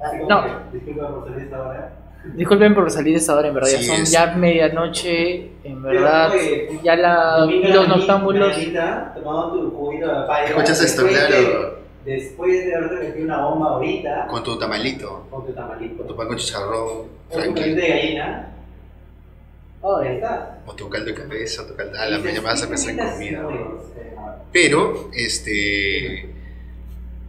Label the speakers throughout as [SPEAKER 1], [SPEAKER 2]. [SPEAKER 1] Así como
[SPEAKER 2] No.
[SPEAKER 1] que, Disculpa por salir esta hora.
[SPEAKER 2] Disculpen por salir de esa hora, en verdad.
[SPEAKER 3] Sí,
[SPEAKER 2] ya son
[SPEAKER 3] es-
[SPEAKER 2] ya medianoche, en verdad.
[SPEAKER 1] oye,
[SPEAKER 2] ya la,
[SPEAKER 1] Domingo
[SPEAKER 2] Ah, los
[SPEAKER 1] en la
[SPEAKER 2] noctámbulos.
[SPEAKER 1] mañanita, Tomando tu juguito de paya.
[SPEAKER 3] Escuchas esto,
[SPEAKER 1] después de-
[SPEAKER 3] claro,
[SPEAKER 1] Después de haberte metido una bomba ahorita,
[SPEAKER 3] con tu tamalito,
[SPEAKER 1] con tu tamalito,
[SPEAKER 3] con tu pan con chicharrón,
[SPEAKER 1] con tu
[SPEAKER 3] tranqui,
[SPEAKER 1] pelito de gallina,
[SPEAKER 2] Oh,
[SPEAKER 1] ya está.
[SPEAKER 3] con tu caldo de cabeza, tu caldo, ah, la
[SPEAKER 1] Y
[SPEAKER 3] mañana vas a
[SPEAKER 1] dices,
[SPEAKER 3] pensar en
[SPEAKER 1] "Mira,
[SPEAKER 3] comida.
[SPEAKER 1] sí, oye, este,
[SPEAKER 3] Pero, este.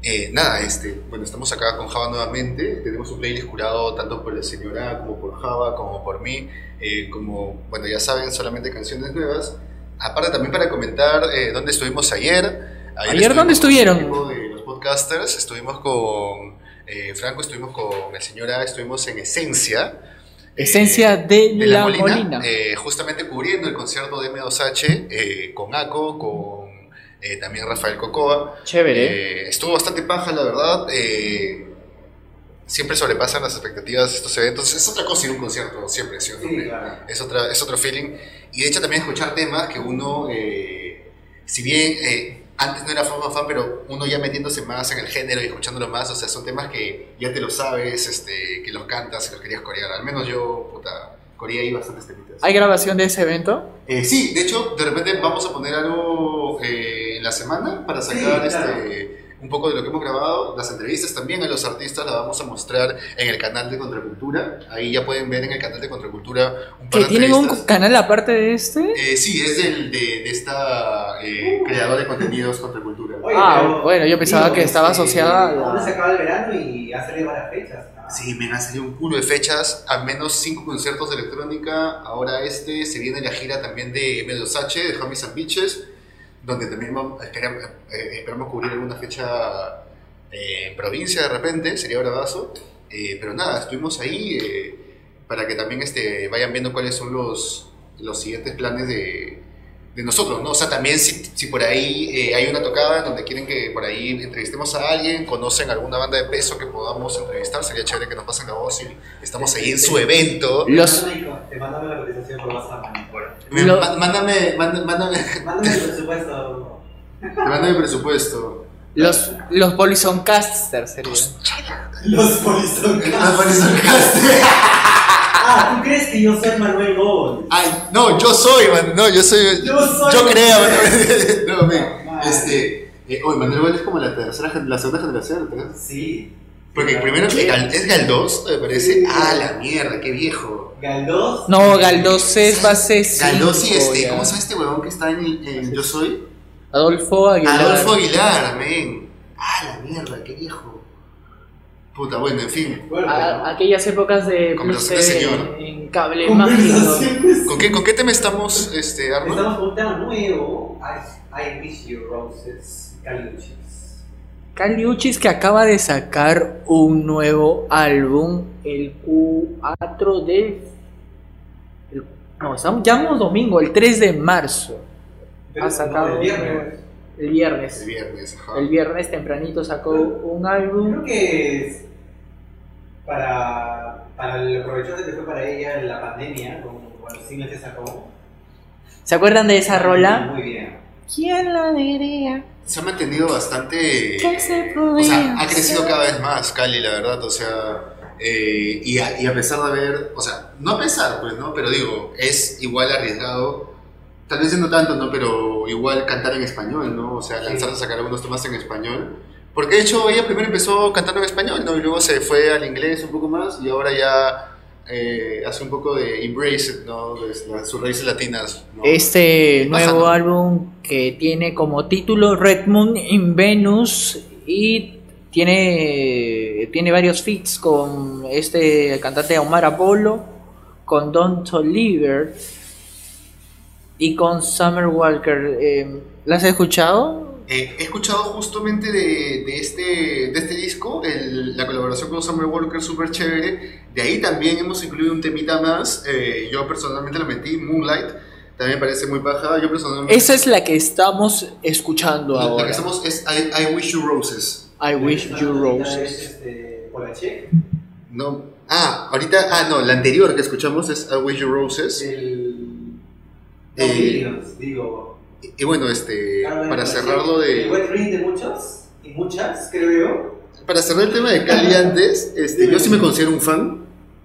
[SPEAKER 3] eh, nada, este. Bueno, estamos acá con Java nuevamente. Tenemos un playlist curado tanto por la señora como por Java, como por mí. eh, como, bueno, ya saben, solamente canciones nuevas. Aparte, también para comentar eh, dónde estuvimos ayer.
[SPEAKER 2] ¿Ayer dónde
[SPEAKER 3] estuvimos
[SPEAKER 2] estuvieron?
[SPEAKER 3] con el equipo de los podcasters. Estuvimos con. eh, Franco, estuvimos con la señora, estuvimos en Esencia. eh,
[SPEAKER 2] Esencia de,
[SPEAKER 3] de
[SPEAKER 2] la, Molina.
[SPEAKER 3] eh, justamente cubriendo el concierto de M2H eh, con ACO, con eh, también Rafael Cocoa.
[SPEAKER 2] Chévere.
[SPEAKER 3] Eh, estuvo bastante paja, la verdad. eh, siempre sobrepasan las expectativas de estos eventos. Es otra cosa ir a un concierto, siempre, ¿sí o no?
[SPEAKER 1] Sí, claro.
[SPEAKER 3] es, otra, es otro feeling. Y de hecho también escuchar temas que uno, eh, si bien eh, antes no era fan, fan, fan, pero uno ya metiéndose más en el género y escuchándolo más, o sea, son temas que ya te lo sabes, este, que los cantas y los querías corear. Al menos yo, puta, coreé ahí bastantes temitas.
[SPEAKER 2] ¿Hay grabación de ese evento?
[SPEAKER 3] Eh, sí, de hecho, de repente vamos a poner algo eh, en la semana para sacar
[SPEAKER 1] Sí, claro.
[SPEAKER 3] este, un poco de lo que hemos grabado. Las entrevistas también a los artistas las vamos a mostrar en el canal de Contracultura. Ahí ya pueden ver en el canal de Contracultura un par
[SPEAKER 2] ¿Que
[SPEAKER 3] de
[SPEAKER 2] tienen un
[SPEAKER 3] entrevistas.
[SPEAKER 2] canal aparte de este?
[SPEAKER 3] Eh, sí, es del, de, de esta eh, creadora de contenidos Contracultura.
[SPEAKER 1] Oye,
[SPEAKER 2] Ah,
[SPEAKER 1] pero-
[SPEAKER 2] bueno, yo pensaba
[SPEAKER 1] digo,
[SPEAKER 2] que estaba
[SPEAKER 1] este,
[SPEAKER 2] asociada a la-
[SPEAKER 1] ahora se acaba el verano y ha salido varias fechas. Ah, ¿no?
[SPEAKER 3] Sí, me han salido un culo de fechas, al menos cinco conciertos de electrónica. Ahora este se viene la gira también de M2H, de Homies and Beaches, donde también vamos- esperamos, eh, esperamos cubrir alguna fecha eh, en provincia de repente, sería bravazo. Eh, pero nada, estuvimos ahí eh, para que también este, vayan viendo cuáles son los, los siguientes planes de, de nosotros, ¿no? O sea, también si, si por ahí eh, hay una tocada donde quieren que por ahí entrevistemos a alguien, conocen alguna banda de peso que podamos entrevistar, sería chévere que nos pasen la voz y estamos ahí en su evento.
[SPEAKER 1] Te
[SPEAKER 2] Los-
[SPEAKER 1] mandan ahí- Te mandame la cotización por WhatsApp. man.
[SPEAKER 3] Me-
[SPEAKER 2] Lo-
[SPEAKER 3] má- Mándame, mándame, mándame,
[SPEAKER 1] Mándame el presupuesto.
[SPEAKER 3] te mándame el presupuesto.
[SPEAKER 2] Los, los Polison Casters serían.
[SPEAKER 3] Pues,
[SPEAKER 1] Los polizoncas.
[SPEAKER 3] Ah, vale, sarcaste.
[SPEAKER 1] Ah, ¿tú crees que yo soy Manuel Gómez?
[SPEAKER 3] Ay, no, yo soy, man, no, yo soy...
[SPEAKER 1] Yo soy.
[SPEAKER 3] Yo creo, no, no, me-
[SPEAKER 1] Ah,
[SPEAKER 3] Este, eh, oye, Manuel Vélez es como la tercera, gen- la segunda generación, la tercera.
[SPEAKER 1] Sí.
[SPEAKER 3] Porque primero es Gal- es Galdós, me parece. Ah, la mierda, qué viejo.
[SPEAKER 1] Galdós.
[SPEAKER 2] No, Galdós es base
[SPEAKER 3] Galdós y
[SPEAKER 2] cinco,
[SPEAKER 3] este,
[SPEAKER 2] ya.
[SPEAKER 3] ¿cómo se llama este huevón que está en, en Yo Soy?
[SPEAKER 2] Adolfo Aguilar.
[SPEAKER 3] Adolfo Aguilar, men. Ah, la mierda, qué viejo. Puta, bueno, en fin.
[SPEAKER 1] Bueno,
[SPEAKER 2] A- aquellas épocas de
[SPEAKER 3] Conversación de
[SPEAKER 2] Plus, eh,
[SPEAKER 3] señor.
[SPEAKER 2] en cable mágico.
[SPEAKER 1] conversación de-
[SPEAKER 3] ¿Con qué, ¿Con qué tema estamos, este, Arnold?
[SPEAKER 1] Estamos con un tema nuevo. I, I wish you roses, Caliuchis.
[SPEAKER 2] Cali Uchis que acaba de sacar un nuevo álbum, el 4 de... el- no, estamos, ya vamos domingo, el 3 de marzo,
[SPEAKER 1] Pero
[SPEAKER 2] Ha
[SPEAKER 1] no,
[SPEAKER 2] sacado-
[SPEAKER 1] el viernes.
[SPEAKER 2] el
[SPEAKER 3] El
[SPEAKER 2] viernes.
[SPEAKER 3] viernes, ajá.
[SPEAKER 2] El viernes tempranito sacó un álbum.
[SPEAKER 1] Creo que es para, para el provechoso que fue para ella en la pandemia, con, con los singles que sacó.
[SPEAKER 2] ¿Se acuerdan de esa rola?
[SPEAKER 1] Muy bien.
[SPEAKER 2] ¿Quién la diría?
[SPEAKER 3] Se ha mantenido bastante.
[SPEAKER 2] ¿Qué se podía
[SPEAKER 3] O sea, ha crecido
[SPEAKER 2] hacer?
[SPEAKER 3] cada vez más, Cali, la verdad. O sea, eh, y, a, y a pesar de haber. O sea, no a pesar, pues, ¿no? Pero digo, es igual arriesgado. Tal vez no tanto, ¿no? Pero igual cantar en español, ¿no? O sea,
[SPEAKER 1] Sí.
[SPEAKER 3] lanzarse a sacar algunos temas en español. Porque de hecho, ella primero empezó cantando en español, ¿no? Y luego se fue al inglés un poco más y ahora ya. eh, hace un poco de embrace, it, ¿no? Pues, la- sus raíces latinas. ¿no?
[SPEAKER 2] Este nuevo
[SPEAKER 3] Bájalo.
[SPEAKER 2] álbum que tiene como título Red Moon in Venus y tiene, tiene varios feats con este cantante Omar Apollo, con Don Toliver y con Summer Walker. Eh, ¿Las has escuchado?
[SPEAKER 3] Eh, he escuchado justamente de, de este, de este disco, el- la colaboración con Summer Walker, súper chévere. De ahí también hemos incluido un temita más. eh, yo personalmente la metí, Moonlight. También me parece muy baja. Yo personalmente.
[SPEAKER 2] Esa es la que estamos escuchando
[SPEAKER 3] la, la
[SPEAKER 2] ahora.
[SPEAKER 3] que hacemos es I, I Wish You Roses.
[SPEAKER 2] I Wish You Roses.
[SPEAKER 1] Este, Polachek,
[SPEAKER 3] No. Ah, ahorita. Ah, no, la anterior que escuchamos es I Wish You Roses.
[SPEAKER 1] el.
[SPEAKER 3] Eh,
[SPEAKER 1] Don Williams, digo.
[SPEAKER 3] Y, y bueno, este.
[SPEAKER 1] Carmen
[SPEAKER 3] Para
[SPEAKER 1] Polachek.
[SPEAKER 3] cerrarlo
[SPEAKER 1] El
[SPEAKER 3] de.
[SPEAKER 1] wet dream de muchos y muchas, creo yo.
[SPEAKER 3] Para cerrar el tema de Cali antes, este, yo sí me considero un fan.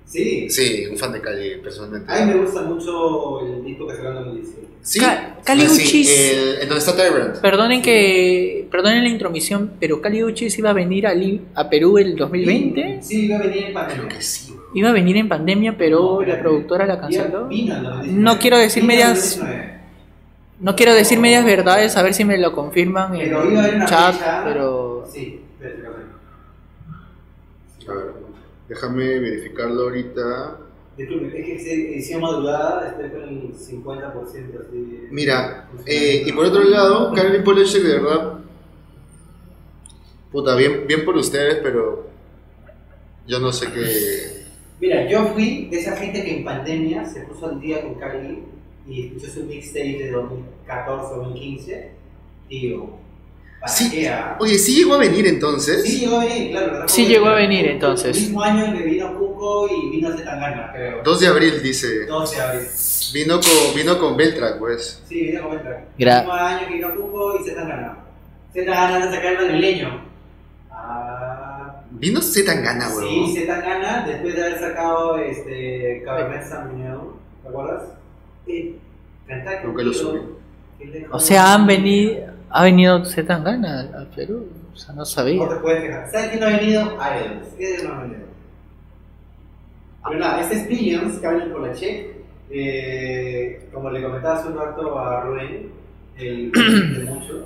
[SPEAKER 1] Sí.
[SPEAKER 3] Sí, un fan de Cali, personalmente.
[SPEAKER 1] A mí me gusta mucho el disco que sacaron en 2017.
[SPEAKER 3] Sí,
[SPEAKER 2] Ca- Cali
[SPEAKER 3] Ah, sí,
[SPEAKER 2] Uchis.
[SPEAKER 3] el- en donde está Tyrant.
[SPEAKER 2] Perdonen que perdonen la intromisión, pero Cali Uchis iba a venir a, Li- a Perú el 2020.
[SPEAKER 1] Sí, iba a venir en pandemia.
[SPEAKER 3] Creo que sí, weón.
[SPEAKER 2] Iba a venir en pandemia, pero la productora la canceló. No quiero decir medias- No quiero decir medias verdades, a ver si me lo confirman en
[SPEAKER 1] Pero iba a haber una
[SPEAKER 2] chat,
[SPEAKER 1] fecha.
[SPEAKER 2] pero
[SPEAKER 1] Sí, pero creo que no.
[SPEAKER 3] A ver, déjame verificarlo ahorita.
[SPEAKER 1] Disculpe, es que se hicieron madrugada, estoy con el 50% así.
[SPEAKER 3] Mira, Eh, y por otro lado, Carolyn Polachek, de verdad. Puta, bien, bien por ustedes, pero. Yo no sé qué.
[SPEAKER 1] Mira, yo fui de esa gente que en pandemia se puso al día con Kylie y escuchó su mixtape de 2014 o 2015. Tío, ¿para
[SPEAKER 3] Sí.
[SPEAKER 1] qué, ah?
[SPEAKER 3] Oye, sí llegó a venir entonces.
[SPEAKER 1] Sí llegó a venir, claro. ¿verdad?
[SPEAKER 2] Sí
[SPEAKER 1] Fue
[SPEAKER 2] llegó a
[SPEAKER 1] el-
[SPEAKER 2] venir, entonces.
[SPEAKER 1] El mismo año en que vino Cuco y vino Zetangana, creo.
[SPEAKER 3] 2 de abril, dice.
[SPEAKER 1] 12 de abril.
[SPEAKER 3] Vino con, vino con Beltrack, pues.
[SPEAKER 1] Sí, vino a comentar.
[SPEAKER 2] Gra-
[SPEAKER 1] El mismo año que vino Cuco y Zetangana. Zetangana anda a sacar el madrileño. Ah,
[SPEAKER 3] Vino Z Tangana, weón.
[SPEAKER 1] sí, Zetangana, después de haber sacado este, Cabernet Sauvignon, ¿te acuerdas? Sí. Cantá
[SPEAKER 3] Nunca lo
[SPEAKER 1] contigo.
[SPEAKER 3] subí.
[SPEAKER 2] o sea, han venido ha venido Zetangana al- al Perú, o sea, no
[SPEAKER 1] No
[SPEAKER 2] sabía.
[SPEAKER 1] te puedes fijar. ¿Sabes quién no ha venido? Idols. Ellos no han venido. Pero nada, este es Billions, que hablan por la Che. Eh, como le comentaba hace un rato a Rubén, el de muchos,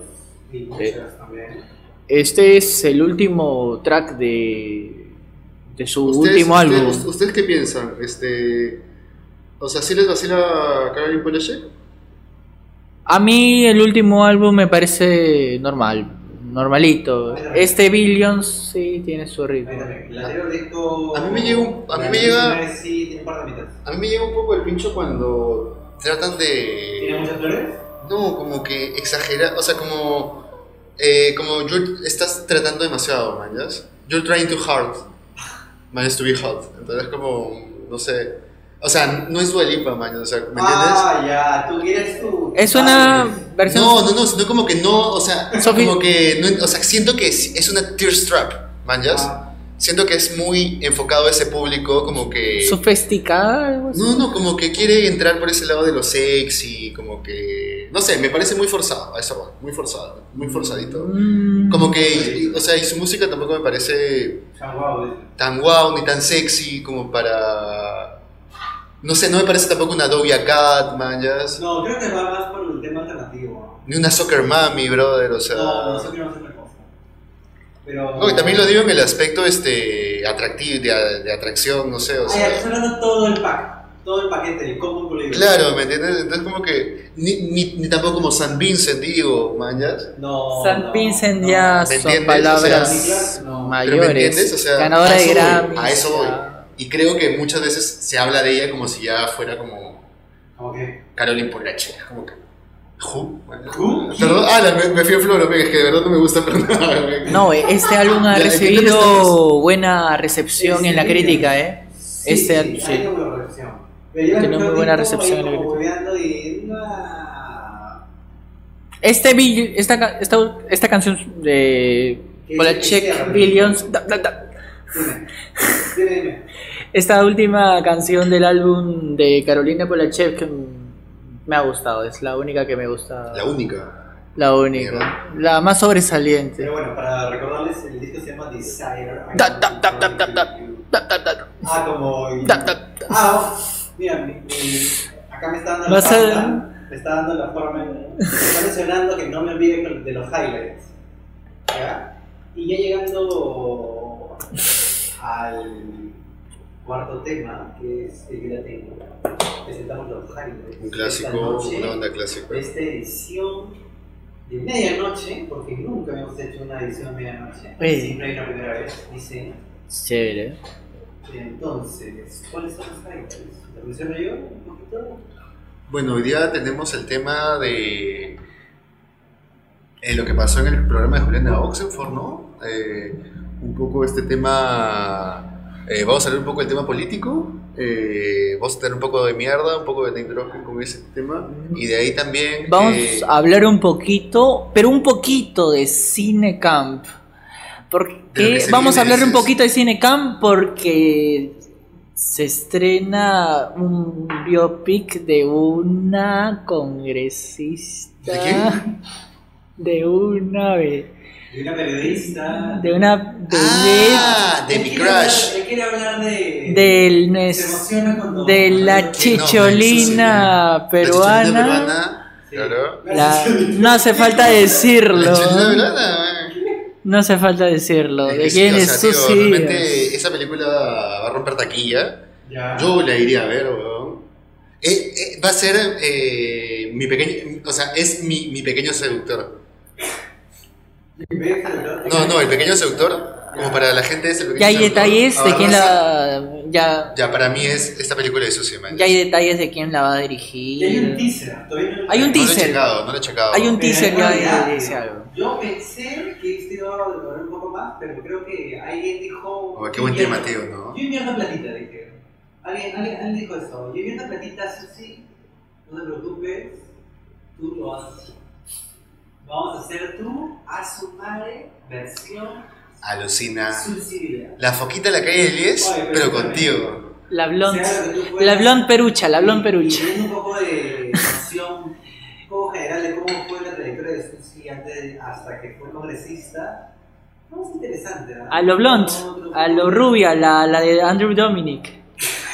[SPEAKER 1] y muchas también.
[SPEAKER 2] Este es el último track de de su último
[SPEAKER 3] ustedes-
[SPEAKER 2] álbum.
[SPEAKER 3] ¿Ustedes qué piensan? Este, o sea, ¿sí les vacila Caroline Polachek?
[SPEAKER 2] A mí el último álbum me parece normal, normalito. Este Billions sí tiene su ritmo.
[SPEAKER 1] Ahí también. El anterior disco.
[SPEAKER 3] A mí me llega un- a mí
[SPEAKER 1] la
[SPEAKER 3] me llega-
[SPEAKER 1] primera vez Sí, tiene un par de mitad.
[SPEAKER 3] A mí me llega un poco el pincho cuando tratan
[SPEAKER 1] ¿Tiene
[SPEAKER 3] de...
[SPEAKER 1] muchas flores?
[SPEAKER 3] No, como que exagerar, o sea, como... eh, como you're- estás tratando demasiado, man, ¿yas? You're trying too hard, man, is to be hot. Entonces como, no sé... O sea, no es dualipa, man, o sea, ¿me entiendes?
[SPEAKER 1] Ah, ya, tú quieres tú.
[SPEAKER 2] Es una
[SPEAKER 1] Ah,
[SPEAKER 2] versión
[SPEAKER 3] No, no, no, sino como que no, o sea,
[SPEAKER 2] Sophie-
[SPEAKER 3] como que, no- o sea, siento que es, es una tearstrap, man, ¿yas?
[SPEAKER 1] ah,
[SPEAKER 3] Siento que es muy enfocado a ese público, como que...
[SPEAKER 2] sofisticada, algo así.
[SPEAKER 3] No, no, como que quiere entrar por ese lado de lo sexy, como que... No sé, me parece muy forzado, a eso va, muy forzado, muy forzadito.
[SPEAKER 2] Mm.
[SPEAKER 3] Como que, y- y- o sea, y su música tampoco me parece
[SPEAKER 1] Changuao, dice.
[SPEAKER 3] tan guau ni tan sexy como para... No sé, no me parece tampoco una Doja Cat, manjas,
[SPEAKER 1] No, creo que va más por el tema alternativo.
[SPEAKER 3] ni una Soccer Mami, brother, o sea...
[SPEAKER 1] No, no sé qué no hacer otra cosa. Pero.
[SPEAKER 3] No, y también lo digo en el aspecto, este, atractivo, de, de atracción, no sé, o
[SPEAKER 1] Ah, ya,
[SPEAKER 3] sea...
[SPEAKER 1] estás hablando todo el pack. Todo el paquete, el combo incluido.
[SPEAKER 3] Claro, ¿me entiendes? Entonces como que ni, ni, ni tampoco como San Vincent digo, manjas.
[SPEAKER 1] No.
[SPEAKER 2] San
[SPEAKER 1] no,
[SPEAKER 2] Vincent
[SPEAKER 1] no.
[SPEAKER 2] ya
[SPEAKER 3] ¿Me
[SPEAKER 2] son
[SPEAKER 3] entiendes?
[SPEAKER 2] palabras
[SPEAKER 1] O sea, no.
[SPEAKER 3] Pero ¿me entiendes?
[SPEAKER 2] mayores.
[SPEAKER 3] O sea,
[SPEAKER 2] ganadora de
[SPEAKER 3] a
[SPEAKER 2] Ah.
[SPEAKER 3] eso voy,
[SPEAKER 2] Grammy.
[SPEAKER 3] a eso voy. Y creo que muchas veces se habla de ella como si ya fuera como
[SPEAKER 1] Como que.
[SPEAKER 3] Caroline Polachek, como que ¿Who?
[SPEAKER 1] ¿Who?
[SPEAKER 3] Perdón, ah, la- me, me fui a floro, men, es que de verdad no me gusta pero nada. men.
[SPEAKER 2] No, eh, este álbum ha
[SPEAKER 3] Ya, ¿de qué te
[SPEAKER 2] recibido
[SPEAKER 3] estás?
[SPEAKER 2] buena recepción en la
[SPEAKER 1] Excelente.
[SPEAKER 2] crítica, ¿eh?
[SPEAKER 1] Sí,
[SPEAKER 2] Este-
[SPEAKER 1] sí,
[SPEAKER 2] sí.
[SPEAKER 1] Ahí tengo la recepción. Pero yo la
[SPEAKER 2] Tiene
[SPEAKER 1] escuché
[SPEAKER 2] muy
[SPEAKER 1] un
[SPEAKER 2] buena
[SPEAKER 1] disco
[SPEAKER 2] recepción
[SPEAKER 1] ahí
[SPEAKER 2] en el
[SPEAKER 1] como bobeando y. nah,
[SPEAKER 2] Este bill- esta, ca- esta, esta canción de
[SPEAKER 1] Que se
[SPEAKER 2] Polachek
[SPEAKER 1] cierra.
[SPEAKER 2] Billions, da- da- da-
[SPEAKER 1] Dime. Dime, dime.
[SPEAKER 2] esta última canción del álbum de Carolina Polachek que mm, me ha gustado, es la única que me gusta.
[SPEAKER 3] La única.
[SPEAKER 2] La única. La más sobresaliente.
[SPEAKER 1] Pero bueno, para recordarles, el disco se llama Desire.
[SPEAKER 2] Da, da, da, da, da, da. Da, da, da, da,
[SPEAKER 1] Ah, como. y-
[SPEAKER 2] da, da.
[SPEAKER 1] Ah, oh, mira, mi- mi- acá me está dando la
[SPEAKER 2] Vas a-
[SPEAKER 1] forma. Me está dando la forma. Me está mencionando que no me olvide con- de los highlights. ¿Ya? Y ya llegando al cuarto tema, que es el que ya tengo, presentamos los highlights.
[SPEAKER 3] Un
[SPEAKER 1] Esta
[SPEAKER 3] clásico,
[SPEAKER 1] noche,
[SPEAKER 3] una banda clásica.
[SPEAKER 1] Esta edición de medianoche, porque nunca habíamos hecho una edición de medianoche.
[SPEAKER 2] Ey.
[SPEAKER 1] Siempre hay una primera vez, dice.
[SPEAKER 2] Chévere.
[SPEAKER 1] Entonces, ¿cuáles son los highlights? ¿Lo menciono yo un poquito?
[SPEAKER 3] Bueno, hoy día tenemos el tema de eh, lo que pasó en el programa de Juliana Oxenford, ¿no? Eh, un poco este tema, eh, vamos a hablar un poco del tema político, eh, vamos a tener un poco de mierda, un poco de tendrosco con ese tema, y de ahí también...
[SPEAKER 2] Vamos
[SPEAKER 3] eh,
[SPEAKER 2] a hablar un poquito, pero un poquito de Cine Camp.
[SPEAKER 3] De lo
[SPEAKER 2] Porque
[SPEAKER 3] que se
[SPEAKER 2] vamos a
[SPEAKER 3] viene,
[SPEAKER 2] hablar un
[SPEAKER 3] dices.
[SPEAKER 2] poquito de Cinecam porque se estrena un biopic de una congresista.
[SPEAKER 3] ¿De quién?
[SPEAKER 2] De una ve-
[SPEAKER 1] De una periodista.
[SPEAKER 2] de una de,
[SPEAKER 3] Ah, de
[SPEAKER 1] Él
[SPEAKER 3] mi
[SPEAKER 1] quiere
[SPEAKER 3] crush.
[SPEAKER 1] hablar- Él quiere hablar de.
[SPEAKER 2] del
[SPEAKER 1] Se
[SPEAKER 2] nues-
[SPEAKER 1] emociona cuando.
[SPEAKER 2] de la
[SPEAKER 1] cuando-
[SPEAKER 2] chicholina
[SPEAKER 3] La chicholina
[SPEAKER 2] peruana.
[SPEAKER 3] peruana.
[SPEAKER 1] Sí.
[SPEAKER 3] Claro.
[SPEAKER 2] La- no hace falta
[SPEAKER 3] La
[SPEAKER 2] decirlo.
[SPEAKER 3] chicholina peruana.
[SPEAKER 2] No hace falta decirlo.
[SPEAKER 3] Es
[SPEAKER 2] ¿De
[SPEAKER 3] que sí,
[SPEAKER 2] quién
[SPEAKER 3] o
[SPEAKER 2] es
[SPEAKER 3] sea, tío,
[SPEAKER 2] Susi Díaz?
[SPEAKER 3] Realmente esa película va a romper taquilla.
[SPEAKER 1] Ya.
[SPEAKER 3] Yo la iría a ver, weón. Eh, eh, va a ser eh, mi pequeño. O sea, es mi, mi pequeño seductor.
[SPEAKER 1] Deja de hablar de-
[SPEAKER 3] No, no, el pequeño seductor, como para la gente es el pequeño
[SPEAKER 2] Ya hay
[SPEAKER 3] seductor.
[SPEAKER 2] detalles de
[SPEAKER 3] Ahora
[SPEAKER 2] quién
[SPEAKER 3] va a ser-
[SPEAKER 2] la. Ya,
[SPEAKER 3] Ya, para mí es esta película de Susi, man.
[SPEAKER 2] ya hay detalles de quién la va a
[SPEAKER 1] Y hay un
[SPEAKER 2] dirigir.
[SPEAKER 1] teaser. Todavía no lo-
[SPEAKER 2] Hay un
[SPEAKER 3] No lo he
[SPEAKER 2] teaser.
[SPEAKER 3] checado, no lo he checado.
[SPEAKER 2] Hay un
[SPEAKER 1] Pero
[SPEAKER 2] teaser
[SPEAKER 1] hay
[SPEAKER 2] ya
[SPEAKER 1] calidad,
[SPEAKER 2] de- de
[SPEAKER 1] tío.
[SPEAKER 2] ese algo.
[SPEAKER 1] Eh, Yo pensé que este iba a demorar un poco más, pero creo que alguien dijo.
[SPEAKER 3] Oh, qué buen
[SPEAKER 1] "Yo
[SPEAKER 3] tema,
[SPEAKER 1] invierto-
[SPEAKER 3] tío, ¿no?
[SPEAKER 1] Yo invierto platita, dije. Alguien, alguien, alguien dijo eso. Yo invierto platita, Susi. No te preocupes. Tú lo haces. Vamos a hacer tú a su madre versión
[SPEAKER 3] Alucina.
[SPEAKER 1] Susi Vidal.
[SPEAKER 3] La foquita de la calle del 10,
[SPEAKER 1] Oye, pero
[SPEAKER 3] pero
[SPEAKER 1] escúchame.
[SPEAKER 3] contigo.
[SPEAKER 2] La blonde.
[SPEAKER 1] Sea lo que tú puedas.
[SPEAKER 2] La blonde perucha, la blonde
[SPEAKER 1] Y
[SPEAKER 2] perucha.
[SPEAKER 1] viendo un poco de noción, un poco general de cómo fue la trayectoria de Susi antes de- hasta que fue congresista. No, es interesante, ¿verdad?
[SPEAKER 2] A lo blonde,
[SPEAKER 1] Otro-
[SPEAKER 2] a lo rubia, la, la de Andrew Dominic.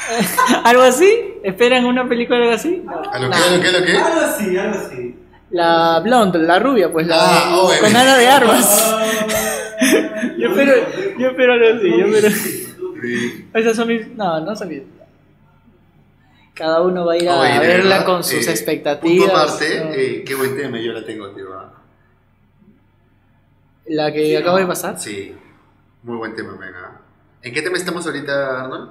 [SPEAKER 2] ¿Algo así? ¿Esperan una película algo así?
[SPEAKER 3] ¿A lo que, a lo que, a lo que?
[SPEAKER 1] Algo así, algo así.
[SPEAKER 2] La blonde, la rubia, pues la
[SPEAKER 3] Ah,
[SPEAKER 2] de-
[SPEAKER 3] obvio.
[SPEAKER 2] con ala de armas. Yo espero, yo espero algo así, yo espero.
[SPEAKER 3] Sí.
[SPEAKER 2] Esas son mis. No, no son mis. Cada uno va a ir a
[SPEAKER 3] Oye, de
[SPEAKER 2] verla
[SPEAKER 3] verdad,
[SPEAKER 2] con sus
[SPEAKER 3] eh,
[SPEAKER 2] expectativas.
[SPEAKER 3] Punto aparte,
[SPEAKER 2] ¿no?
[SPEAKER 3] eh, qué buen tema yo la tengo, tío. ¿ah?
[SPEAKER 2] la que
[SPEAKER 1] sí,
[SPEAKER 2] acabo
[SPEAKER 1] ¿no?
[SPEAKER 2] de pasar.
[SPEAKER 3] Sí, muy buen tema, venga. ¿En qué tema estamos ahorita, Arnold?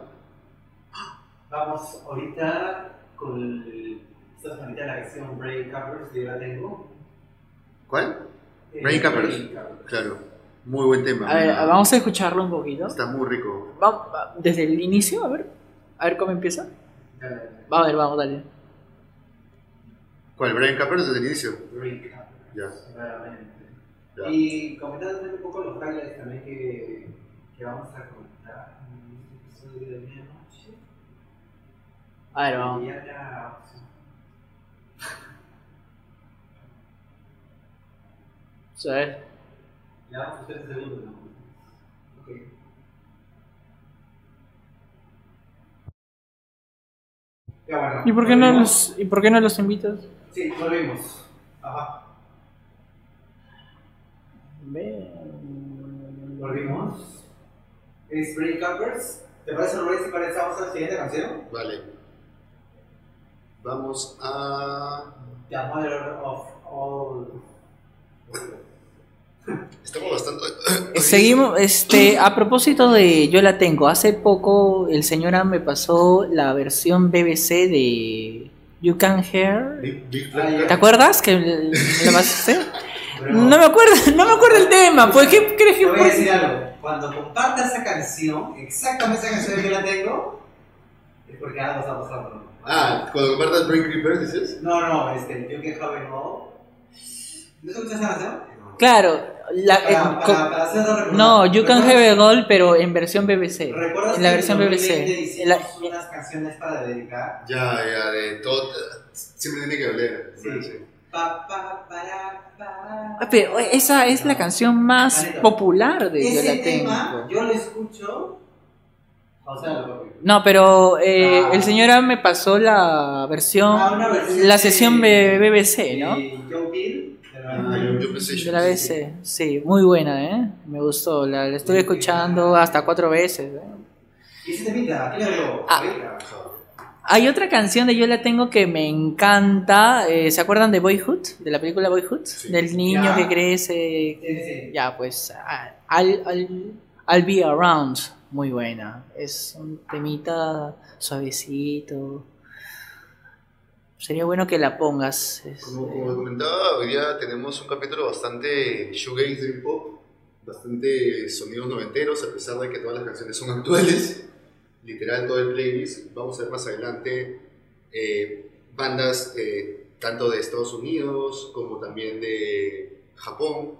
[SPEAKER 1] Vamos ahorita con el- esta semanita la canción Brain Covers, yo la tengo.
[SPEAKER 3] ¿Cuál?
[SPEAKER 1] Eh,
[SPEAKER 3] Brain Covers.
[SPEAKER 1] Brain Covers.
[SPEAKER 3] Claro, muy buen tema.
[SPEAKER 2] A ver,
[SPEAKER 3] venga.
[SPEAKER 2] vamos a escucharlo un poquito.
[SPEAKER 3] Está muy rico.
[SPEAKER 2] Va- va- desde el inicio, a ver. A ver cómo empieza.
[SPEAKER 1] Dale, dale.
[SPEAKER 2] Va a ver, vamos, dale.
[SPEAKER 3] ¿Cuál? Brian Capper desde el inicio.
[SPEAKER 1] Brain Covers.
[SPEAKER 3] Ya,
[SPEAKER 1] Claramente.
[SPEAKER 3] ya.
[SPEAKER 1] Y comentando un poco los highlights también que, que vamos a comentar en este episodio de medianoche.
[SPEAKER 2] A ver, vamos.
[SPEAKER 1] Y ya la-
[SPEAKER 2] A ver.
[SPEAKER 1] le damos tres segundos. ¿no? Ok. Ya bueno.
[SPEAKER 2] ¿Y por qué no
[SPEAKER 1] volvimos.
[SPEAKER 2] los, ¿y por qué no los invitas?
[SPEAKER 1] Sí, volvimos. Ajá.
[SPEAKER 2] Ve.
[SPEAKER 1] Volvimos. Es Break Covers. ¿Te parece, Rubén, si parece, vamos a la siguiente canción?
[SPEAKER 3] Vale. Vamos a.
[SPEAKER 1] The Mother of All.
[SPEAKER 3] Estamos bastante.
[SPEAKER 2] Seguimos, este, a propósito de Yo la tengo, hace poco el señora me pasó la versión BBC de You Can Hear.
[SPEAKER 3] Big- Big
[SPEAKER 1] Ah,
[SPEAKER 3] Black
[SPEAKER 1] ya.
[SPEAKER 2] ¿Te acuerdas que l- la pasaste?
[SPEAKER 1] Pero-
[SPEAKER 2] No me acuerdo, no me acuerdo el tema, pues ¿qué crees
[SPEAKER 1] Te
[SPEAKER 2] que
[SPEAKER 1] voy a
[SPEAKER 2] fue?
[SPEAKER 1] decir algo. Cuando compartas esa canción, exactamente esa canción que la tengo, es porque algo está pasando.
[SPEAKER 3] Ah, cuando compartas Brain Creeper dices.
[SPEAKER 1] No, no, este, yo que joven no. ¿No escuchas esa canción?
[SPEAKER 2] Claro, la,
[SPEAKER 1] Para,
[SPEAKER 2] eh,
[SPEAKER 1] para,
[SPEAKER 2] co-
[SPEAKER 1] para hacerlo recordar.
[SPEAKER 2] no, You Can
[SPEAKER 1] ¿Recuerdas-
[SPEAKER 2] Have a Goal, pero en versión BBC.
[SPEAKER 1] ¿Recuerdas
[SPEAKER 2] En la
[SPEAKER 1] que
[SPEAKER 2] versión
[SPEAKER 1] en
[SPEAKER 2] BBC.
[SPEAKER 1] 2020
[SPEAKER 2] En la-
[SPEAKER 1] hicimos unas canciones para dedicar?
[SPEAKER 3] Ya, ya, de todo. Siempre tiene que oler.
[SPEAKER 1] Sí. Pa, pa, para, pa.
[SPEAKER 2] Ah, pero esa es la canción más
[SPEAKER 1] Vale.
[SPEAKER 2] popular de Yo
[SPEAKER 1] Ese
[SPEAKER 2] la tengo.
[SPEAKER 1] tema yo lo escucho. O sea, lo-
[SPEAKER 2] No, pero eh,
[SPEAKER 1] Ah.
[SPEAKER 2] el señora me pasó la versión,
[SPEAKER 1] Ah, una versión
[SPEAKER 2] la
[SPEAKER 1] de-
[SPEAKER 2] sesión de BBC, ¿no?
[SPEAKER 1] Y Joe Bill. pero-
[SPEAKER 3] Ah, yo, yo pensé.
[SPEAKER 2] De la BBC, sí, muy buena, ¿eh? Me gustó, la, la estuve escuchando hasta cuatro veces. ¿eh?
[SPEAKER 1] Y ese temita, ¿qué le hago?
[SPEAKER 2] Ah.
[SPEAKER 1] Ahorita.
[SPEAKER 2] Hay otra canción de Yo la tengo que me encanta, eh, ¿se acuerdan de Boyhood? De la película Boyhood,
[SPEAKER 3] Sí.
[SPEAKER 2] del niño
[SPEAKER 1] Ya.
[SPEAKER 2] que crece,
[SPEAKER 1] Sí, sí.
[SPEAKER 2] ya pues, ah, I'll, I'll- I'll Be Around, muy buena, es un temita suavecito. Sería bueno que la pongas. este.
[SPEAKER 3] Como, como comentaba, hoy día tenemos un capítulo bastante shoegaze dream pop, bastante sonidos noventeros, a pesar de que todas las canciones son actuales. Literal, todo el playlist. Vamos a ver más adelante eh, bandas eh, tanto de Estados Unidos como también de Japón.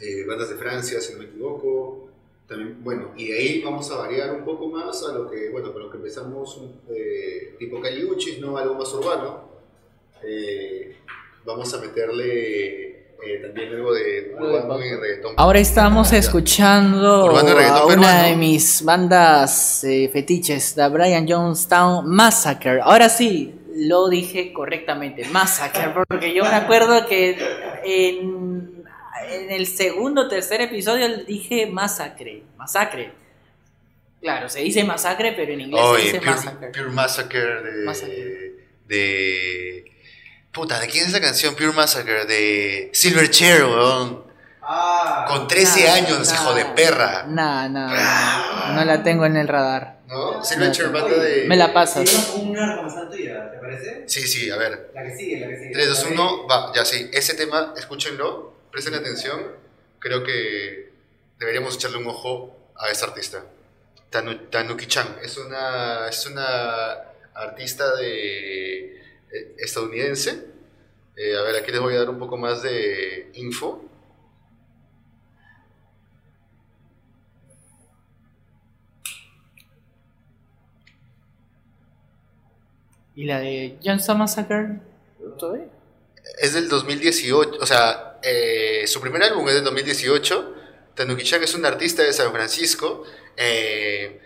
[SPEAKER 3] eh, bandas de Francia, si no me equivoco. También, bueno, y de ahí vamos a variar un poco más a lo que, bueno, con lo que empezamos, un, eh, tipo Caliuchis, ¿no? Algo más urbano. Eh, vamos a meterle eh, también algo de urbano y reggaetón.
[SPEAKER 2] Ahora estamos
[SPEAKER 3] Ya.
[SPEAKER 2] escuchando
[SPEAKER 3] Urbano y reggaetón
[SPEAKER 2] a una
[SPEAKER 3] peruano.
[SPEAKER 2] de mis bandas eh, fetiches, The Brian Jonestown Massacre. Ahora sí, lo dije correctamente, Massacre, porque yo me acuerdo que en, en el segundo o tercer episodio dije Masacre, Masacre. Claro, se dice masacre, pero en inglés se
[SPEAKER 3] Oye,
[SPEAKER 2] dice
[SPEAKER 3] Pure
[SPEAKER 2] massacre.
[SPEAKER 3] Pure Massacre de,
[SPEAKER 2] Massacre.
[SPEAKER 3] de. Puta, ¿de quién es la canción Pure Massacre? De Silverchair, weón.
[SPEAKER 1] Ah,
[SPEAKER 3] Con 13
[SPEAKER 2] Nah,
[SPEAKER 3] años,
[SPEAKER 2] nah.
[SPEAKER 3] hijo de perra.
[SPEAKER 2] Nah, nah, nah, no la tengo en el radar.
[SPEAKER 3] ¿No? Silverchair, banda de.
[SPEAKER 2] Me la paso.
[SPEAKER 1] Seguimos con una recomendación tuya, ¿te parece?
[SPEAKER 3] Sí, sí, a ver.
[SPEAKER 1] La que sigue, la que sigue.
[SPEAKER 3] 3, 2, 1, va, ya sí. Ese tema, escúchenlo, presten atención. Creo que deberíamos echarle un ojo a ese artista. Tanu- Tanuki-chan. Es una, es una artista de, eh, estadounidense. Eh, a ver, aquí les voy a dar un poco más de info.
[SPEAKER 2] ¿Y la de Johnstown Massacre? ¿Todavía?
[SPEAKER 3] Es del 2018, o sea, eh, su primer álbum es del 2018. Tanuki-chan es un artista de San Francisco. eh,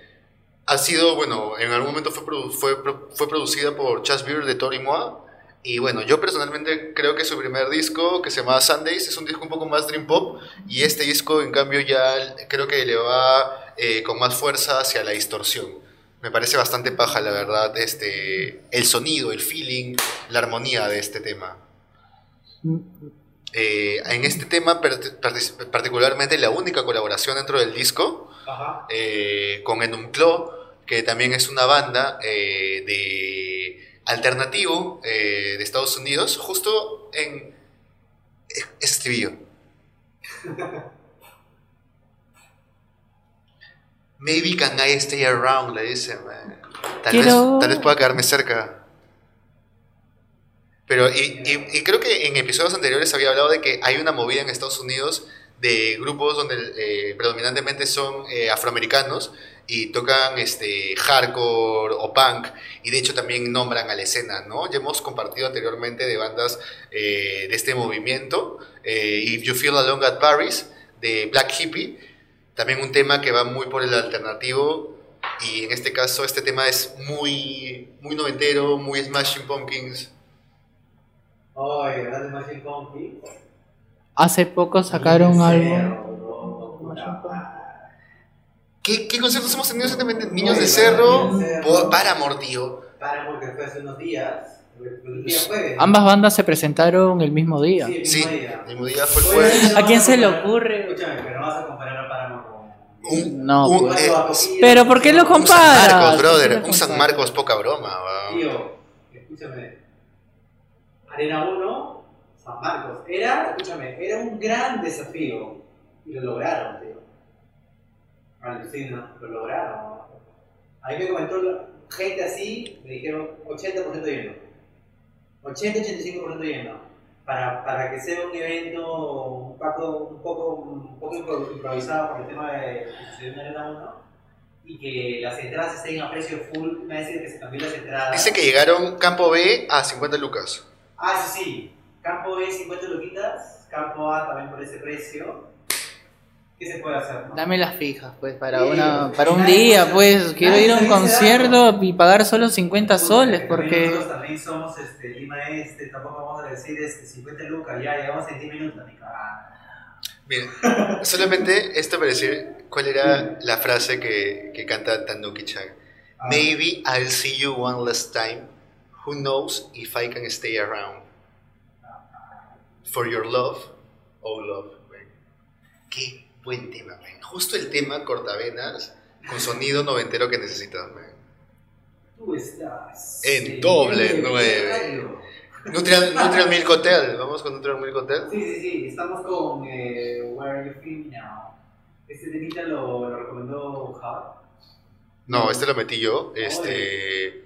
[SPEAKER 3] ha sido, bueno, en algún momento fue, produ- fue, pro- fue producida por Chas Beer de Tori Moa. Y bueno, yo personalmente creo que su primer disco, que se llama Sundays, es un disco un poco más dream pop. Y este disco, en cambio, ya creo que le va eh, con más fuerza hacia la distorsión. Me parece bastante paja, la verdad, este, el sonido, el feeling, la armonía de este tema. Eh, en este tema, part- partic- particularmente la única colaboración dentro del disco
[SPEAKER 1] Ajá.
[SPEAKER 3] eh, con Enumclo, que también es una banda eh, de alternativo eh, de Estados Unidos, justo en es- ese estribillo. Maybe can I stay around, le dice. man. Tal, vez,
[SPEAKER 2] Quiero-
[SPEAKER 3] tal vez pueda quedarme cerca. Pero, y, y- y creo que en episodios anteriores había hablado de que hay una movida en Estados Unidos de grupos donde eh, predominantemente son eh, afroamericanos y tocan este hardcore o punk y de hecho también nombran a la escena, ¿no? Ya hemos compartido anteriormente de bandas eh, de este movimiento, eh, If You Feel Alone at Paris, de Black Hippie, también un tema que va muy por el alternativo y en este caso este tema es muy, muy noventero, muy Smashing Pumpkins.
[SPEAKER 1] Oye, ¿verdad de Machine Pumpkins?
[SPEAKER 2] Hace poco sacaron algo.
[SPEAKER 3] ¿Qué, qué conciertos hemos tenido recientemente? Niños
[SPEAKER 1] Oye,
[SPEAKER 3] de Cerro,
[SPEAKER 1] Niños de Cerro.
[SPEAKER 3] por- Paramore, tío.
[SPEAKER 1] Para porque fue hace unos días. El día jueves.
[SPEAKER 2] Ambas bandas se presentaron el mismo día.
[SPEAKER 1] Sí, el
[SPEAKER 3] Sí,
[SPEAKER 1] mismo día.
[SPEAKER 3] el mismo día fue el
[SPEAKER 1] Oye,
[SPEAKER 3] jueves.
[SPEAKER 1] no
[SPEAKER 2] ¿A quién
[SPEAKER 1] vas
[SPEAKER 2] se le
[SPEAKER 1] comparar-
[SPEAKER 2] ocurre?
[SPEAKER 1] Escúchame, pero no vas a comparar a Paramore con...
[SPEAKER 3] Un-
[SPEAKER 2] No,
[SPEAKER 3] un-
[SPEAKER 2] pues.
[SPEAKER 3] eh,
[SPEAKER 2] Pero ¿por qué lo
[SPEAKER 3] Un San
[SPEAKER 2] comparas?
[SPEAKER 3] Marcos,
[SPEAKER 2] ¿Por
[SPEAKER 3] brother.
[SPEAKER 2] qué lo
[SPEAKER 3] Un San
[SPEAKER 2] comparas?
[SPEAKER 3] Marcos, poca broma. weón.
[SPEAKER 1] Tío, escúchame. Arena 1, San Marcos. Era, escúchame, era un gran desafío. Y lo lograron, tío. Alucina, lo lograron. A mí me comentó la- gente así, me dijeron 80% lleno. 80-85% lleno. Para, para que sea un evento un poco, un poco, un poco impro- improvisado por el tema de que sucedió en Arena 1 y que las entradas estén a precio full, me decir que se cambió las entradas.
[SPEAKER 3] Dice que llegaron Campo B a 50 lucas.
[SPEAKER 1] Ah, sí, sí. Campo B 50 luquitas, campo A también por ese precio. ¿Qué se puede hacer? no?
[SPEAKER 2] Dame las fijas, pues, para,
[SPEAKER 1] Sí,
[SPEAKER 2] una,
[SPEAKER 1] pues,
[SPEAKER 2] para un
[SPEAKER 1] nadie-
[SPEAKER 2] día, pues. Quiero
[SPEAKER 1] nadie
[SPEAKER 2] ir a un
[SPEAKER 1] se dice
[SPEAKER 2] concierto y pagar solo 50
[SPEAKER 1] Puta,
[SPEAKER 2] soles,
[SPEAKER 1] que eh,
[SPEAKER 2] porque...
[SPEAKER 1] Nosotros también somos este, Lima Este, tampoco vamos a decir este, 50 lucas, ya llegamos en 10 minutos, ni cagada.
[SPEAKER 3] Mira, solamente esto para decir cuál era la frase que, que canta Tanuki Chan.
[SPEAKER 1] Ah,
[SPEAKER 3] Maybe I'll see you one last time. Who knows if I can stay around. For your love, oh love. man. Qué buen tema, man. Justo el tema cortavenas con sonido noventero que necesitas, man.
[SPEAKER 1] Tú estás.
[SPEAKER 3] En doble nueve.
[SPEAKER 1] radio.
[SPEAKER 3] Nutrial, Nutrial Milk Hotel. Vamos con Nutrial Milk Hotel.
[SPEAKER 1] Sí, sí, sí, estamos con eh, Where Are You Feeling Now. Este temita lo, lo recomendó Java.
[SPEAKER 3] No, este lo metí yo. Este.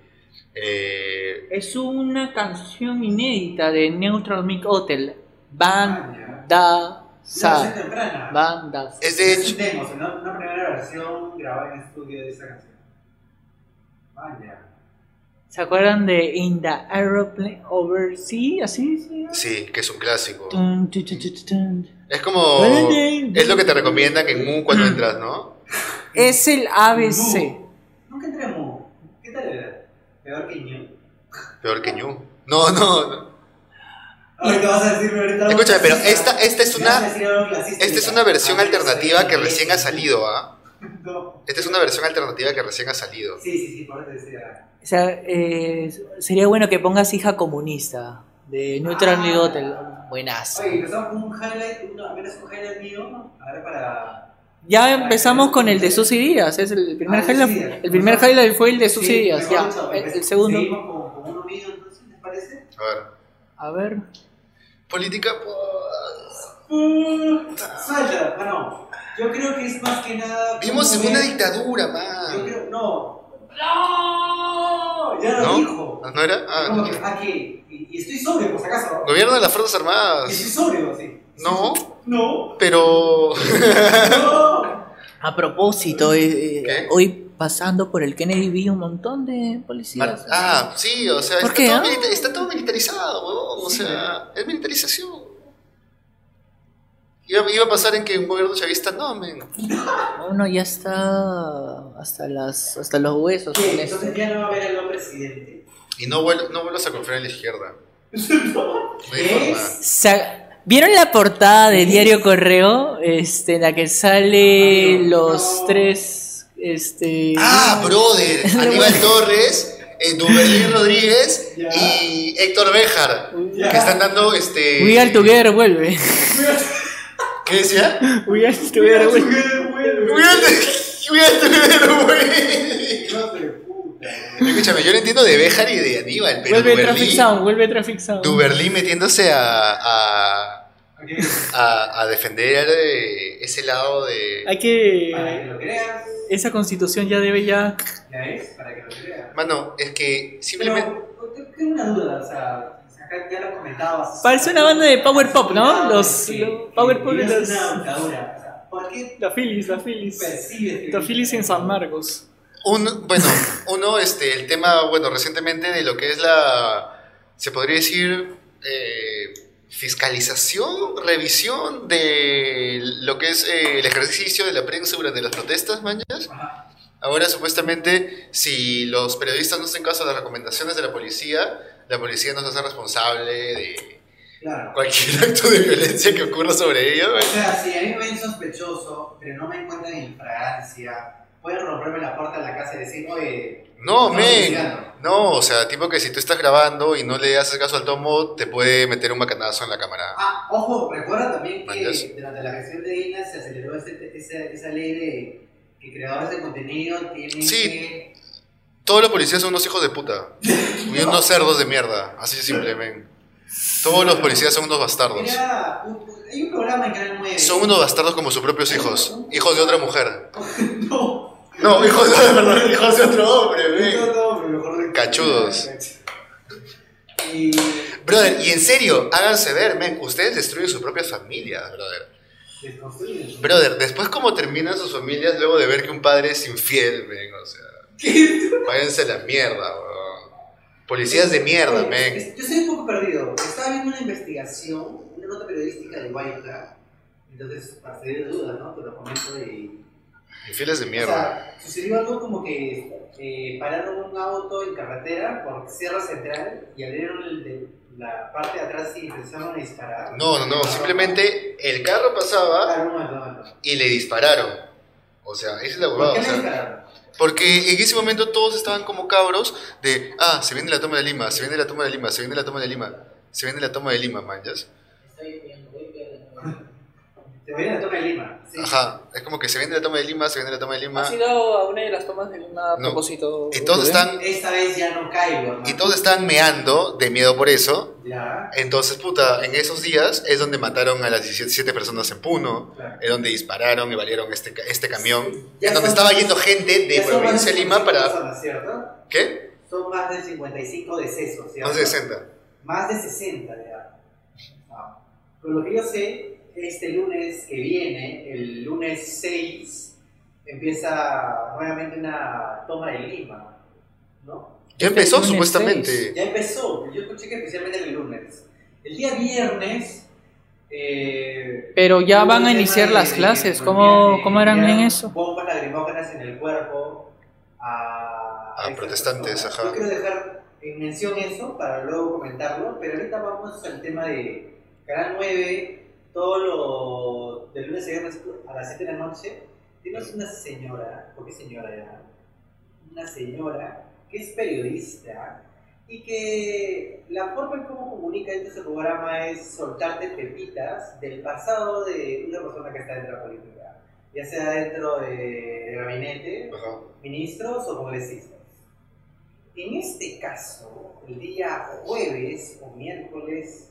[SPEAKER 3] eh,
[SPEAKER 2] Es una canción inédita de Neutral Milk
[SPEAKER 1] Ah,
[SPEAKER 2] Hotel.
[SPEAKER 1] ya.
[SPEAKER 2] Banda
[SPEAKER 1] Una
[SPEAKER 2] Sa-
[SPEAKER 1] versión temprana.
[SPEAKER 2] bandas.
[SPEAKER 3] Es de
[SPEAKER 1] Es
[SPEAKER 3] hecho,
[SPEAKER 1] un demo, sino una primera versión grabada en estudio de esa canción. Vaya.
[SPEAKER 2] ¿Se acuerdan de In the Aeroplane Over Sea? Así, sí.
[SPEAKER 3] sí, que es un clásico.
[SPEAKER 2] Tun, tu, tu, tu, tu, tun.
[SPEAKER 3] Es como.
[SPEAKER 2] Valentine.
[SPEAKER 3] Es lo que te recomiendan en Mu cuando entras, ¿no?
[SPEAKER 2] Es el ABC.
[SPEAKER 1] Mu. Nunca entré a Mu. ¿Qué tal era? Peor que Ñu.
[SPEAKER 3] Peor que Ñu. No, no, no.
[SPEAKER 1] Ahorita vas a decirme ahorita. algo
[SPEAKER 3] Escúchame, pero
[SPEAKER 1] clasista.
[SPEAKER 3] esta- esta es
[SPEAKER 1] Me vas a
[SPEAKER 3] una-
[SPEAKER 1] decir algo clasista.
[SPEAKER 3] Esta es una versión
[SPEAKER 1] A mí me
[SPEAKER 3] alternativa
[SPEAKER 1] parece
[SPEAKER 3] que recién ha
[SPEAKER 1] es-
[SPEAKER 3] salido, ¿ah?
[SPEAKER 1] No.
[SPEAKER 3] Esta es una versión alternativa que recién ha salido.
[SPEAKER 1] Sí, sí, sí, por eso decía.
[SPEAKER 2] O sea, eh, sería bueno que pongas hija comunista de Neutral
[SPEAKER 1] Ah.
[SPEAKER 2] Milk Hotel. Buenazo.
[SPEAKER 1] Oye, empezamos con un highlight, una, apenas un highlight mío. A ver, para.
[SPEAKER 2] Ya empezamos con el de Susy Díaz. Es el primer
[SPEAKER 1] Ah, sí,
[SPEAKER 2] highlight.
[SPEAKER 1] sí.
[SPEAKER 2] El primer highlight fue el de Susy
[SPEAKER 1] Sí,
[SPEAKER 2] Díaz.
[SPEAKER 1] mejor
[SPEAKER 2] Ya.
[SPEAKER 1] dicho,
[SPEAKER 2] El,
[SPEAKER 1] pues,
[SPEAKER 2] el segundo.
[SPEAKER 1] Seguimos con, con uno mío, entonces, ¿les parece?
[SPEAKER 3] A ver.
[SPEAKER 2] A ver.
[SPEAKER 3] Política. po-
[SPEAKER 1] Suelta, Mm, bueno, yo creo que es más que nada.
[SPEAKER 3] Vivimos
[SPEAKER 1] cómo
[SPEAKER 3] en una
[SPEAKER 1] ver-
[SPEAKER 3] dictadura,
[SPEAKER 1] Yo
[SPEAKER 3] man.
[SPEAKER 1] creo. No. ¡No! Ya lo
[SPEAKER 3] ¿No?
[SPEAKER 1] dijo.
[SPEAKER 3] ¿No era? Ah,
[SPEAKER 1] Como
[SPEAKER 3] no.
[SPEAKER 1] que, ah, ¿qué? Y, y estoy sobrio, por si acaso.
[SPEAKER 3] Gobierno de las Fuerzas
[SPEAKER 1] Estoy
[SPEAKER 3] Armadas.
[SPEAKER 1] sobrio, sí.
[SPEAKER 3] No,
[SPEAKER 1] No.
[SPEAKER 3] pero.
[SPEAKER 1] No.
[SPEAKER 2] A propósito, eh, eh,
[SPEAKER 3] ¿Qué?
[SPEAKER 2] hoy pasando por el Kennedy vi un montón de
[SPEAKER 3] Mar-
[SPEAKER 2] policías.
[SPEAKER 3] Ah, sí, o sea,
[SPEAKER 2] ¿Por
[SPEAKER 3] está,
[SPEAKER 2] qué,
[SPEAKER 3] todo
[SPEAKER 2] ah?
[SPEAKER 3] milita- está todo militarizado, huevón. O
[SPEAKER 1] Sí,
[SPEAKER 3] sea, es militarización. Iba, iba a pasar en que un gobierno chavista no, men.
[SPEAKER 2] Uno ya está hasta las hasta los huesos.
[SPEAKER 1] ¿Qué?
[SPEAKER 2] con este. esto.
[SPEAKER 1] Entonces ya no va a haber al nuevo presidente.
[SPEAKER 3] Y no, vuel- no vuelvas a confiar en la izquierda. No hay
[SPEAKER 1] ¿Qué
[SPEAKER 3] forma.
[SPEAKER 2] Sa- ¿Vieron la portada de Diario Correo? Este, en la que sale
[SPEAKER 1] Ah, no.
[SPEAKER 2] los tres. Este.
[SPEAKER 3] Ah, brother. Aníbal Torres, eh, Duberlín Rodríguez
[SPEAKER 1] Ya.
[SPEAKER 3] y Héctor Bejar.
[SPEAKER 1] Ya.
[SPEAKER 3] Que están dando este.
[SPEAKER 2] We are together, vuelve.
[SPEAKER 3] ¿Qué decía?
[SPEAKER 2] We are together, vuelve.
[SPEAKER 3] We are to- we are together, güey.
[SPEAKER 1] Hijos de puta.
[SPEAKER 3] Escúchame, yo lo entiendo de Bejar y de Aníbal, pero
[SPEAKER 2] Vuelve
[SPEAKER 3] Duberlín-
[SPEAKER 2] Traffic Sound, vuelve Traffic Sound.
[SPEAKER 3] Duberlín metiéndose a, a,
[SPEAKER 1] Ok.
[SPEAKER 3] a- a defender eh, ese lado de...
[SPEAKER 2] Hay que.
[SPEAKER 1] Para que lo creas.
[SPEAKER 2] Esa constitución ya debe ya.
[SPEAKER 1] Ya es, para que lo creas.
[SPEAKER 3] Mano, es que simplemente...
[SPEAKER 1] Pero te- tengo una duda, o sea, acá ya lo comentabas.
[SPEAKER 2] Parece una banda de power pop, ¿no? Los-
[SPEAKER 1] Sí,
[SPEAKER 2] los
[SPEAKER 1] sí,
[SPEAKER 2] power pop
[SPEAKER 1] y
[SPEAKER 2] de
[SPEAKER 1] es
[SPEAKER 2] los-
[SPEAKER 1] una dictadura, o sea, ¿Por qué
[SPEAKER 2] La Phillies, la Phillies.
[SPEAKER 1] percibes que-
[SPEAKER 2] La Phillies en San Marcos.
[SPEAKER 3] Un, bueno, uno, este, el tema, bueno, recientemente de lo que es la... Se podría decir... eh, fiscalización, revisión de lo que es eh, el ejercicio de la prensa durante las protestas, mañas.
[SPEAKER 1] Ajá.
[SPEAKER 3] Ahora supuestamente, si los periodistas no hacen caso a las recomendaciones de la policía, la policía no se hace responsable de
[SPEAKER 1] Claro.
[SPEAKER 3] cualquier acto de violencia que ocurra sobre ellos.
[SPEAKER 1] O sea, si a mí me ven sospechoso, pero no me encuentran en fragancia, pueden romperme la puerta de la casa y decir, oye,
[SPEAKER 3] No,
[SPEAKER 1] estamos
[SPEAKER 3] men.
[SPEAKER 1] iniciando.
[SPEAKER 3] No, o sea, tipo que si tú estás grabando y no le haces caso al tomo, te puede meter un macanazo en la cámara.
[SPEAKER 1] Ah, ojo, recuerda también que
[SPEAKER 3] Mangas.
[SPEAKER 1] durante la gestión de INA se aceleró ese- esa, esa ley de que creadores de contenido tienen
[SPEAKER 3] Sí.
[SPEAKER 1] que.
[SPEAKER 3] Todos los policías son unos hijos de puta. Y unos cerdos de mierda. Así de simple, men. Todos los policías son unos bastardos.
[SPEAKER 1] Mira, un- hay un programa en Canal 9.
[SPEAKER 3] Son unos bastardos como sus propios hijos. Hijos de otra mujer.
[SPEAKER 1] No,
[SPEAKER 3] No, hijos de, perdón, hijos de otro hombre, men.
[SPEAKER 1] no, no, pero mejor de-
[SPEAKER 3] Cachudos.
[SPEAKER 1] Y.
[SPEAKER 3] Brother, y en serio, háganse ver, men, ustedes destruyen sus propias familias, brother.
[SPEAKER 1] Desconstruyen.
[SPEAKER 3] Brother, después cómo terminan sus familias luego de ver que un padre es infiel, men, o sea, váyanse a la mierda, weón. Policías de mierda,
[SPEAKER 1] Oye,
[SPEAKER 3] men.
[SPEAKER 1] Eh, es- Yo estoy un poco perdido. Estaba viendo una investigación, una nota periodística de Guayca. Entonces, para salir de dudas, ¿no? Te lo comento y.
[SPEAKER 3] Infieles de
[SPEAKER 1] O
[SPEAKER 3] mierda.
[SPEAKER 1] sea, sucedió algo como que eh, pararon un auto en carretera por Sierra Central y abrieron el de- la parte de atrás y empezaron a disparar.
[SPEAKER 3] No, no, no, simplemente el carro pasaba
[SPEAKER 1] Ah, no, no, no, no.
[SPEAKER 3] y le dispararon. O sea, esa es la huevada,
[SPEAKER 1] ¿Por qué le
[SPEAKER 3] o sea,
[SPEAKER 1] dispararon?
[SPEAKER 3] Porque en ese momento todos estaban como cabros de, ah, se viene la toma de Lima, se viene la toma de Lima, se viene la toma de Lima, se viene la toma de Lima, manjas. Ah.
[SPEAKER 1] Se viene la toma de Lima. sí. Ah,
[SPEAKER 3] Ajá, es como que se viene la toma de Lima, se viene la toma de Lima.
[SPEAKER 2] sido a una de las tomas de una
[SPEAKER 3] No.
[SPEAKER 2] propósito.
[SPEAKER 3] Y todos están,
[SPEAKER 1] Esta vez ya no caigo, hermano.
[SPEAKER 3] y todos están meando de miedo por eso.
[SPEAKER 1] Ya,
[SPEAKER 3] Entonces, puta, en esos días es donde mataron a las 17 personas en Puno,
[SPEAKER 1] claro.
[SPEAKER 3] es donde dispararon y valieron este, ca- este camión,
[SPEAKER 1] Ya
[SPEAKER 3] en donde
[SPEAKER 1] son-
[SPEAKER 3] estaba yendo gente de
[SPEAKER 1] ya son más
[SPEAKER 3] provincia de Lima
[SPEAKER 1] 55
[SPEAKER 3] para...
[SPEAKER 1] personas, ¿cierto?
[SPEAKER 3] ¿Qué?
[SPEAKER 1] Son más de 55 decesos, ¿cierto?
[SPEAKER 3] Más de 60.
[SPEAKER 1] Más de 60, ya. Ah. Pero lo que yo sé este lunes que viene, el lunes 6, empieza nuevamente una toma de Lima, ¿no?
[SPEAKER 2] Este
[SPEAKER 3] Ya empezó
[SPEAKER 2] lunes
[SPEAKER 3] supuestamente.
[SPEAKER 1] Ya empezó, yo escuché que especialmente el lunes. El día viernes, eh,
[SPEAKER 2] Pero ya
[SPEAKER 1] Hubo
[SPEAKER 2] van a
[SPEAKER 1] un
[SPEAKER 2] iniciar
[SPEAKER 1] tema
[SPEAKER 2] las
[SPEAKER 1] de-
[SPEAKER 2] clases,
[SPEAKER 1] de-
[SPEAKER 2] ¿cómo,
[SPEAKER 1] de-
[SPEAKER 2] cómo eran
[SPEAKER 1] de-
[SPEAKER 2] en eso?
[SPEAKER 1] Bombas lagrimógenas en el cuerpo a,
[SPEAKER 3] A
[SPEAKER 1] estas
[SPEAKER 3] protestantes,
[SPEAKER 1] personas.
[SPEAKER 3] ajá.
[SPEAKER 1] Yo quiero dejar en mención eso para luego comentarlo, pero ahorita vamos al tema de Canal 9, todo lo de lunes a viernes a las 7 de la noche. Tienes una señora, ¿por qué señora era? Una señora que es periodista y que la forma en cómo comunica en ese programa es soltarte pepitas del pasado de una persona que está dentro de la política, ya sea dentro de, de gabinete,
[SPEAKER 3] Ajá.
[SPEAKER 1] ministros o congresistas. En este caso, el día jueves o miércoles,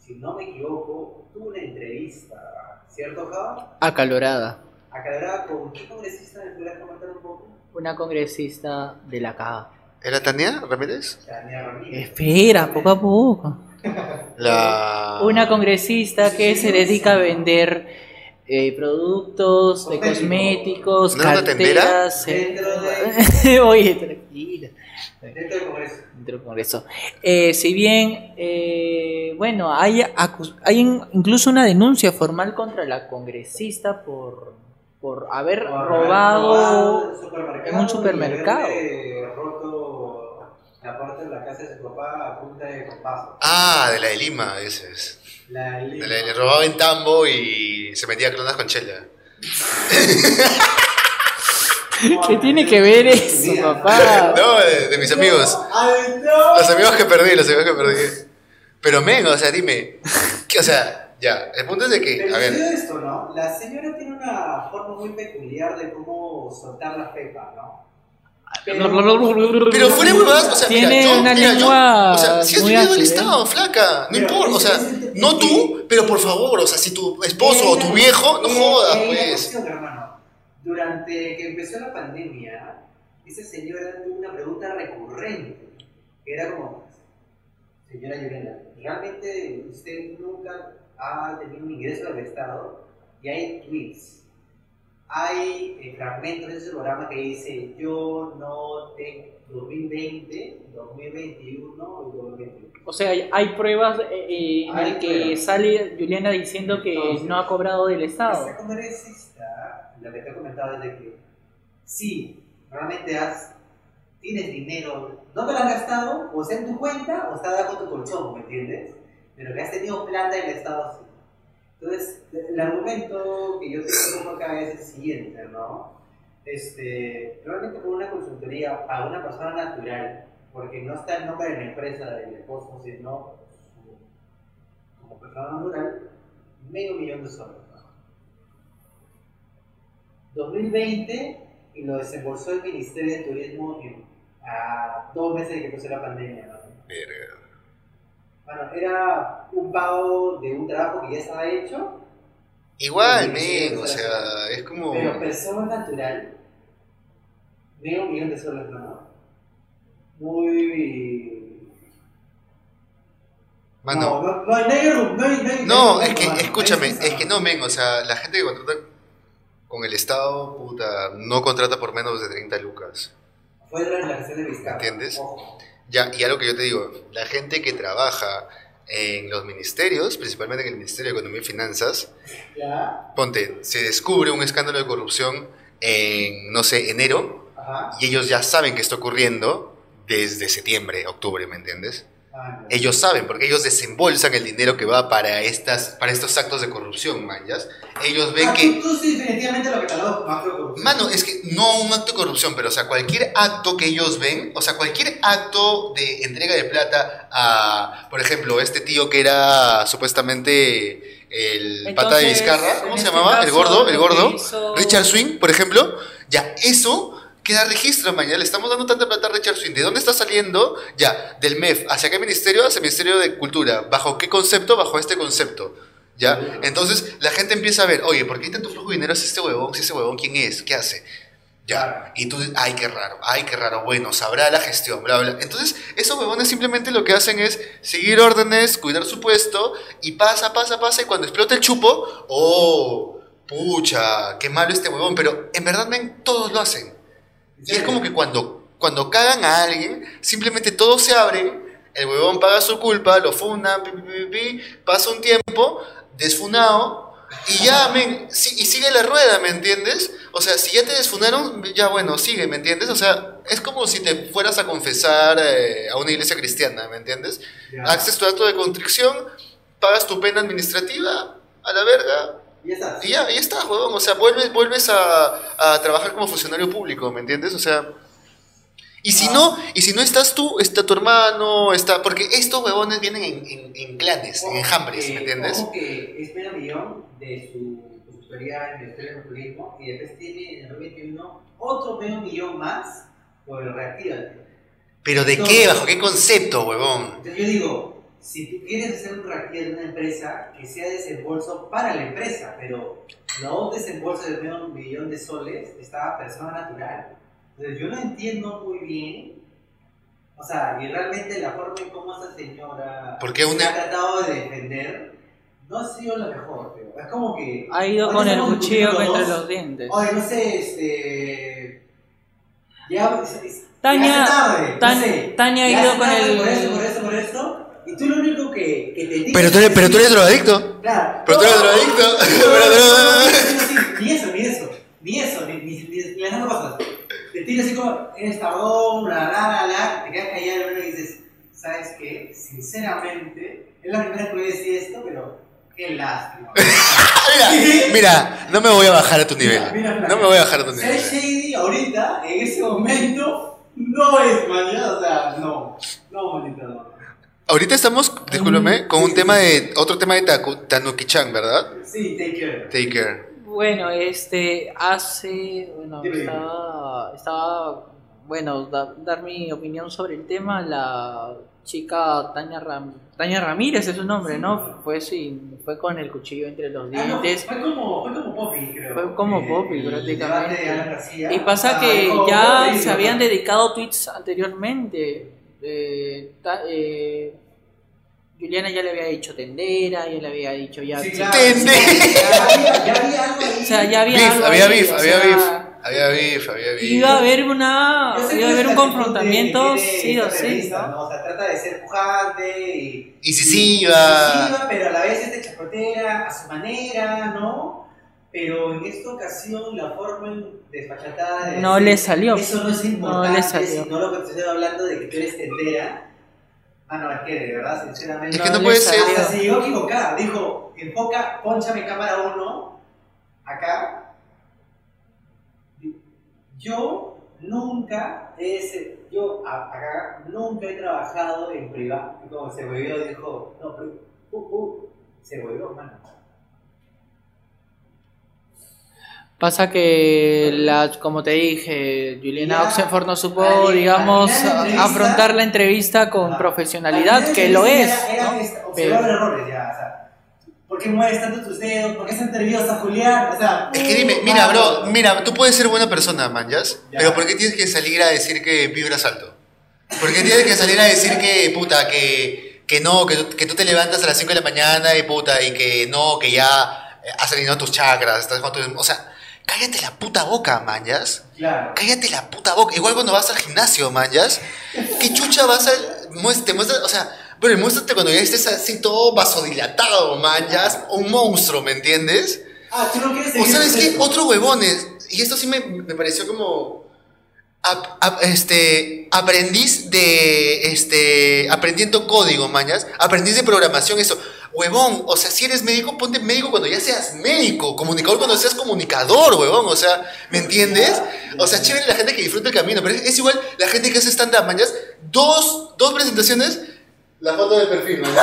[SPEAKER 1] si no me equivoco, tuvo una entrevista, ¿cierto, Java?
[SPEAKER 2] Acalorada.
[SPEAKER 1] Aclarada con qué congresista me podrías comentar un poco.
[SPEAKER 2] Una congresista de la CAA.
[SPEAKER 3] ¿Era Tania Ramírez?
[SPEAKER 1] Tania Ramírez.
[SPEAKER 2] Espera, poco a poco.
[SPEAKER 3] La...
[SPEAKER 2] Una congresista que se dedica a vender eh, productos de cosméticos,
[SPEAKER 3] ¿No era una tendera?
[SPEAKER 2] carteras. eh.
[SPEAKER 1] Dentro de-
[SPEAKER 2] Oye, tranquila.
[SPEAKER 1] Dentro del Congreso.
[SPEAKER 2] dentro del Congreso. Eh, si bien, eh, bueno, hay, acus- hay in- incluso una denuncia formal contra la congresista por, por haber
[SPEAKER 1] Por haber robado
[SPEAKER 2] robado...
[SPEAKER 1] el supermercado
[SPEAKER 2] en un supermercado.
[SPEAKER 1] y haberle roto la puerta de la casa de su papá a punta de compaso.
[SPEAKER 3] Ah, de la de Lima, ese es.
[SPEAKER 1] La ley.
[SPEAKER 3] De la- le robaba en tambo y se metía clonas con chela.
[SPEAKER 2] ¿Qué tiene que ver eso,
[SPEAKER 1] Ah.
[SPEAKER 2] papá?
[SPEAKER 3] No, de, de mis amigos.
[SPEAKER 1] ¡Ay,
[SPEAKER 3] Los
[SPEAKER 1] no!
[SPEAKER 3] amigos que perdí, los amigos que perdí. Pero men, o sea, dime. ¿qué- o sea, ya, el punto es de que,
[SPEAKER 1] Pero
[SPEAKER 3] a
[SPEAKER 1] sí
[SPEAKER 3] ver,
[SPEAKER 1] es esto, ¿no? La señora tiene una forma muy peculiar de cómo soltar las pepas, ¿no?
[SPEAKER 3] pero fuera de huevadas, o sea, mira,
[SPEAKER 2] Tiene
[SPEAKER 3] yo-
[SPEAKER 2] una
[SPEAKER 3] mira, yo-
[SPEAKER 2] lengua
[SPEAKER 3] o sea, si has
[SPEAKER 2] muy
[SPEAKER 3] vivido el
[SPEAKER 2] ácida, ¿eh?
[SPEAKER 3] estado, flaca, no
[SPEAKER 1] Pero
[SPEAKER 3] importa, o
[SPEAKER 1] ese-
[SPEAKER 3] sea,
[SPEAKER 1] ese-
[SPEAKER 3] no tú, pero por favor, o sea, si tu esposo o tu viejo, no
[SPEAKER 1] Eh,
[SPEAKER 3] jodas,
[SPEAKER 1] eh, la
[SPEAKER 3] pues.
[SPEAKER 1] cuestión, hermano. Durante que empezó la pandemia, esa señora tuvo una pregunta recurrente, que era como, señora Yolanda, ¿realmente usted nunca ha tenido un ingreso del Estado? Y hay tweets, hay eh, fragmentos de ese programa que dice, yo no tengo 2020, 2021 y 2021.
[SPEAKER 2] O sea, hay- hay pruebas eh, eh, en
[SPEAKER 1] Hay
[SPEAKER 2] el que
[SPEAKER 1] pruebas.
[SPEAKER 2] sale Juliana diciendo que
[SPEAKER 1] Entonces,
[SPEAKER 2] no ha cobrado del Estado.
[SPEAKER 1] Esta congresista, la que te he comentado desde que sí, realmente has, tienes dinero, no te lo has gastado, o está en tu cuenta, o está debajo de tu colchón, ¿me entiendes? Pero que has tenido plata del Estado, sí. Entonces, el argumento que yo te pongo acá es el siguiente, ¿no? Este, realmente por una consultoría a una persona natural, porque no está el nombre de la empresa del esposo, sino su- como persona natural, medio millón de soles. 2020 y lo desembolsó el Ministerio de Turismo en- a dos meses de que empezó la pandemia. ¿no?
[SPEAKER 3] Verga.
[SPEAKER 1] Bueno, era un pago de un trabajo que ya estaba hecho,
[SPEAKER 3] Igual, men, o sea, es como.
[SPEAKER 1] pero persona natural, medio millón de soles, ¿no? Muy...
[SPEAKER 3] Mano,
[SPEAKER 1] No, no, no hay negro, no hay negro.
[SPEAKER 3] Ah, No, es que, escúchame, es que no, men, o sea, la gente que contrata con el Estado, puta, no contrata por menos de 30 lucas.
[SPEAKER 1] Fue la relación de Vizcarra.
[SPEAKER 3] ¿Entiendes?
[SPEAKER 1] ojo.
[SPEAKER 3] Ya, y algo que yo te digo, la gente que trabaja en los ministerios, principalmente en el Ministerio de Economía y Finanzas,
[SPEAKER 1] Ya,
[SPEAKER 3] ponte, se descubre un escándalo de corrupción en, no sé, enero,
[SPEAKER 1] ajá.
[SPEAKER 3] y ellos ya saben que está ocurriendo desde septiembre, octubre, ¿me entiendes?
[SPEAKER 1] Ah, no.
[SPEAKER 3] Ellos saben, porque ellos desembolsan el dinero que va para, estas, para estos actos de corrupción, man, ¿ya? Ellos ven
[SPEAKER 1] Ah,
[SPEAKER 3] que...
[SPEAKER 1] Tú, tú sí, definitivamente lo que catalogas como acto de corrupción.
[SPEAKER 3] Mano, es que no un acto de corrupción, pero o sea, cualquier acto que ellos ven, o sea, cualquier acto de entrega de plata a, por ejemplo, este tío que era supuestamente el pata de
[SPEAKER 2] Entonces,
[SPEAKER 3] Vizcarra, ¿cómo
[SPEAKER 2] en
[SPEAKER 3] se
[SPEAKER 2] este
[SPEAKER 3] llamaba? el
[SPEAKER 2] caso,
[SPEAKER 3] gordo, el
[SPEAKER 2] lo
[SPEAKER 3] gordo,
[SPEAKER 2] que hizo-
[SPEAKER 3] Richard Swing, por ejemplo, ya eso queda registro, mañana le estamos dando tanta plata a Richard Swing, ¿de dónde está saliendo? Ya, del MEF, ¿hacia qué ministerio? Hacia el Ministerio de Cultura, ¿bajo qué concepto? Bajo este concepto. este ¿Ya? Entonces la gente empieza a ver, oye, ¿por qué hay tanto flujo de dinero? ¿Es este huevón? ¿Si ese huevón quién es? ¿Qué hace? Ya. Y tú dices, ay, qué raro, ay, qué raro, bueno, sabrá la gestión, bla, bla. Entonces, esos huevones simplemente lo que hacen es seguir órdenes, cuidar su puesto, y pasa, pasa, pasa, y cuando explota el chupo, oh, pucha, qué malo este huevón, pero en verdad, men, todos lo hacen. Y es como que cuando, cuando cagan a alguien, simplemente todos se abren, el huevón paga su culpa, lo funan, pi, pi, pi, pi, pasa un tiempo, desfunado, y ya, men, si- y sigue la rueda, ¿me entiendes? O sea, si ya te desfunaron, ya bueno, sigue, ¿me entiendes? O sea, es como si te fueras a confesar eh, a una iglesia cristiana, ¿me entiendes?
[SPEAKER 1] Ya.
[SPEAKER 3] Haces tu acto de contrición, pagas tu pena administrativa, a la verga,
[SPEAKER 1] Y ya está.
[SPEAKER 3] y ya, y ya está, huevón. O sea, vuelves, vuelves a, a trabajar como funcionario público, ¿me entiendes? O sea. Y si
[SPEAKER 1] Ah.
[SPEAKER 3] no, y si no estás tú, está tu hermano, está. Porque estos huevones vienen en, en- en clanes, en enjambres, ¿me
[SPEAKER 1] Eh,
[SPEAKER 3] entiendes?
[SPEAKER 1] Ojo que es medio millón de su consultoría en el historia del turismo y después tiene en el 2021 otro medio millón más por el reactívate.
[SPEAKER 3] Pero ¿de
[SPEAKER 1] no.
[SPEAKER 3] qué? ¿Bajo qué concepto, huevón?
[SPEAKER 1] Entonces yo digo, si tú quieres hacer un reactivate de una empresa, que sea desembolso para la empresa, pero no un desembolso de medio millón de soles está persona natural. Entonces yo no entiendo muy bien, o sea, y realmente la forma en cómo esta señora
[SPEAKER 3] ¿Por qué
[SPEAKER 1] se ha
[SPEAKER 3] una.?
[SPEAKER 1] tratado de defender no ha sido la mejor, pero es como que,
[SPEAKER 2] Ha ido
[SPEAKER 1] Ahora
[SPEAKER 2] con el
[SPEAKER 1] estamos
[SPEAKER 2] cuchillo
[SPEAKER 1] discutiendo
[SPEAKER 2] entre
[SPEAKER 1] dos.
[SPEAKER 2] los dientes.
[SPEAKER 1] oye, no sé, este. Ya, es- es- ya
[SPEAKER 2] Tania,
[SPEAKER 1] es tarde,
[SPEAKER 2] Tan-
[SPEAKER 1] no sé.
[SPEAKER 2] Tania ha
[SPEAKER 1] Ya
[SPEAKER 2] ido
[SPEAKER 1] es
[SPEAKER 2] con
[SPEAKER 1] tarde
[SPEAKER 2] el.
[SPEAKER 1] Por eso, por eso, por eso. Y tú lo único que, que te dices.
[SPEAKER 3] Pero tú eres,
[SPEAKER 1] es
[SPEAKER 3] pero tú eres
[SPEAKER 1] decir,
[SPEAKER 3] drogadicto.
[SPEAKER 1] Claro.
[SPEAKER 3] Pero tú eres drogadicto. Pero tú-
[SPEAKER 1] drogadicto. Ni eso, ni eso. Ni eso, ni, ni, ni, ni las dos cosas. Te tiras así como, eres tabón, la, la, la, la, te quedas callado y dices, ¿sabes qué? Sinceramente, es la primera vez que voy a decir esto, pero qué lástima.
[SPEAKER 3] Ah, Mira, mira, no me voy a bajar a tu
[SPEAKER 1] Mira,
[SPEAKER 3] nivel.
[SPEAKER 1] mira,
[SPEAKER 3] No me voy a bajar a tu
[SPEAKER 1] Ser
[SPEAKER 3] nivel.
[SPEAKER 1] shady ahorita, en ese momento, no es mañana, o sea, no. No, manito, no.
[SPEAKER 3] Ahorita estamos, discúlpame, con un tema de. Otro tema de Taku- Tanuki-chan, ¿verdad?
[SPEAKER 1] Sí, take care.
[SPEAKER 3] Take care.
[SPEAKER 2] Bueno, este, hace, bueno,
[SPEAKER 1] Dime, dime.
[SPEAKER 2] estaba, estaba, bueno, da- dar mi opinión sobre el tema, la chica Tania, Ram- Tania Ramírez es su nombre,
[SPEAKER 1] Sí.
[SPEAKER 2] ¿no? Fue, sí, fue con el cuchillo entre los
[SPEAKER 1] Ah, no,
[SPEAKER 2] dientes.
[SPEAKER 1] fue como, fue como Poppy, creo.
[SPEAKER 2] Fue como
[SPEAKER 1] Eh,
[SPEAKER 2] Poppy,
[SPEAKER 1] el
[SPEAKER 2] prácticamente.
[SPEAKER 1] debate de Alan García.
[SPEAKER 2] Y pasa
[SPEAKER 1] Ah,
[SPEAKER 2] que
[SPEAKER 1] dijo,
[SPEAKER 2] ya
[SPEAKER 1] Poppy,
[SPEAKER 2] se habían
[SPEAKER 1] ¿no?
[SPEAKER 2] dedicado tweets anteriormente. Eh, ta- eh, Juliana ya le había dicho tendera, ya le había dicho ya...
[SPEAKER 1] Sí,
[SPEAKER 2] chica-
[SPEAKER 1] claro,
[SPEAKER 3] Tende-
[SPEAKER 1] sí, ya había- ya había algo ahí.
[SPEAKER 2] O sea, ya había...
[SPEAKER 3] Beef,
[SPEAKER 2] algo
[SPEAKER 3] había
[SPEAKER 2] ahí,
[SPEAKER 3] beef,
[SPEAKER 2] o
[SPEAKER 3] había
[SPEAKER 2] sea,
[SPEAKER 3] beef. Había beef, había
[SPEAKER 2] Iba a
[SPEAKER 3] beef.
[SPEAKER 2] haber una.
[SPEAKER 1] Yo sé
[SPEAKER 2] Iba a
[SPEAKER 1] que
[SPEAKER 2] haber
[SPEAKER 1] es
[SPEAKER 2] un
[SPEAKER 1] la actitud
[SPEAKER 2] confrontamiento,
[SPEAKER 1] de- de
[SPEAKER 2] sí o
[SPEAKER 1] esta
[SPEAKER 2] sí,
[SPEAKER 1] revista,
[SPEAKER 2] ¿no?
[SPEAKER 1] O sea, trata de ser pujante y.
[SPEAKER 3] Y si
[SPEAKER 1] y-
[SPEAKER 3] sí iba.
[SPEAKER 1] incisiva, pero a la vez es de chapotera, a su manera, ¿no? Pero en esta ocasión, la forma en- desfachatada de.
[SPEAKER 2] No
[SPEAKER 1] decir,
[SPEAKER 2] le salió.
[SPEAKER 1] Eso no es importante,
[SPEAKER 2] le salió.
[SPEAKER 1] si no lo que te estoy hablando de que tú eres tendera. Ah, no, es que de verdad, sinceramente.
[SPEAKER 3] Es que no
[SPEAKER 2] le
[SPEAKER 3] puede ser.
[SPEAKER 1] O sea,
[SPEAKER 2] salió.
[SPEAKER 1] se llegó equivocada. Dijo, enfoca, ponchame cámara 1, acá. Yo nunca he, se- yo a- acá nunca he trabajado en privado. Y como se volvió, dijo, no, pero, uh, uh, se volvió, mano.
[SPEAKER 2] Pasa que, la, como te dije, Juliana
[SPEAKER 1] Ya,
[SPEAKER 2] Oxenford no supo,
[SPEAKER 1] al- al
[SPEAKER 2] digamos,
[SPEAKER 1] final de la
[SPEAKER 2] a- afrontar la entrevista con
[SPEAKER 1] Ajá.
[SPEAKER 2] profesionalidad,
[SPEAKER 1] Al
[SPEAKER 2] que
[SPEAKER 1] final
[SPEAKER 2] lo
[SPEAKER 1] era-
[SPEAKER 2] es.
[SPEAKER 1] Era,
[SPEAKER 2] ¿no?
[SPEAKER 1] esta- observar
[SPEAKER 2] Pero-
[SPEAKER 1] errores ya, o sea. ¿Por qué mueves tanto tus dedos? ¿Por qué estás nerviosa, Julián? O sea,
[SPEAKER 3] Es que dime,
[SPEAKER 1] uh,
[SPEAKER 3] mira,
[SPEAKER 1] mano.
[SPEAKER 3] bro, mira, tú puedes ser buena persona, manjas,
[SPEAKER 1] Ya.
[SPEAKER 3] pero ¿por qué tienes que salir a decir que vibras alto? ¿Por qué tienes que salir a decir que, puta, que, que no, que, tú- que tú te levantas a las 5 de la mañana y puta, y que no, que ya eh, has alineado tus chakras, estás con tu- O sea, cállate la puta boca, manjas.
[SPEAKER 1] Claro.
[SPEAKER 3] Cállate la puta boca. Igual cuando vas al gimnasio, manjas. ¿Qué chucha vas a.? muest- Te muestras, o sea, pero muéstrate cuando ya estés así todo vasodilatado, manjas. Un monstruo, ¿me entiendes?
[SPEAKER 1] Ah, tú no quieres
[SPEAKER 3] O
[SPEAKER 1] seguir
[SPEAKER 3] sabes
[SPEAKER 1] con
[SPEAKER 3] qué,
[SPEAKER 1] esto?
[SPEAKER 3] otro huevones. Y esto sí me, me pareció como. ap- ap- este. Aprendiz de. Este. Aprendiendo código, mañas. Aprendiz de programación, eso. Huevón, o sea, si eres médico, ponte médico cuando ya seas médico. Comunicador cuando seas comunicador, huevón. O sea, ¿me entiendes? O sea, chévere la gente que disfruta el camino. Pero es, es igual la gente que hace stand-up, mañas. Dos, dos presentaciones. La foto de perfil, mañas.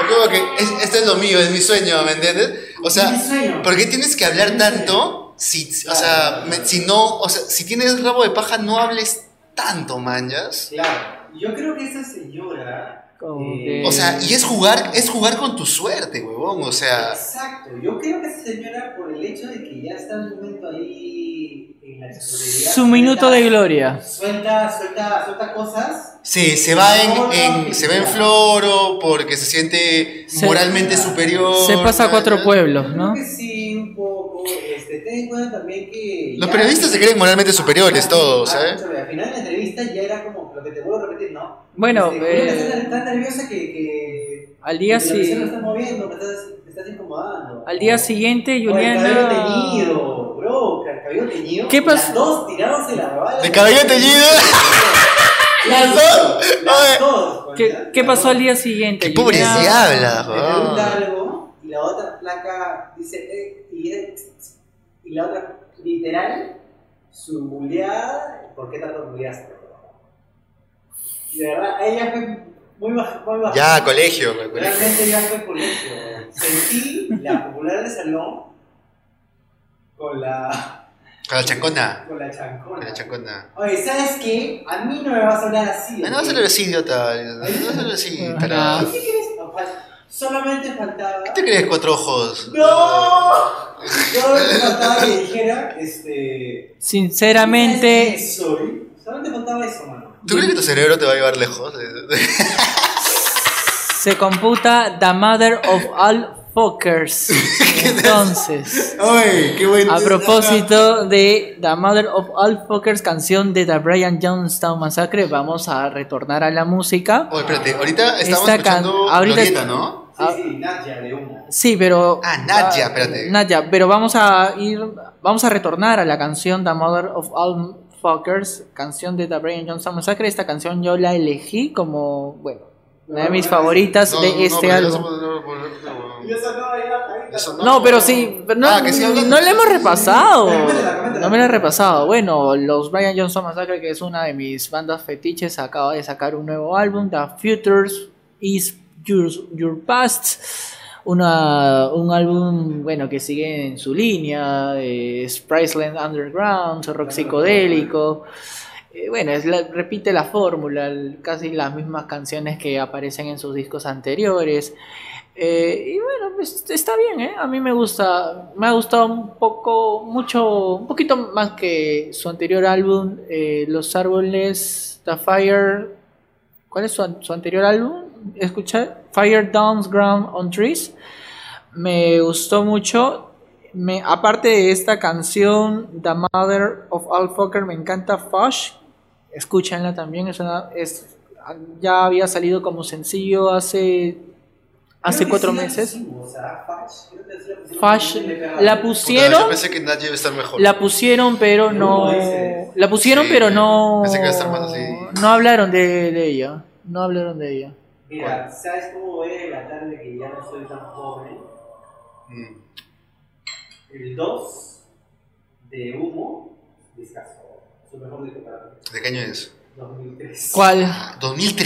[SPEAKER 3] Es como que, es- este es lo mío, es mi sueño, ¿me entiendes? O sea,
[SPEAKER 1] Mi sueño.
[SPEAKER 3] ¿Por qué tienes que hablar tanto si, o sea, me- si no, o sea, si tienes rabo de paja no hables tanto, manjas?
[SPEAKER 1] Claro, yo creo que esa señora.
[SPEAKER 2] Como
[SPEAKER 1] eh,
[SPEAKER 2] que-
[SPEAKER 3] O sea, y es jugar, es jugar con tu suerte, huevón, o sea,
[SPEAKER 1] Exacto, yo creo que esa señora, por el hecho de que ya está el momento ahí en la tesorería.
[SPEAKER 2] Su minuto de gloria.
[SPEAKER 1] Suelta, suelta, suelta cosas.
[SPEAKER 3] Sí, se va en, en- se va en floro porque se siente
[SPEAKER 2] Se-
[SPEAKER 3] moralmente superior.
[SPEAKER 2] Se pasa a cuatro pueblos,
[SPEAKER 1] Creo
[SPEAKER 2] ¿no?
[SPEAKER 1] que sí, un poco. Este, ten en cuenta también que.
[SPEAKER 3] Los periodistas se creen moralmente superiores todos,
[SPEAKER 1] Ah,
[SPEAKER 3] ¿eh?
[SPEAKER 1] escúchame, Al final de la entrevista ya era como lo que te vuelvo a repetir, ¿no?
[SPEAKER 2] Bueno,
[SPEAKER 1] Este, Julián,
[SPEAKER 2] eh,
[SPEAKER 1] estás tan nerviosa que. que
[SPEAKER 2] Al día,
[SPEAKER 1] que la presión
[SPEAKER 2] si-
[SPEAKER 1] lo estás moviendo, me estás, me estás incomodando.
[SPEAKER 2] al día siguiente,
[SPEAKER 1] O el cabello
[SPEAKER 2] Juliana.
[SPEAKER 1] teñido, bro, el cabello teñido.
[SPEAKER 2] ¿Qué pasó?
[SPEAKER 1] Las dos tirados de la bala.
[SPEAKER 3] ¿De cabello teñido?
[SPEAKER 1] Las dos. Las dos.
[SPEAKER 2] ¿Qué,
[SPEAKER 1] Julián,
[SPEAKER 2] qué
[SPEAKER 1] las
[SPEAKER 2] pasó
[SPEAKER 1] dos.
[SPEAKER 2] al día siguiente?
[SPEAKER 3] Qué pobre
[SPEAKER 2] Juliana?
[SPEAKER 3] diablo. habla,
[SPEAKER 1] Le pregunta
[SPEAKER 3] ah.
[SPEAKER 1] algo y la otra placa dice, eh, y, eh, y la otra, literal, su buleada, ¿por qué tanto buleaste? Y de verdad, ella fue muy baja, muy baja.
[SPEAKER 3] Ya, colegio, güey, colegio.
[SPEAKER 1] Realmente ya fue colegio. Sentí la popular del salón con la,
[SPEAKER 3] Con la chancona.
[SPEAKER 1] con la
[SPEAKER 3] Con la
[SPEAKER 1] chancona.
[SPEAKER 3] chancona.
[SPEAKER 1] Oye, ¿sabes qué? A mí no me vas a hablar así.
[SPEAKER 3] Ay, No
[SPEAKER 1] ¿ok?
[SPEAKER 3] vas a hablar así, idiota. No vas a hablar así, tarado.
[SPEAKER 1] ¿Qué crees, papá? Solamente faltaba...
[SPEAKER 3] ¿Qué te crees, cuatro ojos?
[SPEAKER 1] ¡No! Yo le faltaba que dijera, este. ¿sabes
[SPEAKER 2] Sinceramente,
[SPEAKER 1] quién Soy. Solamente faltaba eso, mano.
[SPEAKER 3] ¿Tú crees que tu cerebro te va a llevar lejos?
[SPEAKER 2] se computa The Mother of All Fuckers. Entonces,
[SPEAKER 3] ¡Ay, qué bueno!
[SPEAKER 2] a propósito de The Mother of All Fuckers, canción de The Brian Jonestown Massacre, vamos a retornar a la música.
[SPEAKER 3] Oye, espérate, ahorita estamos
[SPEAKER 2] Esta can-
[SPEAKER 3] escuchando
[SPEAKER 2] ahorita-
[SPEAKER 3] Glorieta, ¿no?
[SPEAKER 1] Sí,
[SPEAKER 2] Ah.
[SPEAKER 1] sí, Nadia de humo.
[SPEAKER 2] Sí, pero.
[SPEAKER 3] Ah, Nadia, espérate.
[SPEAKER 2] Nadia, pero vamos a ir. Vamos a retornar a la canción The Mother of All Fuckers, canción de The Brian Johnson Massacre. Esta canción yo la elegí como, bueno, una de mis favoritas
[SPEAKER 3] Ah, No, no,
[SPEAKER 2] de
[SPEAKER 3] no,
[SPEAKER 2] este
[SPEAKER 3] pero ya
[SPEAKER 2] álbum.
[SPEAKER 3] somos- no, no, no,
[SPEAKER 1] Yo
[SPEAKER 3] no.
[SPEAKER 1] sonaba ahí la carita.
[SPEAKER 3] Eso
[SPEAKER 2] No, pero sí, pero no,
[SPEAKER 3] Ah, que sí hablas-
[SPEAKER 2] no la hemos repasado.
[SPEAKER 1] Coméntala, coméntala.
[SPEAKER 2] No me la he repasado. Bueno, los Brian Johnson Massacre, que es una de mis bandas fetiches, acaba de sacar un nuevo álbum, The Futures is Your, Your Past. Una, un álbum, bueno, que sigue en su línea, eh, es Priceland Underground, rock psicodélico. Eh, bueno, es la- repite la fórmula, el- casi las mismas canciones que aparecen en sus discos anteriores. Eh, y bueno, pues, está bien, ¿eh? A mí me gusta, me ha gustado un poco, mucho, un poquito más que su anterior álbum, eh, Los Árboles, The Fire. ¿Cuál es su, an- su anterior álbum? Escuché Fire Downs Ground on Trees. Me gustó mucho. Me, aparte de esta canción, The Mother of All Fucker, me encanta Fush. Escúchenla también. Es una, es, ya había salido como sencillo hace, hace
[SPEAKER 1] Creo que
[SPEAKER 2] cuatro
[SPEAKER 1] sí la
[SPEAKER 2] meses.
[SPEAKER 1] pusimos, ¿ah? Fash, creo que sí la pusimos.
[SPEAKER 2] Fash,
[SPEAKER 1] Le pegaba.
[SPEAKER 2] la
[SPEAKER 3] Puta, Yo
[SPEAKER 2] pusieron,
[SPEAKER 3] pensé que Nadia iba a estar mejor.
[SPEAKER 2] la pusieron, pero no,
[SPEAKER 1] No dices.
[SPEAKER 2] la pusieron,
[SPEAKER 3] Sí,
[SPEAKER 2] pero no,
[SPEAKER 3] pensé que iba a estar más así.
[SPEAKER 2] no hablaron de, de ella, no hablaron de ella.
[SPEAKER 1] Mira, ¿sabes cómo voy a delatar de que ya no soy tan joven?
[SPEAKER 3] Mm.
[SPEAKER 1] El 2 de humo, discaso. Su mejor disco para mí.
[SPEAKER 3] ¿De qué año es?
[SPEAKER 1] 2013.
[SPEAKER 2] ¿Cuál?
[SPEAKER 3] ¿2003?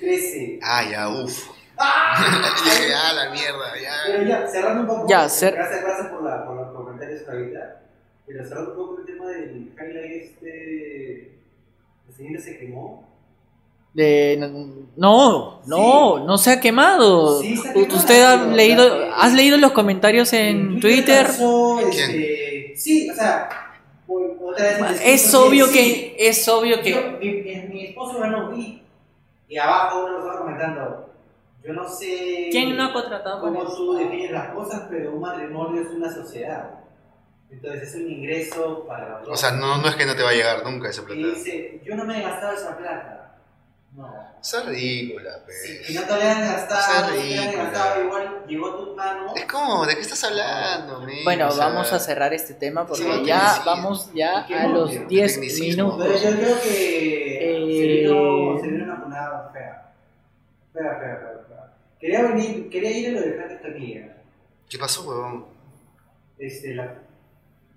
[SPEAKER 1] 13.
[SPEAKER 3] Ah, ya, uff.
[SPEAKER 1] ¡Ah!
[SPEAKER 3] ya, la mierda, ya.
[SPEAKER 1] Pero ya, cerrando un poco.
[SPEAKER 2] Ya, cer-
[SPEAKER 1] Gracias, gracias por, la, por los comentarios que ahorita. Pero cerrando un poco el tema del highlight este. La señora se quemó.
[SPEAKER 2] De, no, no, no se ha quemado.
[SPEAKER 1] Sí, se ha
[SPEAKER 2] U-
[SPEAKER 1] quemado,
[SPEAKER 2] Usted ha
[SPEAKER 1] pero-
[SPEAKER 2] leído, has leído los comentarios Este, en Twitter.
[SPEAKER 1] lanzó, este, sí, o sea. por- Otra vez, el
[SPEAKER 2] Es
[SPEAKER 1] discurso
[SPEAKER 2] obvio
[SPEAKER 1] sí,
[SPEAKER 2] que, es obvio
[SPEAKER 1] sí. Yo,
[SPEAKER 2] que.
[SPEAKER 1] mi, mi- mi esposo ganó vi. Y abajo uno estaba comentando. Yo no sé.
[SPEAKER 2] ¿Quién no ha contratado con
[SPEAKER 1] cómo
[SPEAKER 2] eso?
[SPEAKER 1] tú defines las cosas, pero un matrimonio es una sociedad. Entonces es un ingreso para los
[SPEAKER 3] O sea, no, no es que no te va a llegar nunca esa
[SPEAKER 1] Y
[SPEAKER 3] plata.
[SPEAKER 1] dice, yo no me he gastado esa plata. No.
[SPEAKER 3] Es ridícula, pe.
[SPEAKER 1] Si si no te habían
[SPEAKER 3] Cosa
[SPEAKER 1] gastado, no te habían
[SPEAKER 3] Pues, ridícula.
[SPEAKER 1] gastado, igual llegó a tu mano.
[SPEAKER 3] Es como, ¿de qué estás hablando, men?
[SPEAKER 2] Bueno,
[SPEAKER 3] O sea,
[SPEAKER 2] vamos a cerrar este tema porque
[SPEAKER 3] Sí, no
[SPEAKER 2] ya
[SPEAKER 3] tecnicismo.
[SPEAKER 2] vamos ya
[SPEAKER 1] Qué
[SPEAKER 2] a
[SPEAKER 1] obvio,
[SPEAKER 2] los 10
[SPEAKER 3] tecnicismo.
[SPEAKER 1] Pero
[SPEAKER 2] minutos.
[SPEAKER 1] yo creo que
[SPEAKER 2] Eh.
[SPEAKER 1] se, vino, se vino una jornada fea. Fea, fea, fea, fea. Quería, venir, quería ir a lo de Franca Escamilla.
[SPEAKER 3] ¿Qué pasó, huevón?
[SPEAKER 1] Este, la,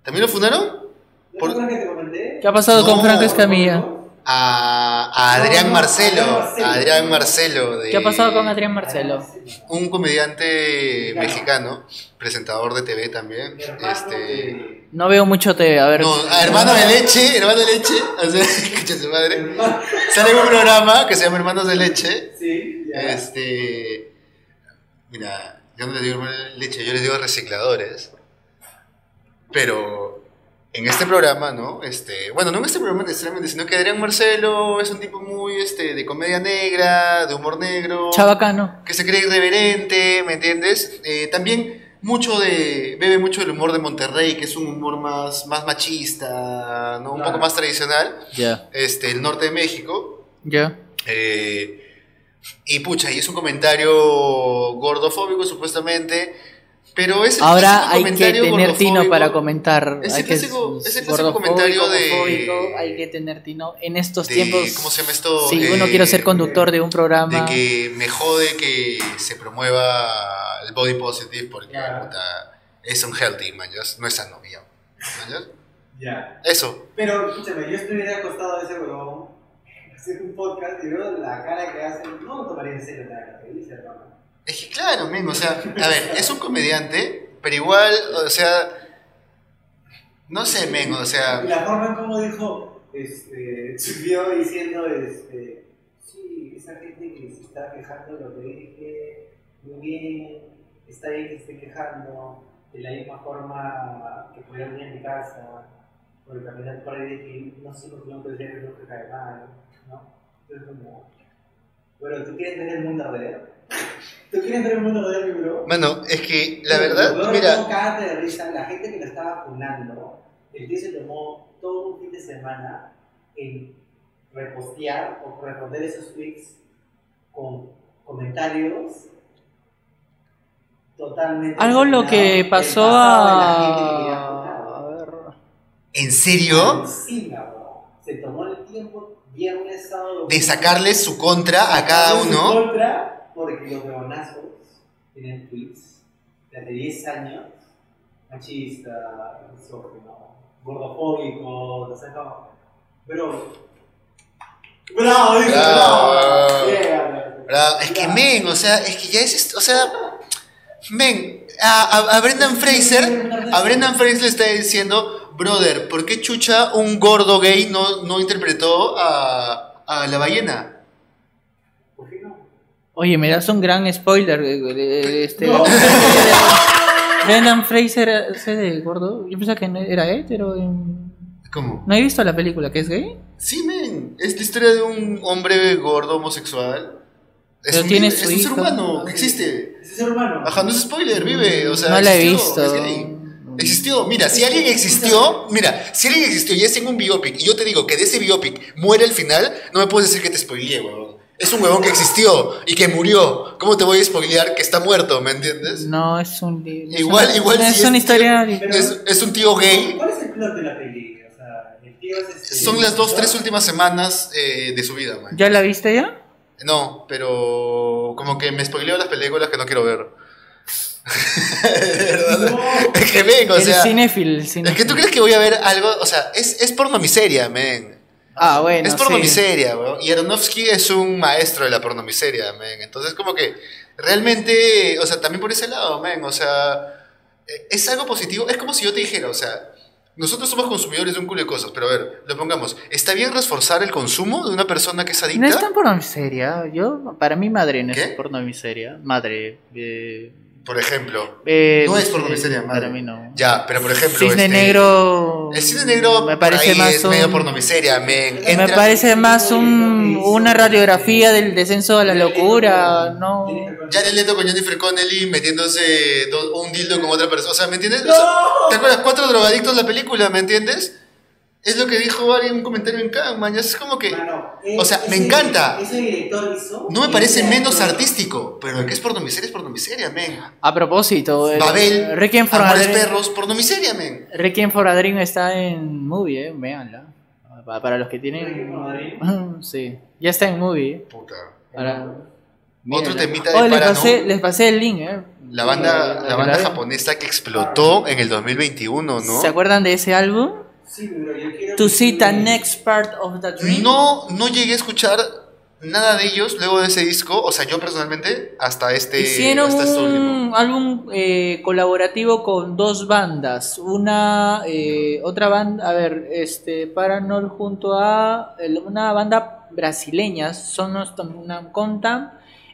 [SPEAKER 3] ¿También lo fundaron?
[SPEAKER 1] ¿No
[SPEAKER 3] Por-
[SPEAKER 1] te acuerdas que te comenté?
[SPEAKER 2] ¿Qué ha pasado
[SPEAKER 3] No,
[SPEAKER 2] con Franco Escamilla?
[SPEAKER 3] A, a
[SPEAKER 1] No,
[SPEAKER 3] Adrián
[SPEAKER 1] no,
[SPEAKER 3] Marcelo.
[SPEAKER 1] Adrián Marcelo.
[SPEAKER 3] A Adrián Marcelo. de-
[SPEAKER 2] ¿Qué ha pasado con Adrián
[SPEAKER 1] Ah,
[SPEAKER 2] Marcelo?
[SPEAKER 3] Un comediante
[SPEAKER 1] Mexicano.
[SPEAKER 3] mexicano, presentador de TV también. Este.
[SPEAKER 1] Este...
[SPEAKER 2] No veo mucho TV, a ver.
[SPEAKER 3] No, a hermano de leche, hermano de leche. O sea, escucha su madre. Sale en un programa que se llama Hermanos de Leche.
[SPEAKER 1] Sí, ya.
[SPEAKER 3] Este. Mira, yo no les digo hermano de leche, yo les digo recicladores. Pero en este programa, ¿no? Este, bueno, no en este programa necesariamente, sino que Adrián Marcelo es un tipo muy este, de comedia negra, de humor negro,
[SPEAKER 2] Chabacano.
[SPEAKER 3] que se cree irreverente, ¿me entiendes? Eh, también mucho de, bebe mucho del humor de Monterrey, que es un humor más, más machista, ¿no? Un
[SPEAKER 1] Claro.
[SPEAKER 3] poco más tradicional,
[SPEAKER 2] Ya,
[SPEAKER 3] este, el norte de México.
[SPEAKER 2] ya.
[SPEAKER 3] Eh, y pucha, y es un comentario gordofóbico supuestamente, pero es el
[SPEAKER 2] Ahora
[SPEAKER 3] clásico
[SPEAKER 2] hay que
[SPEAKER 3] comentario
[SPEAKER 2] tener tino
[SPEAKER 3] gordofóbico.
[SPEAKER 2] para comentar.
[SPEAKER 3] Ese
[SPEAKER 2] hay que
[SPEAKER 3] clásico- ese clásico
[SPEAKER 2] gordofóbico,
[SPEAKER 3] comentario de-
[SPEAKER 2] homofóbico, Hay que tener tino. En estos
[SPEAKER 3] de-
[SPEAKER 2] tiempos.
[SPEAKER 3] ¿cómo se llama esto?
[SPEAKER 2] Si
[SPEAKER 3] Eh,
[SPEAKER 2] uno quiere ser conductor de un
[SPEAKER 3] De
[SPEAKER 2] programa.
[SPEAKER 3] que me jode que se promueva el body positive porque
[SPEAKER 1] Claro.
[SPEAKER 3] puta, es un healthy, mañas, no es sano, ya, mañas.
[SPEAKER 1] Ya.
[SPEAKER 3] Eso,
[SPEAKER 1] Pero, escúchame, yo estuviera acostado de ese huevón, haciendo un podcast y veo la cara que hace, no lo tomaría en serio la cara que dice, hermano.
[SPEAKER 3] es que claro, mismo, o sea, a ver, es un comediante, pero igual, o sea, no sé, men, o sea,
[SPEAKER 1] Y la forma en cómo dijo, este, subió diciendo, este, sí, esa gente que se está quejando de lo que dije, muy bien, está bien que se esté quejando, de la misma forma que podía venir a mi casa, porque caminar por ahí dije, no sé por qué no podría ver lo que cae mal, ¿no? Entonces como, bueno, ¿tú quieres ver el mundo real? ¿Tú quieres ver el mundo real, mi bro?
[SPEAKER 3] mano, es que la
[SPEAKER 1] Lo peor
[SPEAKER 3] verdad,
[SPEAKER 1] de
[SPEAKER 3] mira,
[SPEAKER 1] todo, cágate de risa, la gente que lo estaba funando, el tío se tomó todo un fin de semana en repostear o responder esos tweets con comentarios totalmente.
[SPEAKER 2] Algo lo
[SPEAKER 1] funados
[SPEAKER 2] que
[SPEAKER 1] del
[SPEAKER 2] pasó
[SPEAKER 1] pasado de la gente que le había
[SPEAKER 2] a.
[SPEAKER 1] funado.
[SPEAKER 2] a ver,
[SPEAKER 3] ¿en serio?
[SPEAKER 1] Encima, bro, se tomó el tiempo viernes, sábado.
[SPEAKER 3] de
[SPEAKER 1] domingo,
[SPEAKER 3] sacarles su contra Ah, a cada
[SPEAKER 1] sacarle su
[SPEAKER 3] uno.
[SPEAKER 1] contra, porque los huevonazos tienen tweets de hace 10 años, machista, misógino, gordofóbico, no sé cómo. Bro. Bravo, dice,
[SPEAKER 3] Bravo.
[SPEAKER 1] bravo. Yeah,
[SPEAKER 3] ¿verdad? Es que, men, o sea, es que ya es, est- o sea, men, a, a- a Brendan Fraser, a Brendan Fraser le está diciendo, brother, ¿por qué chucha un gordo gay no, no interpretó a, a la ballena?
[SPEAKER 1] ¿Por qué no?
[SPEAKER 2] Oye, me das un gran spoiler. eh, eh, Este,
[SPEAKER 1] No.
[SPEAKER 2] Brendan Fraser hace de gordo. Yo pensaba que no era hétero. em.
[SPEAKER 3] ¿Cómo?
[SPEAKER 2] ¿No he visto la película que es gay?
[SPEAKER 3] Sí, men, es la historia de un hombre gordo homosexual. Es
[SPEAKER 2] Pero
[SPEAKER 3] un,
[SPEAKER 2] tiene
[SPEAKER 3] es
[SPEAKER 2] su
[SPEAKER 3] un ser
[SPEAKER 2] hijo.
[SPEAKER 3] humano, que existe.
[SPEAKER 1] Ese es el hermano.
[SPEAKER 3] Ajá, no es spoiler, vive, o sea,
[SPEAKER 2] no la he
[SPEAKER 3] existió, es
[SPEAKER 2] visto.
[SPEAKER 3] gay. Existió, mira, si
[SPEAKER 2] Este,
[SPEAKER 3] alguien existió, mira, si alguien existió y es en un biopic, y yo te digo que de ese biopic muere al final, no me puedes decir que te spoileé, huevón. Es un huevón que existió y que murió. ¿Cómo te voy a spoilear que está muerto, me entiendes?
[SPEAKER 2] No, es un. es
[SPEAKER 3] Igual-
[SPEAKER 2] una-
[SPEAKER 3] igual
[SPEAKER 2] Es
[SPEAKER 3] si
[SPEAKER 2] una
[SPEAKER 3] es-
[SPEAKER 2] historia.
[SPEAKER 1] Pero-
[SPEAKER 3] Es, es un tío gay.
[SPEAKER 1] ¿Cuál es el plot de la peli? O sea, el tío es este-
[SPEAKER 3] Son las dos, tres últimas semanas eh, de su vida, man.
[SPEAKER 2] ¿Ya la viste ya?
[SPEAKER 3] No, pero como que me spoileo las películas que no quiero ver.
[SPEAKER 1] No.
[SPEAKER 3] Es que vengo, o
[SPEAKER 2] el
[SPEAKER 3] sea.
[SPEAKER 2] cinéfil. el
[SPEAKER 3] Es que tú
[SPEAKER 2] cinéfil.
[SPEAKER 3] crees que voy a ver algo, o sea, es, es porno miseria, men.
[SPEAKER 2] Ah, bueno.
[SPEAKER 3] es
[SPEAKER 2] sí.
[SPEAKER 3] pornomiseria, weón. Y Aronofsky es un maestro de la pornomiseria, men. Entonces, como que realmente, o sea, también por ese lado, men. O sea, eh, es algo positivo. Es como si yo te dijera, o sea, nosotros somos consumidores de un culo de cosas, pero a ver, lo pongamos. ¿Está bien reforzar el consumo de una persona que es
[SPEAKER 2] No es
[SPEAKER 3] adicta?
[SPEAKER 2] tan porno miseria. Yo, para mí, madre no
[SPEAKER 3] ¿Qué?
[SPEAKER 2] es porno miseria. Madre. eh,
[SPEAKER 3] Por ejemplo.
[SPEAKER 2] eh,
[SPEAKER 3] No es
[SPEAKER 2] eh,
[SPEAKER 3] porno miseria, madre.
[SPEAKER 2] Para mí no.
[SPEAKER 3] Ya, pero por ejemplo.
[SPEAKER 2] Cisne
[SPEAKER 3] este,
[SPEAKER 2] negro.
[SPEAKER 3] El cine negro
[SPEAKER 2] me parece
[SPEAKER 3] por ahí
[SPEAKER 2] más
[SPEAKER 3] es
[SPEAKER 2] un-
[SPEAKER 3] medio pornomiseria, men.
[SPEAKER 1] Me
[SPEAKER 2] Me
[SPEAKER 3] Entra-
[SPEAKER 2] parece más un- una radiografía del descenso a la locura, ¿no?
[SPEAKER 3] Jared Leto con Jennifer Connelly metiéndose do- un dildo con otra persona. O sea, ¿me entiendes? O sea,
[SPEAKER 1] ¡No!
[SPEAKER 3] ¿Te acuerdas? Cuatro drogadictos la película, ¿me entiendes? Es lo que dijo alguien en un comentario en Cannes, man. Es como que
[SPEAKER 1] Mano,
[SPEAKER 3] O sea,
[SPEAKER 1] ese-
[SPEAKER 3] me encanta.
[SPEAKER 1] Ese director hizo.
[SPEAKER 3] no me parece
[SPEAKER 1] ese
[SPEAKER 3] menos
[SPEAKER 1] actor-
[SPEAKER 3] artístico, pero el que es pornomiseria es pornomiseria, men.
[SPEAKER 2] A propósito, el-
[SPEAKER 3] Babel,
[SPEAKER 2] Requiem for a
[SPEAKER 3] Amores
[SPEAKER 2] Dream-
[SPEAKER 3] perros, pornomiseria, men.
[SPEAKER 2] Requiem for a Dream está en movie, eh, véanla. Pa- Para los que
[SPEAKER 1] Requiem for a
[SPEAKER 2] tienen. sí, ya está en movie. eh.
[SPEAKER 3] Puta.
[SPEAKER 2] Ahora,
[SPEAKER 3] Otro
[SPEAKER 2] mírenla.
[SPEAKER 3] temita de
[SPEAKER 2] Oh, les
[SPEAKER 3] Parano.
[SPEAKER 2] pasé, les pasé el link, eh.
[SPEAKER 3] La banda,
[SPEAKER 2] Para
[SPEAKER 3] la
[SPEAKER 2] que
[SPEAKER 3] banda
[SPEAKER 2] vean.
[SPEAKER 3] japonesa que explotó en el 2021, ¿no?
[SPEAKER 2] ¿Se acuerdan de ese álbum?
[SPEAKER 1] Sí, pero yo quiero.
[SPEAKER 2] To see the next part of the dream.
[SPEAKER 3] No, no llegué a escuchar nada de ellos luego de ese disco. O sea, yo personalmente, hasta este.
[SPEAKER 2] Hicieron
[SPEAKER 3] hasta este último.
[SPEAKER 2] un álbum eh, colaborativo con dos bandas. Una, eh, otra banda, a ver, este, Paranol junto a el- una banda brasileña, Sonos Tam- Contam,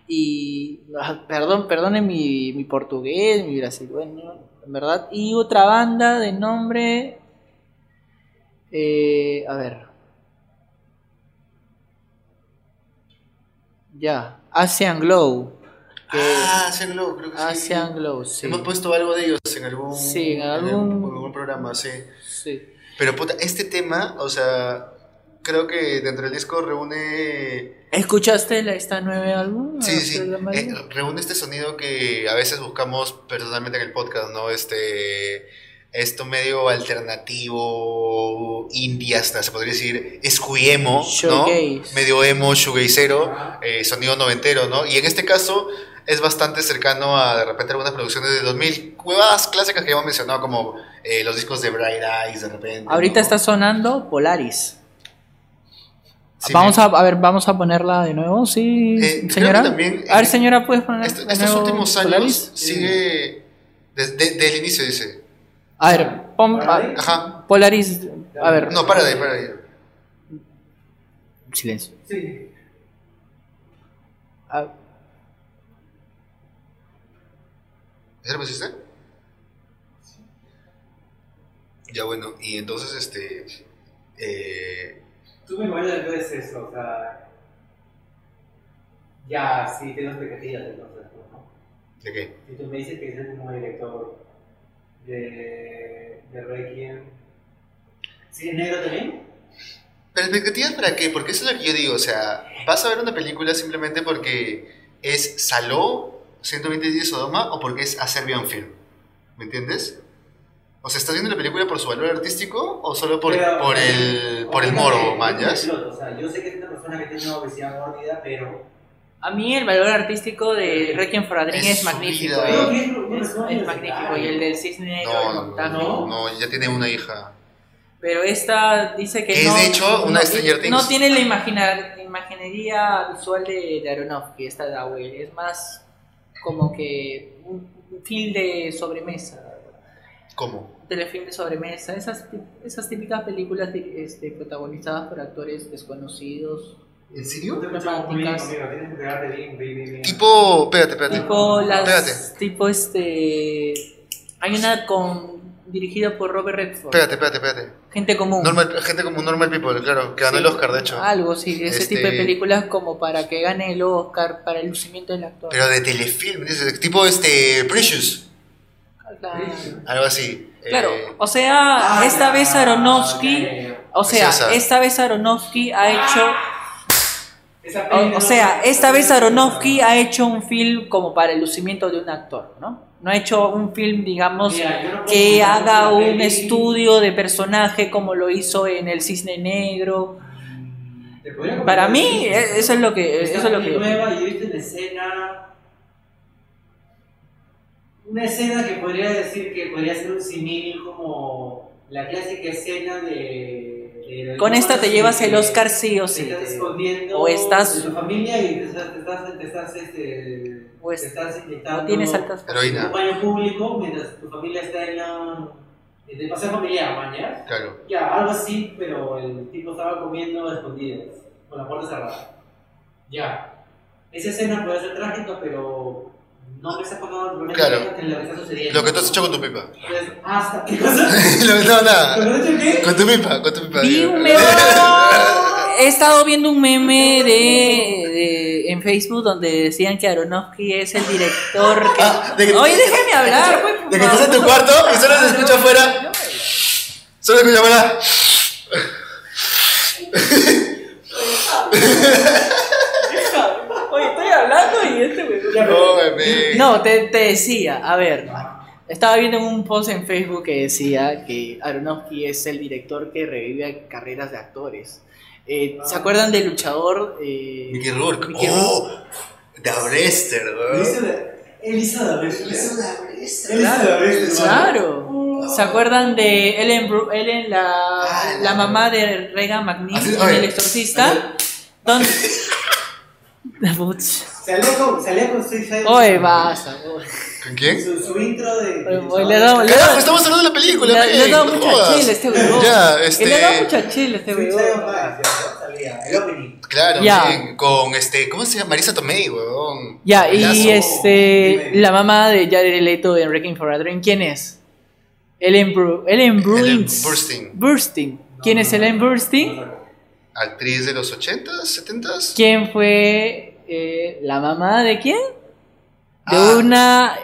[SPEAKER 2] y, ah, perdón, perdonen mi, mi portugués, mi brasileño, en verdad, y otra banda de nombre, Eh, a ver. Ya, Asian Glow. que-
[SPEAKER 3] Ah, Asian Glow, creo que sí.
[SPEAKER 2] Asian Glow, sí. Pues,
[SPEAKER 3] Hemos puesto algo de ellos en algún,
[SPEAKER 2] Sí, en algún-
[SPEAKER 3] algún programa, sí.
[SPEAKER 2] Sí.
[SPEAKER 3] Pero puta, este tema, o sea, creo que dentro del disco reúne
[SPEAKER 2] ¿Escuchaste la, esta nueva álbum?
[SPEAKER 3] Sí, sí, sí.
[SPEAKER 2] Alfredo Marín?
[SPEAKER 3] Eh, reúne este sonido que a veces buscamos personalmente en el podcast, ¿no? Este, esto medio alternativo, indie hasta, se podría decir, escuyemo, ¿no?
[SPEAKER 2] Shoegaze.
[SPEAKER 3] Medio emo, shoegazero,
[SPEAKER 1] Ajá.
[SPEAKER 3] eh, sonido noventero, ¿no? Y en este caso es bastante cercano a de repente algunas producciones de 2000, cuevas clásicas que hemos mencionado, como eh, los discos de Bright Eyes, de repente.
[SPEAKER 2] Ahorita
[SPEAKER 3] ¿no?
[SPEAKER 2] está sonando Polaris. Ah,
[SPEAKER 3] Sí,
[SPEAKER 2] vamos
[SPEAKER 3] me-
[SPEAKER 2] a, a ver, vamos a ponerla de nuevo, sí,
[SPEAKER 3] Eh, creo
[SPEAKER 2] señora.
[SPEAKER 3] que también-
[SPEAKER 2] a ver, señora, puedes poner
[SPEAKER 3] Est-
[SPEAKER 2] de
[SPEAKER 3] estos
[SPEAKER 2] nuevo
[SPEAKER 3] últimos años
[SPEAKER 2] Polaris?
[SPEAKER 3] sigue desde el inicio, dice.
[SPEAKER 2] A ver, pon-
[SPEAKER 1] Polaris.
[SPEAKER 3] Ajá.
[SPEAKER 2] a- Polaris, a ver,
[SPEAKER 3] No, para de ahí, para de ahí.
[SPEAKER 2] silencio.
[SPEAKER 1] Sí.
[SPEAKER 2] A-
[SPEAKER 3] ¿Ya lo pusiste? Ya bueno, y entonces este. eh,
[SPEAKER 1] Tú me imaginas no es eso, o sea. Ya, sí, tengo expectativas entonces, ¿no?
[SPEAKER 3] ¿De qué?
[SPEAKER 1] Si tú me dices que es el mismo director de, de Requiem. ¿Sí es negro también?
[SPEAKER 3] ¿Pero expectativas para qué? Porque eso es lo que yo digo, o sea, ¿vas a ver una película simplemente porque es Saló 120 días de Sodoma o porque es A Serbian Film? ¿Me entiendes? O sea, ¿estás viendo la película por su valor artístico o solo por,
[SPEAKER 1] Pero- eh,
[SPEAKER 3] por el, por el
[SPEAKER 1] Obviamente,
[SPEAKER 3] morbo,
[SPEAKER 1] es
[SPEAKER 3] mañas?
[SPEAKER 1] un complot, O sea, yo sé que es una persona que tiene una obesidad mórbida, pero.
[SPEAKER 2] A mí el valor artístico de Requiem for a Dream
[SPEAKER 3] Es
[SPEAKER 2] es,
[SPEAKER 3] su
[SPEAKER 2] magnífico.
[SPEAKER 3] vida.
[SPEAKER 1] Creo
[SPEAKER 2] ¿eh?
[SPEAKER 1] que es lo-
[SPEAKER 2] Es,
[SPEAKER 1] no,
[SPEAKER 2] es
[SPEAKER 1] no,
[SPEAKER 2] magnífico. Y el del cisne negro
[SPEAKER 3] No,
[SPEAKER 2] de
[SPEAKER 3] no,
[SPEAKER 2] Montano.
[SPEAKER 3] no, no, ya tiene una hija.
[SPEAKER 2] Pero esta dice que
[SPEAKER 3] Es,
[SPEAKER 2] no.
[SPEAKER 3] de hecho, una
[SPEAKER 2] no-
[SPEAKER 3] Stranger Things.
[SPEAKER 2] No tiene la imagina- imaginería visual de, de Aronofsky, esta de Awell. Es más como que un, un film de sobremesa.
[SPEAKER 3] ¿Cómo?
[SPEAKER 2] Un telefilm de sobremesa. Esas, tí- esas típicas películas de- este, protagonizadas por actores desconocidos.
[SPEAKER 3] ¿En serio?
[SPEAKER 1] No te escuchamos muy bien, amigo, tienes que pegarte bien, bien, bien, bien.
[SPEAKER 3] Tipo, espérate, espérate.
[SPEAKER 2] Tipo las.
[SPEAKER 3] Espérate.
[SPEAKER 2] Tipo este. Hay una con. dirigida por Robert Redford.
[SPEAKER 3] Espérate, espérate, espérate.
[SPEAKER 2] Gente común.
[SPEAKER 3] Normal, gente como normal people, claro, que ganó
[SPEAKER 2] Sí.
[SPEAKER 3] el Oscar, de hecho.
[SPEAKER 2] Algo, sí, ese
[SPEAKER 3] Este-
[SPEAKER 2] tipo de películas como para que gane el Oscar, para el lucimiento del actor.
[SPEAKER 3] Pero de telefilm, dices, tipo este, Precious,
[SPEAKER 2] claro,
[SPEAKER 3] algo así.
[SPEAKER 2] Claro,
[SPEAKER 3] Eh,
[SPEAKER 2] o sea,
[SPEAKER 1] Ah,
[SPEAKER 2] esta vez Aronofsky,
[SPEAKER 1] ya, ya, ya.
[SPEAKER 2] o sea,
[SPEAKER 3] Es esa.
[SPEAKER 2] esta vez Aronofsky ha hecho,
[SPEAKER 1] Esa peli
[SPEAKER 2] o,
[SPEAKER 1] no-
[SPEAKER 2] o sea, esta vez
[SPEAKER 1] no-
[SPEAKER 2] Aronofsky ha hecho un film como para el lucimiento de un actor, ¿no? No ha hecho un film, digamos,
[SPEAKER 1] Mira, yo no puedo
[SPEAKER 2] que
[SPEAKER 1] pensar
[SPEAKER 2] haga
[SPEAKER 1] en una
[SPEAKER 2] un
[SPEAKER 1] peli-
[SPEAKER 2] estudio de personaje como lo hizo en El Cisne Negro.
[SPEAKER 1] Te podría comentar
[SPEAKER 2] Para mí,
[SPEAKER 1] que-
[SPEAKER 2] eh, eso es lo que,
[SPEAKER 1] Esta
[SPEAKER 2] eso es lo
[SPEAKER 1] peli
[SPEAKER 2] que yo-
[SPEAKER 1] nueva y yo he visto una escena. Una escena que podría decir que podría ser un simil como la clásica escena de. de-
[SPEAKER 2] Con esta te
[SPEAKER 1] de-
[SPEAKER 2] llevas el Oscar sí o sí.
[SPEAKER 1] Te estás
[SPEAKER 2] te digo.
[SPEAKER 1] escondiendo
[SPEAKER 2] Este, O estás-
[SPEAKER 1] de tu familia y te estás, te estás, te estás, este,
[SPEAKER 2] O es-
[SPEAKER 1] te estás inyectando
[SPEAKER 2] Pues, No tienes altas.
[SPEAKER 1] en un
[SPEAKER 3] heroína,
[SPEAKER 1] baño público mientras tu familia está en la en el paseo familiar, mañana.
[SPEAKER 3] claro.
[SPEAKER 1] Ya, algo así, pero el tipo estaba comiendo a escondidas, con la puerta cerrada. Ya. Esa escena puede ser trágica, pero no me está pasando realmente
[SPEAKER 3] Claro.
[SPEAKER 1] en lo que está sucediendo.
[SPEAKER 3] Lo que tú has hecho con tu pipa.
[SPEAKER 1] Entonces, hasta qué cosa.
[SPEAKER 3] Eh, Lo que- no,
[SPEAKER 1] ¿Lo
[SPEAKER 3] nada.
[SPEAKER 1] que has hecho qué?
[SPEAKER 3] Con tu pipa, con tu pipa.
[SPEAKER 2] Vi un meme. He estado viendo un meme de, de- en Facebook donde decían que Aronofsky es el director que.
[SPEAKER 3] Ah, de que-
[SPEAKER 2] Oye, déjame hablar, pues, por
[SPEAKER 3] De que estás en tu
[SPEAKER 2] favor.
[SPEAKER 3] cuarto y solo se escucha afuera. Solo se escucha afuera.
[SPEAKER 2] Oye, estoy hablando y este güey-
[SPEAKER 1] Ya, pero-
[SPEAKER 3] No, bebé.
[SPEAKER 2] No, te, te decía, a ver, estaba viendo un post en Facebook que decía que Aronofsky es el director que revive carreras de actores. Eh, ¿Se acuerdan del luchador? eh,
[SPEAKER 3] Ah. Mickey Rourke.
[SPEAKER 2] Mickey Rourke?
[SPEAKER 3] Oh, The Brester,
[SPEAKER 1] Él
[SPEAKER 3] weón.
[SPEAKER 1] hizo la- Él hizo la bestia. Él hizo la bestia. hermano.
[SPEAKER 2] Claro. ¿Se acuerdan de Ellen, Bru- Ellen la,
[SPEAKER 3] Ah,
[SPEAKER 2] la
[SPEAKER 3] la-
[SPEAKER 2] mamá de Regan McNeil,
[SPEAKER 3] Así- oye.
[SPEAKER 2] el exorcista? Don... Putz.
[SPEAKER 1] Salía con, salía con Suicide.
[SPEAKER 2] Oye, basta. oye.
[SPEAKER 3] ¿Con quién?
[SPEAKER 1] Su, su intro de.
[SPEAKER 2] Oye, Le da, le
[SPEAKER 3] Carajo,
[SPEAKER 2] da,
[SPEAKER 3] estamos hablando de la película,
[SPEAKER 2] le- le
[SPEAKER 3] men,
[SPEAKER 2] da
[SPEAKER 3] no
[SPEAKER 2] mucha
[SPEAKER 3] jodas.
[SPEAKER 2] chile este huevón.
[SPEAKER 3] Ya,
[SPEAKER 2] Le da
[SPEAKER 3] este.
[SPEAKER 2] mucha chile este
[SPEAKER 1] Suicide
[SPEAKER 2] huevón.
[SPEAKER 1] of Life, ¿no? Salía. El opening.
[SPEAKER 3] Claro,
[SPEAKER 2] Ya.
[SPEAKER 3] men, con este. ¿Cómo se llama? Marisa Tomei, weón.
[SPEAKER 2] Ya, y
[SPEAKER 3] Lazo.
[SPEAKER 2] este,
[SPEAKER 1] Dime.
[SPEAKER 2] la mamá de Jared Leto de Wrecking for a Dream, ¿quién es? Ellen, Bru Ellen
[SPEAKER 3] Ellen
[SPEAKER 2] Bruins.
[SPEAKER 3] Burstyn.
[SPEAKER 2] Burstyn. ¿Quién es Ellen Burstyn?
[SPEAKER 3] Actriz de los 80s, 70s.
[SPEAKER 2] ¿Quién fue eh, la mamá de quién? De
[SPEAKER 3] Ah.
[SPEAKER 2] una.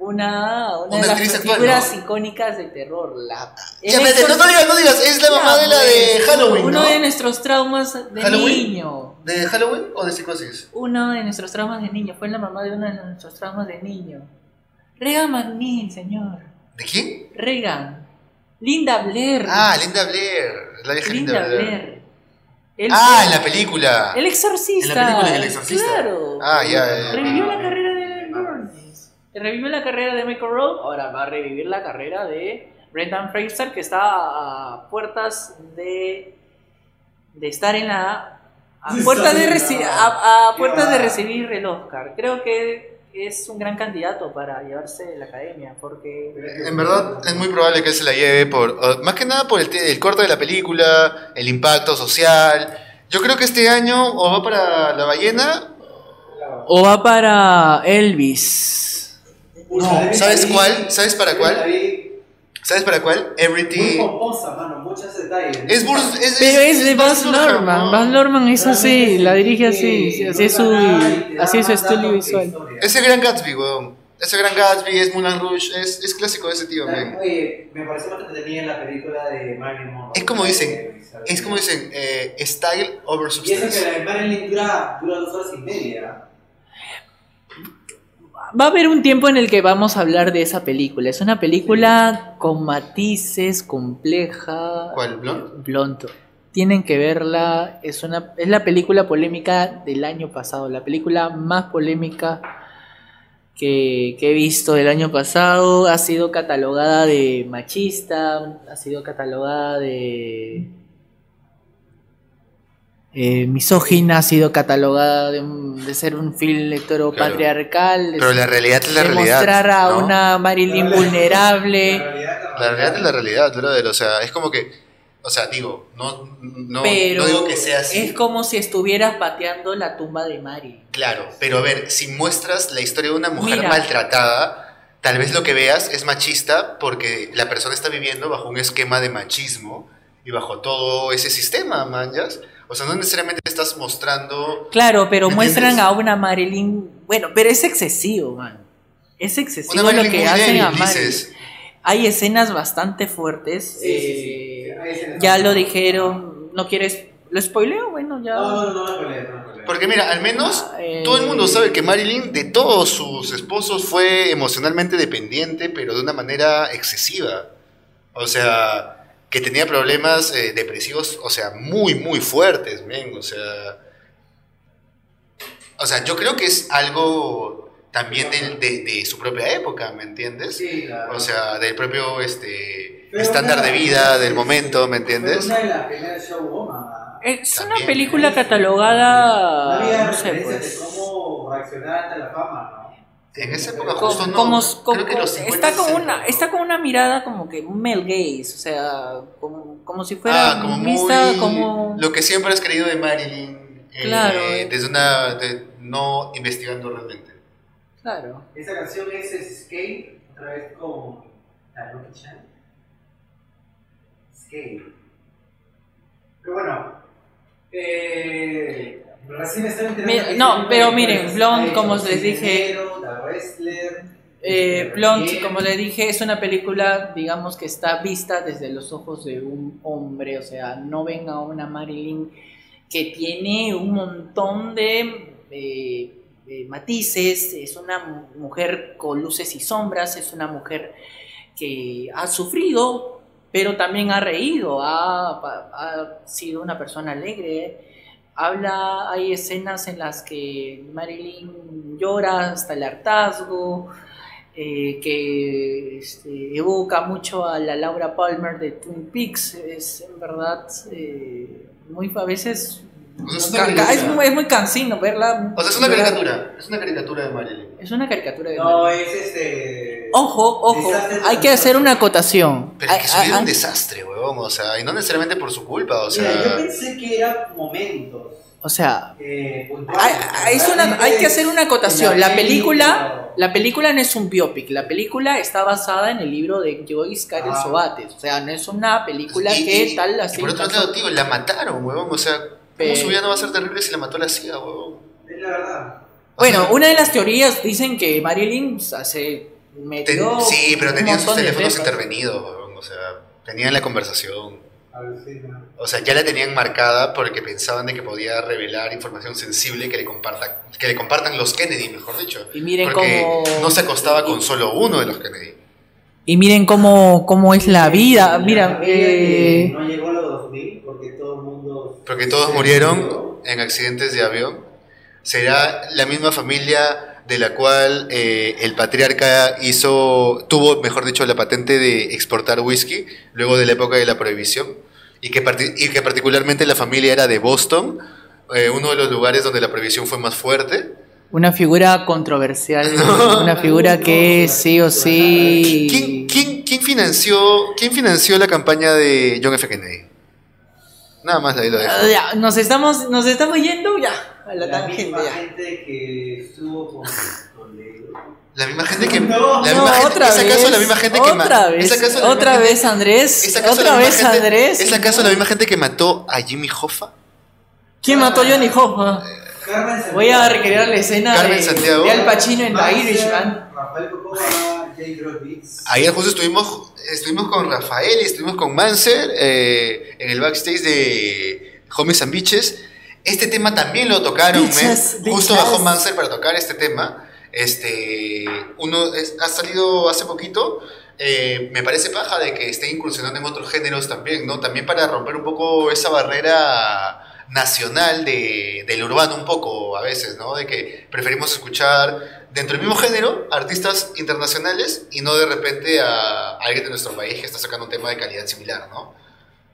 [SPEAKER 2] Una, una
[SPEAKER 3] Una
[SPEAKER 2] de
[SPEAKER 3] actriz
[SPEAKER 2] las
[SPEAKER 3] actual,
[SPEAKER 2] figuras
[SPEAKER 3] ¿no?
[SPEAKER 2] icónicas de terror. La,
[SPEAKER 3] Ya, espérate, no, no digas, no digas, es la mamá de la de Halloween,
[SPEAKER 2] Uno
[SPEAKER 3] ¿no?
[SPEAKER 2] de nuestros traumas de
[SPEAKER 3] ¿Halloween?
[SPEAKER 2] niño.
[SPEAKER 3] ¿De Halloween o de Psicosis?
[SPEAKER 2] Uno de nuestros traumas de niño. Fue la mamá de uno de nuestros traumas de niño. Regan McNeil, señor.
[SPEAKER 3] ¿De quién?
[SPEAKER 2] Regan. Linda Blair.
[SPEAKER 3] Ah, Linda Blair. La vieja Linda,
[SPEAKER 2] Linda
[SPEAKER 3] Blair.
[SPEAKER 2] Blair. Él
[SPEAKER 3] Ah,
[SPEAKER 2] fue-
[SPEAKER 3] en la película.
[SPEAKER 2] El exorcista.
[SPEAKER 3] En la película del exorcista.
[SPEAKER 2] Claro.
[SPEAKER 3] Ah, ya, ya, ya.
[SPEAKER 2] Revivió la carrera de Ellen Burns. Revivió la carrera de Michael Rowe. Ahora va a revivir la carrera de Brendan Fraser, que está a puertas de, de estar en la. A
[SPEAKER 1] Sí,
[SPEAKER 2] puertas
[SPEAKER 1] está
[SPEAKER 2] de,
[SPEAKER 1] bien,
[SPEAKER 2] reci-
[SPEAKER 1] no.
[SPEAKER 2] a, a
[SPEAKER 1] Qué
[SPEAKER 2] puertas de
[SPEAKER 1] va.
[SPEAKER 2] recibir el Oscar. Creo que es un gran candidato para llevarse la academia, porque.
[SPEAKER 3] En verdad es muy probable que él se la lleve por uh, más que nada por el, te- el corte de la película, el impacto social. Yo creo que este año o va para la ballena.
[SPEAKER 2] O va para Elvis.
[SPEAKER 3] No, ¿sabes cuál? ¿Sabes para cuál? ¿Sabes para
[SPEAKER 1] Muy
[SPEAKER 3] cuál? Everything.
[SPEAKER 1] pomposa, mano, muchos detalles.
[SPEAKER 3] Es, Burs- es,
[SPEAKER 2] Pero es de Baz
[SPEAKER 3] Luhrmann,
[SPEAKER 2] Luhrmann,
[SPEAKER 3] ¿no?
[SPEAKER 2] Baz Luhrmann es
[SPEAKER 1] Realmente
[SPEAKER 2] así,
[SPEAKER 1] sí,
[SPEAKER 2] la dirige
[SPEAKER 1] que
[SPEAKER 2] así, sí, así
[SPEAKER 1] no
[SPEAKER 2] es su,
[SPEAKER 1] da nada y te da
[SPEAKER 2] así es su
[SPEAKER 1] más
[SPEAKER 2] estilo
[SPEAKER 1] datos que
[SPEAKER 2] visual.
[SPEAKER 1] historia.
[SPEAKER 3] Es el gran Gatsby, weón. Es el gran Gatsby, es Moulin Rouge, es, es clásico de ese tío, man.
[SPEAKER 1] Oye, me pareció más entretenida la película de Marilyn Monroe.
[SPEAKER 3] Es como dicen,
[SPEAKER 1] ¿Sabes?
[SPEAKER 3] Es como dicen, eh, style over
[SPEAKER 1] Y eso que
[SPEAKER 3] substance.
[SPEAKER 1] la de Marilyn dura, dura dos horas y media.
[SPEAKER 2] Va a haber un tiempo en el que vamos a hablar de esa película. Es una película con matices, compleja.
[SPEAKER 3] ¿Cuál, Blond?
[SPEAKER 2] Eh, Blonto. Tienen que verla. Es, una, es la película polémica del año pasado. La película más polémica que, que he visto del año pasado. Ha sido catalogada de machista. Ha sido catalogada de. eh, misógina. Ha sido catalogada de, un- de ser un film patriarcal.
[SPEAKER 3] Pero la realidad es la
[SPEAKER 2] de
[SPEAKER 3] realidad.
[SPEAKER 2] mostrar a
[SPEAKER 3] ¿no?
[SPEAKER 2] una Marilyn
[SPEAKER 1] La realidad.
[SPEAKER 2] vulnerable.
[SPEAKER 1] La realidad, la
[SPEAKER 3] La realidad es la realidad, brother. O sea, es como que. O sea, digo, no, no,
[SPEAKER 2] pero
[SPEAKER 3] no digo que sea así.
[SPEAKER 2] es como si estuvieras pateando la tumba de Mari.
[SPEAKER 3] Claro, pero a ver, si muestras la historia de una mujer
[SPEAKER 2] Mira.
[SPEAKER 3] maltratada, tal vez lo que veas es machista porque la persona está viviendo bajo un esquema de machismo y bajo todo ese sistema, manjas. O sea, no necesariamente estás mostrando
[SPEAKER 2] Claro, pero
[SPEAKER 3] ¿Me
[SPEAKER 2] muestran
[SPEAKER 3] entiendes?
[SPEAKER 2] a una Marilyn. Bueno, pero es excesivo, man. Es
[SPEAKER 3] una
[SPEAKER 2] excesivo lo
[SPEAKER 3] Marilyn
[SPEAKER 2] que
[SPEAKER 3] muy
[SPEAKER 2] hacen
[SPEAKER 3] débil,
[SPEAKER 2] a Marilyn.
[SPEAKER 3] dices.
[SPEAKER 2] Hay escenas bastante fuertes.
[SPEAKER 1] Sí, sí, sí.
[SPEAKER 2] eh,
[SPEAKER 1] Ahí se les
[SPEAKER 2] Ya
[SPEAKER 1] va.
[SPEAKER 2] lo dijeron. ¿No quieres? ¿Lo spoileo? Bueno, ya.
[SPEAKER 1] No, no, no, no, no, no, no, no.
[SPEAKER 3] Porque mira, al menos
[SPEAKER 2] Eh,
[SPEAKER 3] todo el mundo sabe que Marilyn de todos sus esposos fue emocionalmente dependiente, pero de una manera excesiva. O sea, que tenía problemas eh, depresivos, o sea, muy, muy fuertes, men. O sea, o sea, yo creo que es algo también del- de, de su propia época, ¿me entiendes?
[SPEAKER 1] Sí, la-
[SPEAKER 3] O sea, del propio este,
[SPEAKER 1] Pero
[SPEAKER 3] estándar de
[SPEAKER 1] mira,
[SPEAKER 3] vida
[SPEAKER 1] sí,
[SPEAKER 3] del
[SPEAKER 1] sí,
[SPEAKER 3] momento, ¿me
[SPEAKER 1] Fue
[SPEAKER 3] entiendes?
[SPEAKER 1] una de las primeras showwoman.
[SPEAKER 2] Es una
[SPEAKER 3] También.
[SPEAKER 2] película
[SPEAKER 1] No
[SPEAKER 2] catalogada.
[SPEAKER 1] había
[SPEAKER 2] No sé,
[SPEAKER 1] referencias
[SPEAKER 2] pues.
[SPEAKER 1] de cómo reaccionar ante la fama, ¿no?
[SPEAKER 3] En esa época
[SPEAKER 1] Pero-
[SPEAKER 3] justo
[SPEAKER 2] Como- como-
[SPEAKER 3] no, creo
[SPEAKER 2] como-
[SPEAKER 3] que los
[SPEAKER 2] está
[SPEAKER 3] 50,
[SPEAKER 2] con una
[SPEAKER 3] 60,
[SPEAKER 2] está con una mirada como que un male gaze o sea como, como si fuera
[SPEAKER 3] ah, como
[SPEAKER 2] vista
[SPEAKER 3] muy-
[SPEAKER 2] como
[SPEAKER 3] Lo que siempre has creído de Marilyn. eh,
[SPEAKER 2] Claro.
[SPEAKER 3] desde una. de- no investigando realmente.
[SPEAKER 2] claro
[SPEAKER 1] Esa canción es Skate, otra vez con Tanuki Chan. Skate. Pero bueno, eh, recién estaba enterando
[SPEAKER 2] Mira,
[SPEAKER 1] que
[SPEAKER 2] no,
[SPEAKER 1] este tipo
[SPEAKER 2] pero
[SPEAKER 1] de
[SPEAKER 2] miren,
[SPEAKER 1] cosas
[SPEAKER 2] Blonde,
[SPEAKER 1] ha hecho
[SPEAKER 2] como les
[SPEAKER 1] Cindy
[SPEAKER 2] dije-
[SPEAKER 1] Negro, la Wrestler.
[SPEAKER 2] eh,
[SPEAKER 1] este,
[SPEAKER 2] Blonde
[SPEAKER 1] Raquel.
[SPEAKER 2] como le dije es una película digamos que está vista desde los ojos de un hombre o sea no ven a una Marilyn que tiene un montón de eh, eh, matices es una mu- mujer con luces y sombras es una mujer que ha sufrido, pero también ha reído, ha, pa- ha sido una persona alegre. Habla, hay escenas en las que Marilyn llora hasta el hartazgo, eh, que este, evoca mucho a la Laura Palmer de Twin Peaks. Es en verdad eh, muy a veces
[SPEAKER 3] O sea, es una
[SPEAKER 2] ca- ca- es,
[SPEAKER 3] caricatura.
[SPEAKER 2] muy- es muy cansino verla.
[SPEAKER 3] O sea, es una
[SPEAKER 2] llorar.
[SPEAKER 3] caricatura. Es una caricatura de Marilyn.
[SPEAKER 2] Es una caricatura de
[SPEAKER 1] No, eh,
[SPEAKER 2] Marilyn.
[SPEAKER 1] es este.
[SPEAKER 2] Eh, Ojo, ojo,
[SPEAKER 1] Desastre
[SPEAKER 2] hay que
[SPEAKER 1] total.
[SPEAKER 2] hacer una acotación.
[SPEAKER 3] Pero es que
[SPEAKER 2] Ay,
[SPEAKER 3] su vida
[SPEAKER 2] ay,
[SPEAKER 3] era un
[SPEAKER 2] ay.
[SPEAKER 3] desastre, huevón. O sea, y no necesariamente por su culpa. O
[SPEAKER 1] Mira, yo
[SPEAKER 3] sea.
[SPEAKER 1] pensé que era momentos.
[SPEAKER 2] O sea,
[SPEAKER 1] Eh, pues,
[SPEAKER 2] hay, hay- es una- hay que hacer una acotación. La película,
[SPEAKER 1] película-
[SPEAKER 2] la película no es un biopic. La película está basada en el libro de Joyce Iscar el
[SPEAKER 1] Ah.
[SPEAKER 2] Sobates. O sea, no es una película
[SPEAKER 3] Y-
[SPEAKER 2] que
[SPEAKER 3] y-
[SPEAKER 2] tal
[SPEAKER 3] y
[SPEAKER 2] así.
[SPEAKER 3] por otro
[SPEAKER 2] tal-
[SPEAKER 3] lado, tío, la mataron, huevón. O sea, ¿cómo
[SPEAKER 2] Pe-
[SPEAKER 3] su vida no va a ser terrible si la mató la CIA, huevón?
[SPEAKER 1] Es la verdad.
[SPEAKER 2] Bueno, una de las teorías dicen que Marilyn se
[SPEAKER 3] Ten-
[SPEAKER 2] metió.
[SPEAKER 3] sí, pero
[SPEAKER 2] un
[SPEAKER 3] tenían sus
[SPEAKER 2] montón de
[SPEAKER 3] teléfonos
[SPEAKER 2] temas.
[SPEAKER 3] intervenidos, huevón, o sea, tenían la conversación.
[SPEAKER 1] Alucina.
[SPEAKER 3] O sea, ya la tenían marcada porque pensaban de que podía revelar información sensible que le, comparta, que le compartan los Kennedy, mejor dicho.
[SPEAKER 2] Y miren
[SPEAKER 3] porque
[SPEAKER 2] cómo.
[SPEAKER 3] no se acostaba con solo uno de los Kennedy.
[SPEAKER 2] Y miren cómo, cómo es la vida.
[SPEAKER 1] La
[SPEAKER 2] Mira,
[SPEAKER 1] vida
[SPEAKER 2] eh,
[SPEAKER 1] que No llegó a los 2000 porque todo el mundo.
[SPEAKER 3] Porque todos
[SPEAKER 1] se
[SPEAKER 3] murieron
[SPEAKER 1] murió.
[SPEAKER 3] en accidentes de avión. Será la misma familia de la cual eh, el patriarca hizo, tuvo, mejor dicho, la patente de exportar whisky luego de la época de la prohibición y que, parti- y que particularmente la familia era de Boston, eh, uno de los lugares donde la prohibición fue más fuerte.
[SPEAKER 2] una figura controversial. Una figura que sí o sí.
[SPEAKER 3] ¿Quién, quién, quién financió, ¿Quién financió la campaña de John F. Kennedy? Nada más ahí lo dejo.
[SPEAKER 2] Ah, ya, nos estamos, nos estamos yendo ya a la, tangente
[SPEAKER 1] misma
[SPEAKER 2] ya.
[SPEAKER 1] gente que estuvo con. con Lego.
[SPEAKER 3] La misma gente que...
[SPEAKER 1] No,
[SPEAKER 3] la
[SPEAKER 2] No,
[SPEAKER 3] misma gente-
[SPEAKER 2] otra
[SPEAKER 3] ¿es acaso
[SPEAKER 2] vez,
[SPEAKER 3] la misma gente que ma-
[SPEAKER 2] otra vez,
[SPEAKER 3] ¿es acaso la misma
[SPEAKER 2] otra
[SPEAKER 3] gente-
[SPEAKER 2] vez Andrés,
[SPEAKER 3] ¿Es acaso
[SPEAKER 2] otra
[SPEAKER 3] la misma
[SPEAKER 2] vez
[SPEAKER 3] gente-
[SPEAKER 2] Andrés.
[SPEAKER 3] ¿Es acaso la misma gente que mató a Jimmy Hoffa?
[SPEAKER 2] ¿Quién mató a Johnny Hoffa?
[SPEAKER 1] Carmen Sandiego.
[SPEAKER 2] Voy a recrear la escena
[SPEAKER 3] Carmen
[SPEAKER 2] de,
[SPEAKER 3] Santiago.
[SPEAKER 2] de Al Pacino en The
[SPEAKER 1] Master,
[SPEAKER 2] Irishman.
[SPEAKER 1] Rafael Cocoba, Jay Grobitz.
[SPEAKER 3] Ayer justo estuvimos, estuvimos con Rafael y estuvimos con Manser eh, en el backstage de Homies and Beaches. Este tema también lo tocaron, men.
[SPEAKER 2] Bitches,
[SPEAKER 3] Justo
[SPEAKER 2] bitches.
[SPEAKER 3] bajó Manser para tocar este tema. Este, uno es- ha salido hace poquito. eh, me parece paja de que esté incursionando en otros géneros también, ¿no? También para romper un poco esa barrera nacional de- del urbano un poco a veces, ¿no? De que preferimos escuchar dentro del mismo género artistas internacionales y no de repente a alguien de nuestro país que está sacando un tema de calidad similar, ¿no?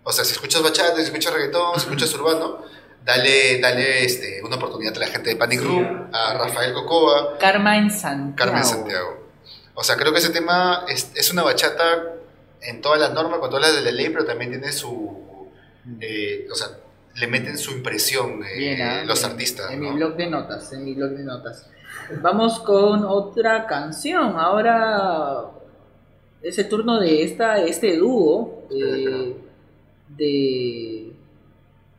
[SPEAKER 3] O sea, si escuchas bachata, si escuchas reggaetón, si escuchas urbano, dale, dale este, una oportunidad a la gente de Panic
[SPEAKER 1] Sí,
[SPEAKER 3] Room,
[SPEAKER 1] ya.
[SPEAKER 3] a Rafael Cocoa,
[SPEAKER 2] Carmen Santiago.
[SPEAKER 3] Carmen Santiago. O sea, creo que ese tema es, es una bachata en todas las normas, con todas las de la ley, pero también tiene su... eh, o sea, le meten su impresión eh,
[SPEAKER 2] Mm. Bien, ¿ah?
[SPEAKER 3] los artistas.
[SPEAKER 2] En
[SPEAKER 3] ¿no?
[SPEAKER 2] mi blog de notas, en mi blog de notas. Vamos con otra canción. Ahora es el turno de esta, este dúo
[SPEAKER 3] Espera, espera.
[SPEAKER 2] de, de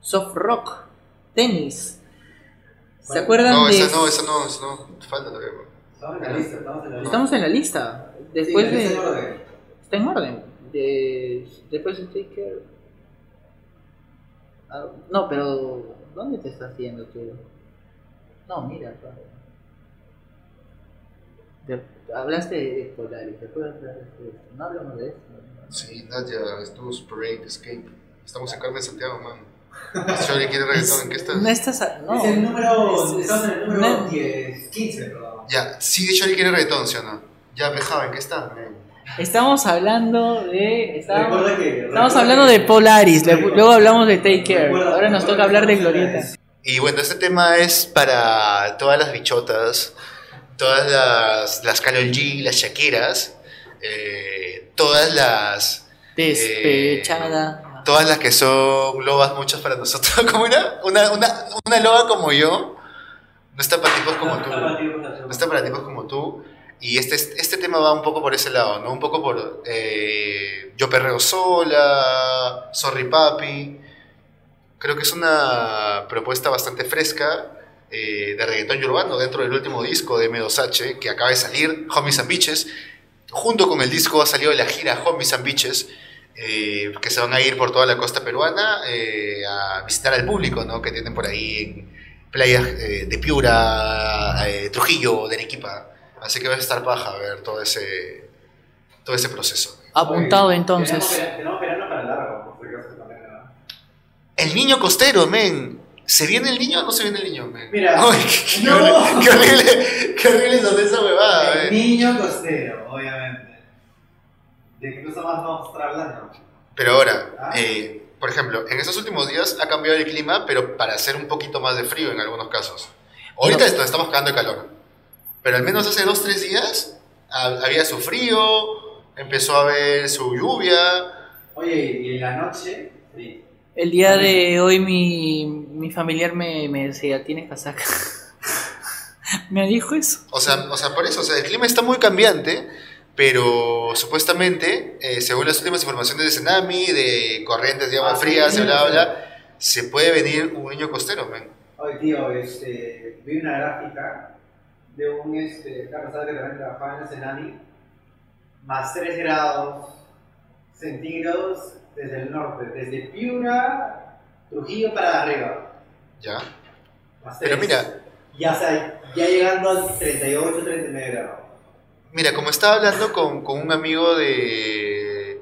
[SPEAKER 2] soft rock, tenis. ¿Se
[SPEAKER 1] ¿Cuál?
[SPEAKER 2] acuerdan
[SPEAKER 3] No,
[SPEAKER 2] de?
[SPEAKER 3] esa no, esa no, esa no. Falta todavía. bro.
[SPEAKER 1] Estamos en la lista, estamos en la lista.
[SPEAKER 2] Estamos en la lista.
[SPEAKER 1] Sí,
[SPEAKER 2] Después
[SPEAKER 1] en
[SPEAKER 2] de
[SPEAKER 1] ese orden.
[SPEAKER 2] está en orden. De- después de Take Care. Ah, No, pero ¿dónde te estás haciendo tú? No, mira. acá. De- hablaste de Polaris, ¿te acuerdas de esto? No hablamos de esto.
[SPEAKER 3] Sí, Nadia, estuvo Parade, Escape. Estamos en Carmen Santiago, man. Shorty quiere reggaetón, ¿en qué estás?
[SPEAKER 2] No estás. a- No.
[SPEAKER 1] Es el número.
[SPEAKER 2] Es- es-
[SPEAKER 1] estamos en el número
[SPEAKER 2] no.
[SPEAKER 1] 10, 15, perdón.
[SPEAKER 3] Ya, sí, Shorty quiere reggaetón, ¿sí o no? Ya, pejaba, ¿en qué estás? man?
[SPEAKER 2] Estamos hablando de. estábamos-
[SPEAKER 1] Recuerda que-
[SPEAKER 2] Estamos
[SPEAKER 1] recuerda
[SPEAKER 2] hablando
[SPEAKER 1] que-
[SPEAKER 2] de Polaris, le-
[SPEAKER 1] Recuerda-
[SPEAKER 2] luego hablamos de Take Care.
[SPEAKER 1] recuerda-
[SPEAKER 2] Ahora nos
[SPEAKER 1] recuerda
[SPEAKER 2] toca
[SPEAKER 1] que
[SPEAKER 2] hablar de
[SPEAKER 1] estamos en la
[SPEAKER 2] Glorieta.
[SPEAKER 3] Y bueno, este tema es para todas las bichotas, todas las, las Karol G, las Shakiras, eh, todas las
[SPEAKER 2] Despechada.
[SPEAKER 3] todas las que son lobas muchas para nosotros. ¿Cómo era? Una, una, una loba como yo no está para tipos como tú. Este
[SPEAKER 1] Estamos
[SPEAKER 3] No
[SPEAKER 1] en
[SPEAKER 3] está para tipos como tú. Y este, este tema va un poco por ese lado, ¿no? Un poco por eh, Yo perreo sola, Sorry papi. Creo que es una propuesta bastante fresca eh, de reggaetón y urbano dentro del último disco de M2H que acaba de salir, Homies and Bitches. Junto con el disco ha salido la gira Homies and Bitches, eh, que se van a ir por toda la costa peruana eh, a visitar al público ¿no? que tienen por ahí en playas eh, de Piura, eh, Trujillo, de Arequipa. Así que va a estar paja ver todo ese, todo ese proceso.
[SPEAKER 2] Apuntado
[SPEAKER 1] Oye,
[SPEAKER 2] entonces.
[SPEAKER 1] Tenemos, tenemos verano para largo, por si acaso también, ¿no?
[SPEAKER 3] El niño costero, men. ¿Se viene el niño o no se viene el niño, men?
[SPEAKER 1] Mira.
[SPEAKER 3] Ay, qué,
[SPEAKER 1] No.
[SPEAKER 3] horrible, qué horrible, qué horrible son eh. esa huevada,
[SPEAKER 1] El
[SPEAKER 3] men.
[SPEAKER 1] niño costero, obviamente. ¿De qué cosa más vamos a estar hablando?
[SPEAKER 3] Pero ahora,
[SPEAKER 1] Ah.
[SPEAKER 3] eh, por ejemplo, en estos últimos días ha cambiado el clima, pero para hacer un poquito más de frío en algunos casos. Ahorita nos estamos cagando de calor, pero al menos hace dos, tres días ha- había su frío, empezó a haber su lluvia.
[SPEAKER 1] Oye, y en la noche, sí.
[SPEAKER 2] El día de hoy mi, mi familiar me, me decía, tienes casaca. me dijo eso.
[SPEAKER 3] O sea, o sea, por eso, o sea, el clima está muy cambiante, pero supuestamente, eh, según las últimas informaciones de tsunami, de corrientes de agua
[SPEAKER 1] Ah, sí,
[SPEAKER 3] fría,
[SPEAKER 1] sí,
[SPEAKER 3] se bla,
[SPEAKER 1] sí.
[SPEAKER 3] bla, bla, se puede venir un niño costero, man.
[SPEAKER 1] Oye, tío, este, vi una gráfica de un este, una persona que también trabajaba en el Senami, más 3 grados centígrados desde el norte, desde Piura, Trujillo para arriba.
[SPEAKER 3] Ya.
[SPEAKER 1] Más
[SPEAKER 3] Pero
[SPEAKER 1] 3.
[SPEAKER 3] mira,
[SPEAKER 1] Ya, o sea, ya llegando a 38, 39 grados.
[SPEAKER 3] mira, como estaba hablando con, con un amigo de...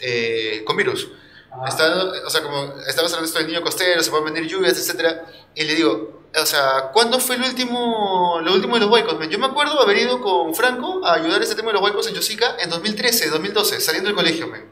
[SPEAKER 3] eh, con virus.
[SPEAKER 1] Ah,
[SPEAKER 3] Está- o sea, como estabas hablando esto del niño costero, se pueden venir lluvias, etcétera, y le digo, o sea, ¿cuándo fue el último, lo último de los huaycos? Yo me acuerdo haber ido con Franco a ayudar a este tema de los huaycos en Yosica en 2013, 2012, saliendo del colegio, men.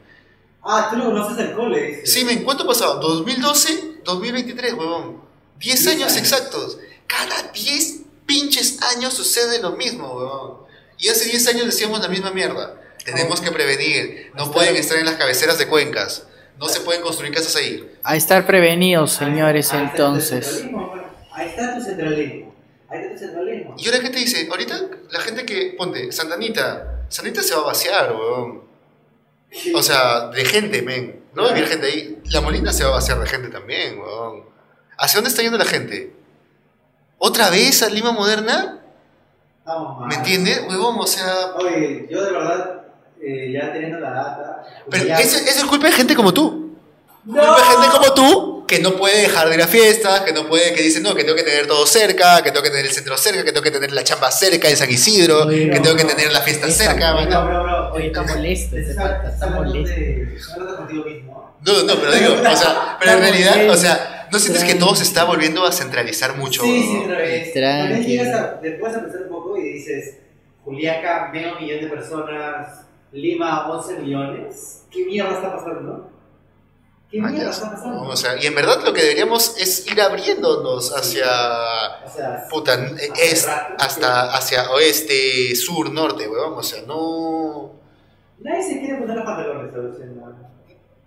[SPEAKER 1] ah true, no haces el cole. dice.
[SPEAKER 3] Sí, men, ¿cuánto pasaba? 2012, 2023, huevón. 10
[SPEAKER 1] Diez
[SPEAKER 3] años
[SPEAKER 1] años.
[SPEAKER 3] exactos. Cada 10 pinches años sucede lo mismo, huevón. Y hace 10 años decíamos la misma mierda. Tenemos que prevenir. No
[SPEAKER 1] Está
[SPEAKER 3] pueden
[SPEAKER 1] bien.
[SPEAKER 3] estar en las cabeceras de cuencas. No se pueden construir casas ahí.
[SPEAKER 2] A estar prevenidos,
[SPEAKER 1] Ahí-
[SPEAKER 2] señores,
[SPEAKER 1] Ah, ahí está tu
[SPEAKER 2] entonces.
[SPEAKER 1] centralismo, bueno. Ahí está tu centralismo. Ahí está tu centralismo.
[SPEAKER 3] Y ahora, ¿qué te dice? Ahorita la gente que, ponte, Santanita, Santanita se va a vaciar, weón. O sea, de gente, men. No va a vivir gente ahí. La Molina se va a vaciar de gente también, weón. ¿Hacia dónde está yendo la gente? ¿Otra vez a Lima Moderna?
[SPEAKER 1] Vamos,
[SPEAKER 3] ¿Me
[SPEAKER 1] mal.
[SPEAKER 3] entiendes, weón? O sea...
[SPEAKER 1] Oye, yo de verdad, eh, ya teniendo la data. pues
[SPEAKER 3] Pero
[SPEAKER 1] ya-
[SPEAKER 3] eso, eso es culpa de gente como tú.
[SPEAKER 1] ¡No!
[SPEAKER 3] Culpa de gente como tú que no puede dejar de ir a fiestas, que no puede, que dice, no, que tengo que tener todo cerca, que tengo que tener el centro cerca, que tengo que tener la chamba cerca en San Isidro,
[SPEAKER 2] Oye,
[SPEAKER 3] que
[SPEAKER 1] no,
[SPEAKER 3] tengo que
[SPEAKER 1] no.
[SPEAKER 3] tener la fiesta
[SPEAKER 2] Esa
[SPEAKER 3] cerca,
[SPEAKER 1] Bro,
[SPEAKER 3] weón.
[SPEAKER 1] bro, bro,
[SPEAKER 2] Oye, está molesto,
[SPEAKER 1] Estás
[SPEAKER 2] ese pata,
[SPEAKER 1] estás
[SPEAKER 2] está
[SPEAKER 1] hablando
[SPEAKER 2] molesto.
[SPEAKER 1] de- estás hablando contigo mismo.
[SPEAKER 3] No, no, pero digo, o sea, pero en
[SPEAKER 2] Estamos
[SPEAKER 3] realidad,
[SPEAKER 2] bien.
[SPEAKER 3] o sea, ¿no sientes que todo se está volviendo a centralizar mucho?
[SPEAKER 1] Sí, sí,
[SPEAKER 3] ¿no?
[SPEAKER 1] otra vez.
[SPEAKER 2] Tranqui.
[SPEAKER 1] También llegas a, después a pensar un poco y dices: Juliaca, medio millón de personas, Lima, 11 millones. ¿Qué mierda está pasando? ¿Qué mierda
[SPEAKER 3] Mayas,
[SPEAKER 1] está
[SPEAKER 3] ¿no?
[SPEAKER 1] pasando?
[SPEAKER 3] O sea, y en verdad lo que deberíamos es ir abriéndonos hacia,
[SPEAKER 1] O sea,
[SPEAKER 3] puta, eh,
[SPEAKER 1] hace
[SPEAKER 3] es
[SPEAKER 1] rato que-
[SPEAKER 3] hasta hacia oeste, sur, norte, weón, o sea, no...
[SPEAKER 1] Nadie se quiere poner los pantalones, ¿sabes? No.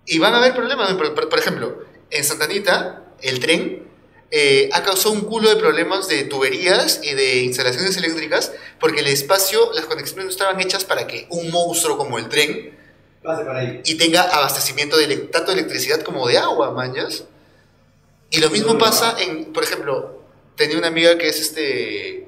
[SPEAKER 3] Y van a haber problemas, por, por- por ejemplo, en Santanita, el tren eh, ha causado un culo de problemas de tuberías y de instalaciones eléctricas porque el espacio, las conexiones no estaban hechas para que un monstruo como el tren
[SPEAKER 1] Pase por ahí.
[SPEAKER 3] y tenga abastecimiento de elec- tanto de electricidad como de agua, mañas. Y lo mismo
[SPEAKER 1] Duro.
[SPEAKER 3] pasa en, por ejemplo, tenía una amiga que es este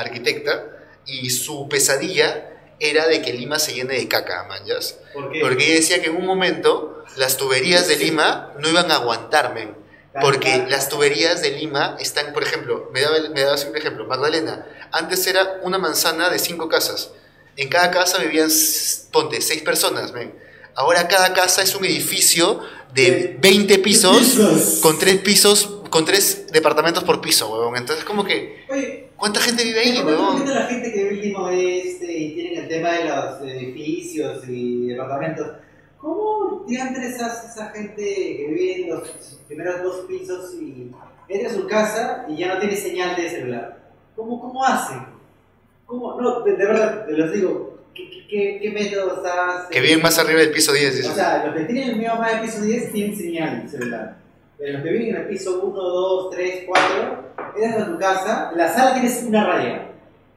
[SPEAKER 3] arquitecta y su pesadilla era de que Lima se llene de caca, mañas.
[SPEAKER 1] ¿Por qué?
[SPEAKER 3] Porque ella decía que en un momento las tuberías de Lima no iban a aguantarme. Porque las tuberías de Lima están, por ejemplo, me daba, me daba siempre ejemplo, Magdalena, antes era una manzana de cinco casas. En cada casa vivían, s- ponte, seis personas, men. Ahora cada casa es un edificio de 20 pisos con tres pisos, con tres departamentos por piso, huevón. Entonces, como que,
[SPEAKER 1] Oye,
[SPEAKER 3] ¿cuánta gente vive ahí,
[SPEAKER 1] ¿por
[SPEAKER 3] huevón?
[SPEAKER 1] qué la gente que vive en Lima Oeste y tienen eh, el tema de los edificios y departamentos? ¿Cómo diantres hace esa gente que vive en los primeros dos pisos y entra a su casa y ya no tiene señal de celular? ¿Cómo, cómo hacen? ¿Cómo? No, de, de verdad, te los digo. ¿Qué, qué, qué, qué métodos hacen?
[SPEAKER 3] Que viven más arriba del piso 10,
[SPEAKER 1] O
[SPEAKER 3] dices.
[SPEAKER 1] sea, los que tienen el miedo más del piso 10 tienen señal de celular. Pero los que viven en el piso 1, 2, 3, 4, entras a tu casa, en la sala tienes una raya.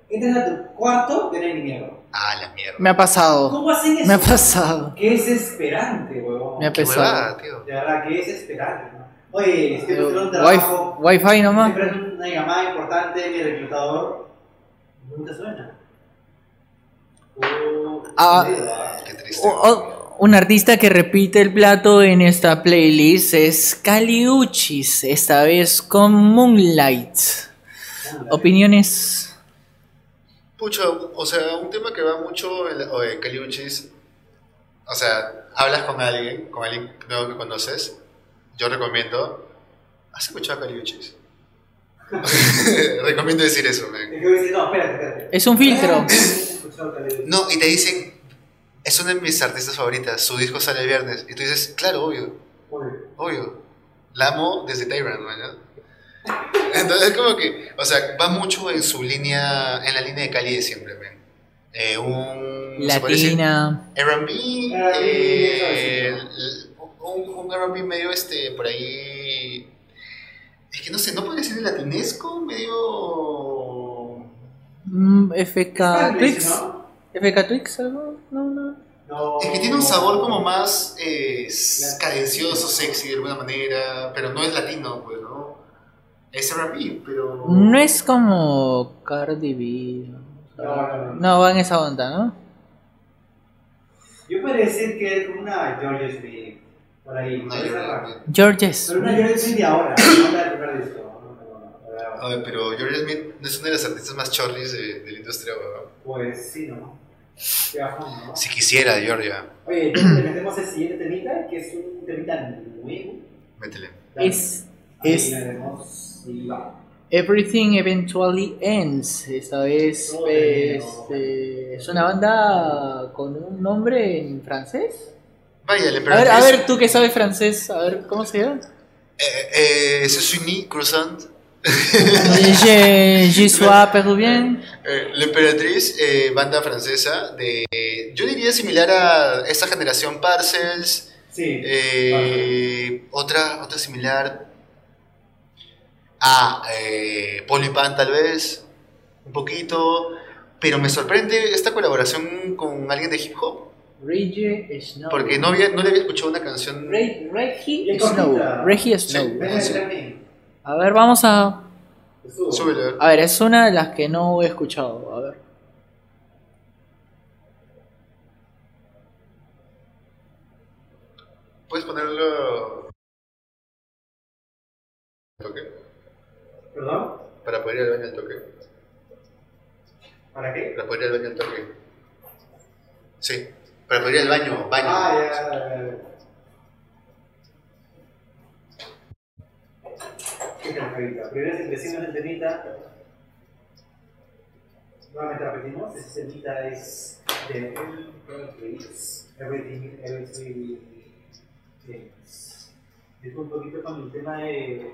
[SPEAKER 1] Entras a tu cuarto, tenés ni mierda.
[SPEAKER 3] Ah, la mierda.
[SPEAKER 2] Me ha pasado,
[SPEAKER 1] ¿Cómo hacen eso?
[SPEAKER 2] me ha pasado.
[SPEAKER 1] Qué desesperante, huevón.
[SPEAKER 2] Me ha
[SPEAKER 1] De
[SPEAKER 3] Qué
[SPEAKER 2] pesado.
[SPEAKER 3] huevada, tío.
[SPEAKER 1] verdad, qué desesperante. ¿no? Oye, estoy buscando un
[SPEAKER 2] Wi-
[SPEAKER 1] trabajo.
[SPEAKER 2] Wi-Fi nomás.
[SPEAKER 1] Siempre es una llamada importante, mi reclutador. Nunca suena. Oh,
[SPEAKER 2] Ah.
[SPEAKER 1] qué miedo, ah.
[SPEAKER 3] Qué triste.
[SPEAKER 2] O- o- un artista que repite el plato en esta playlist es Caliuchis, esta vez con Moonlight. Opiniones.
[SPEAKER 3] Pucho, o sea, un tema que va mucho en la- o en Caliuchis, o sea, hablas con alguien, con alguien nuevo que conoces, yo recomiendo, ¿has escuchado a Caliuchis? recomiendo decir eso, man.
[SPEAKER 1] Es que voy a decir, no, espérate, espérate.
[SPEAKER 2] Es un filtro.
[SPEAKER 3] No, y te dicen, es una de mis artistas favoritas, su disco sale el viernes, y tú dices, claro, obvio, obvio, la amo desde Tyrant, man, ¿no? Entonces, como que, o sea, va mucho en su línea, en la línea de Cali de siempre, man. Eh, un... se puede decir-
[SPEAKER 2] Latina.
[SPEAKER 3] R&B,
[SPEAKER 1] R&B,
[SPEAKER 3] eh,
[SPEAKER 1] eso
[SPEAKER 3] l- un, un R&B medio, este, por ahí... Es que no sé, ¿no podría ser el latinesco? Medio...
[SPEAKER 2] Mm, FK
[SPEAKER 1] Spanglish,
[SPEAKER 2] Twix.
[SPEAKER 1] ¿no?
[SPEAKER 2] FK Twix, algo. No, no.
[SPEAKER 1] No.
[SPEAKER 3] Es que tiene un sabor como más eh, s- cadencioso, sexy de alguna manera, pero no es latino, pues, ¿no? Es R&B, pero...
[SPEAKER 2] No es como Cardi B.
[SPEAKER 1] No, no, no.
[SPEAKER 2] No, va en esa onda, ¿no?
[SPEAKER 1] Yo podría decir que es una George Smith. Por ahí, por
[SPEAKER 3] No,
[SPEAKER 1] esa
[SPEAKER 3] yo-
[SPEAKER 1] rama.
[SPEAKER 2] Georges.
[SPEAKER 1] Pero una George Smith de ahora, no la del primer disco. no, no, no, no, no.
[SPEAKER 3] A ver, pero George Smith no es una de las artistas más chorris de, de la industria, ¿verdad?
[SPEAKER 1] Pues sí, ¿no? Qué bajón, ¿no?
[SPEAKER 3] Si quisiera, Georgia,
[SPEAKER 1] Oye, entonces le metemos el siguiente temita, que es un temita nuevo.
[SPEAKER 3] métele.
[SPEAKER 2] Es
[SPEAKER 1] Ahí
[SPEAKER 2] es-
[SPEAKER 1] la vemos y va.
[SPEAKER 2] Everything Eventually Ends. Esta vez
[SPEAKER 1] Oh,
[SPEAKER 2] pues,
[SPEAKER 1] no.
[SPEAKER 2] eh, es una banda con un nombre en francés.
[SPEAKER 3] Váyale, pero...
[SPEAKER 2] A ver, a
[SPEAKER 3] es-
[SPEAKER 2] ver, tú que sabes francés, a ver, ¿cómo se llama?
[SPEAKER 3] Eh, eh, se suiní, croissant.
[SPEAKER 2] Je, je sois peruvien.
[SPEAKER 3] Eh, La Emperatriz, eh, banda francesa, de, yo diría similar a esta generación Parcels,
[SPEAKER 1] Sí.
[SPEAKER 3] eh, otra, otra similar a eh, Polypan tal vez, un poquito, pero me sorprende esta colaboración con alguien de hip hop,
[SPEAKER 2] Reggie Snow.
[SPEAKER 3] porque no, había, no le había escuchado una canción...
[SPEAKER 2] Re- Reggie
[SPEAKER 1] Bien
[SPEAKER 2] Snow.
[SPEAKER 1] cortita.
[SPEAKER 2] Reggie Snow.
[SPEAKER 1] Venga,
[SPEAKER 3] Sí.
[SPEAKER 1] también.
[SPEAKER 2] A ver, vamos a.
[SPEAKER 1] Estuvo.
[SPEAKER 3] Súbelo, a ver.
[SPEAKER 2] A ver, es una de las que no he escuchado. A ver.
[SPEAKER 3] ¿puedes ponerlo al toque?
[SPEAKER 1] ¿Perdón?
[SPEAKER 3] Para poder ir al baño al toque.
[SPEAKER 1] ¿Para qué?
[SPEAKER 3] Para poder ir al baño al toque. Sí, para poder ir al baño, baño.
[SPEAKER 1] Ah, ya, ya, ya. Qué cargadita. Primero se crecimos el temita. Nuevamente repetimos, ese temita es de Everything, Everything Things. Es un poquito con el tema de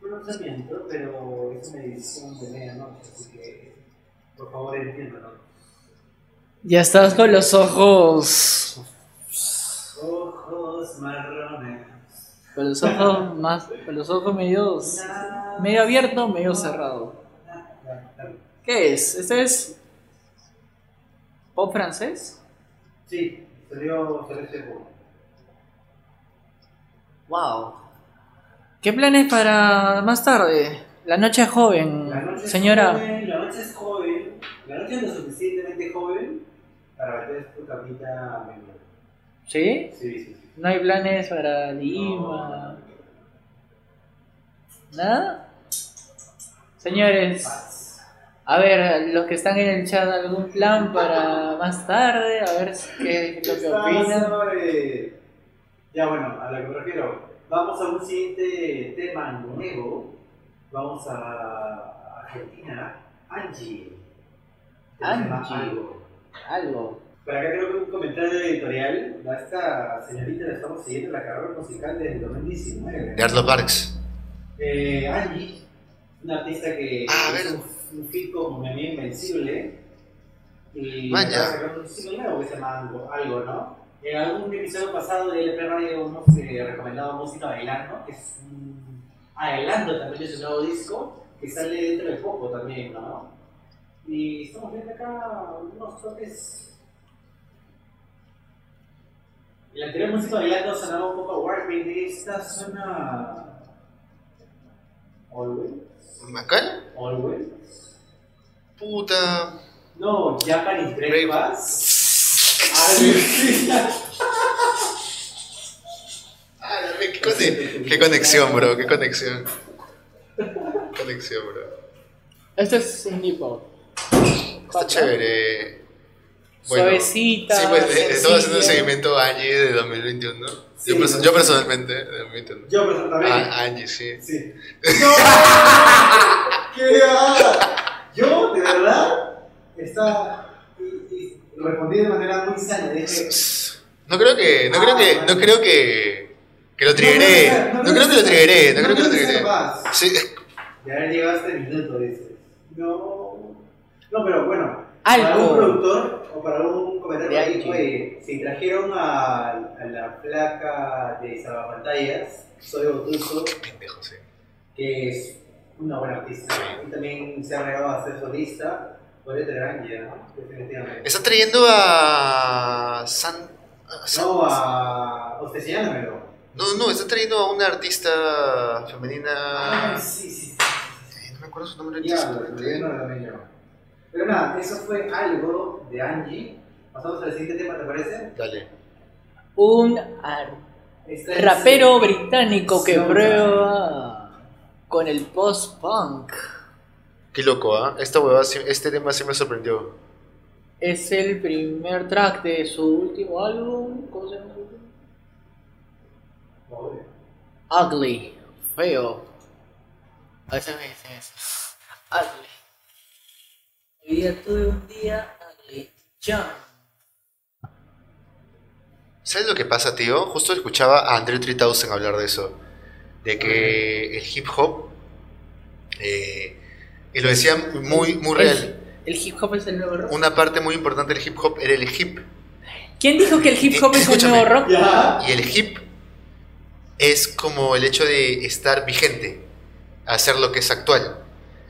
[SPEAKER 1] pronunciamiento, pero es una edición de medianoche, así que por favor entiéndanlo.
[SPEAKER 2] Ya estás con los ojos.
[SPEAKER 1] Ojos marrones.
[SPEAKER 2] Con los ojos más. Con los ojos medio. Medio abierto, medio cerrado. ¿Qué es? ¿Este es. pop francés?
[SPEAKER 1] Sí, salió salió este juego.
[SPEAKER 2] ¡Wow! ¿Qué planes para más tarde? La noche es joven,
[SPEAKER 1] La noche es
[SPEAKER 2] señora.
[SPEAKER 1] joven, la noche es joven, la noche es lo suficientemente joven para meter tu camita a menudo.
[SPEAKER 2] ¿Sí?
[SPEAKER 1] Sí, sí, sí.
[SPEAKER 2] ¿No hay planes para Lima? ¿Nada? Señores,
[SPEAKER 1] Paz.
[SPEAKER 2] a ver, los que están en el chat, ¿algún plan para más tarde? A ver si- qué es lo que
[SPEAKER 1] Está
[SPEAKER 2] opinan.
[SPEAKER 1] sobre- Ya bueno, a lo que me refiero. Vamos a un siguiente tema nuevo. Vamos a Argentina. Angie. El tema
[SPEAKER 2] Angie.
[SPEAKER 1] Algo.
[SPEAKER 2] Algo.
[SPEAKER 1] Por acá creo que un comentario editorial. A esta señorita le estamos siguiendo la carrera musical desde el 2019.
[SPEAKER 3] De Arlo Parks.
[SPEAKER 1] Eh, Angie, una artista que
[SPEAKER 3] Ah, a ver.
[SPEAKER 1] es un- un fit como Meme Invencible. Y pues,
[SPEAKER 3] Vaya.
[SPEAKER 1] va a sacar un single nuevo que se llama Algo, algo, ¿no? En algún episodio pasado de LP Radio hemos eh, recomendado Música Bailando, que es un adelanto también de su nuevo disco, que sale dentro de poco también, ¿no? Y estamos viendo acá unos toques. La anterior música bailando sonaba un poco Warping, y esta suena. Always.
[SPEAKER 3] ¿Macal?
[SPEAKER 1] Always.
[SPEAKER 3] Puta.
[SPEAKER 1] No, Japanese Breakfast.
[SPEAKER 3] Ah, la re- qué, cone- qué conexión, bro, qué conexión. Conexión, bro.
[SPEAKER 2] Esto es indie pop.
[SPEAKER 3] Está chévere.
[SPEAKER 2] Suavecita.
[SPEAKER 3] Sí, pues eh, estamos haciendo
[SPEAKER 2] sencilla.
[SPEAKER 3] un seguimiento a Angie de 2021.
[SPEAKER 1] Sí.
[SPEAKER 3] yo, perso- yo personalmente, de 2021.
[SPEAKER 1] Yo personalmente.
[SPEAKER 3] Ah, Angie, sí.
[SPEAKER 1] Sí. ¡No! ¡Qué haga! Yo, de verdad, estaba. Y, y respondí de manera muy sana. Dije,
[SPEAKER 3] No creo que, no creo que, no creo que, que lo triggeré. No creo que lo triggeré, no creo que lo triggeré.
[SPEAKER 1] Ya
[SPEAKER 3] Sí,
[SPEAKER 1] llegaste minuto, dices. No. No, pero bueno.
[SPEAKER 2] Algo.
[SPEAKER 1] Para un productor o para un comentario
[SPEAKER 2] Ya,
[SPEAKER 1] ahí,
[SPEAKER 2] chico.
[SPEAKER 1] oye, si trajeron a, a la placa de Salvapantallas, soy Botuso,
[SPEAKER 3] Pendejo, sí.
[SPEAKER 1] que es una buena artista, y también se ha negado a ser solista, podría tener a Angie, ¿no? Definitivamente.
[SPEAKER 3] Está trayendo a. San. a San-
[SPEAKER 1] No, a Obsesionándomelo.
[SPEAKER 3] No, no, está trayendo a una artista femenina.
[SPEAKER 1] Ah, sí, sí.
[SPEAKER 3] Eh, No me acuerdo su nombre.
[SPEAKER 1] Ya,
[SPEAKER 3] ahorita,
[SPEAKER 1] lo que no
[SPEAKER 3] exactamente.
[SPEAKER 1] lo también yo. Pero nada, eso fue algo de Angie. Pasamos al siguiente tema, ¿te parece?
[SPEAKER 3] Dale.
[SPEAKER 2] Un ar-
[SPEAKER 1] Este es-
[SPEAKER 2] rapero británico que
[SPEAKER 1] Slow Jam.
[SPEAKER 2] prueba con el post-punk.
[SPEAKER 3] Qué loco, ¿ah? Esta huevada sí- este tema sí me sorprendió.
[SPEAKER 2] Es el primer track de su último álbum. ¿Cómo se llama?
[SPEAKER 1] Pobre.
[SPEAKER 2] Ugly. Feo. A veces me dicen eso. Ugly. Hoy día tuve un día ugly. John.
[SPEAKER 3] ¿Sabes lo que pasa, tío? Justo escuchaba a André 3000 hablar de eso. De que el hip hop. eh, y lo decía muy, muy real.
[SPEAKER 2] El, el hip hop es el nuevo rock.
[SPEAKER 3] Una parte muy importante del hip hop era el hip.
[SPEAKER 2] ¿Quién dijo que el hip hop es el
[SPEAKER 3] Escúchame.
[SPEAKER 2] nuevo rock?
[SPEAKER 1] Ya.
[SPEAKER 3] Y el hip es como el hecho de estar vigente, hacer lo que es actual.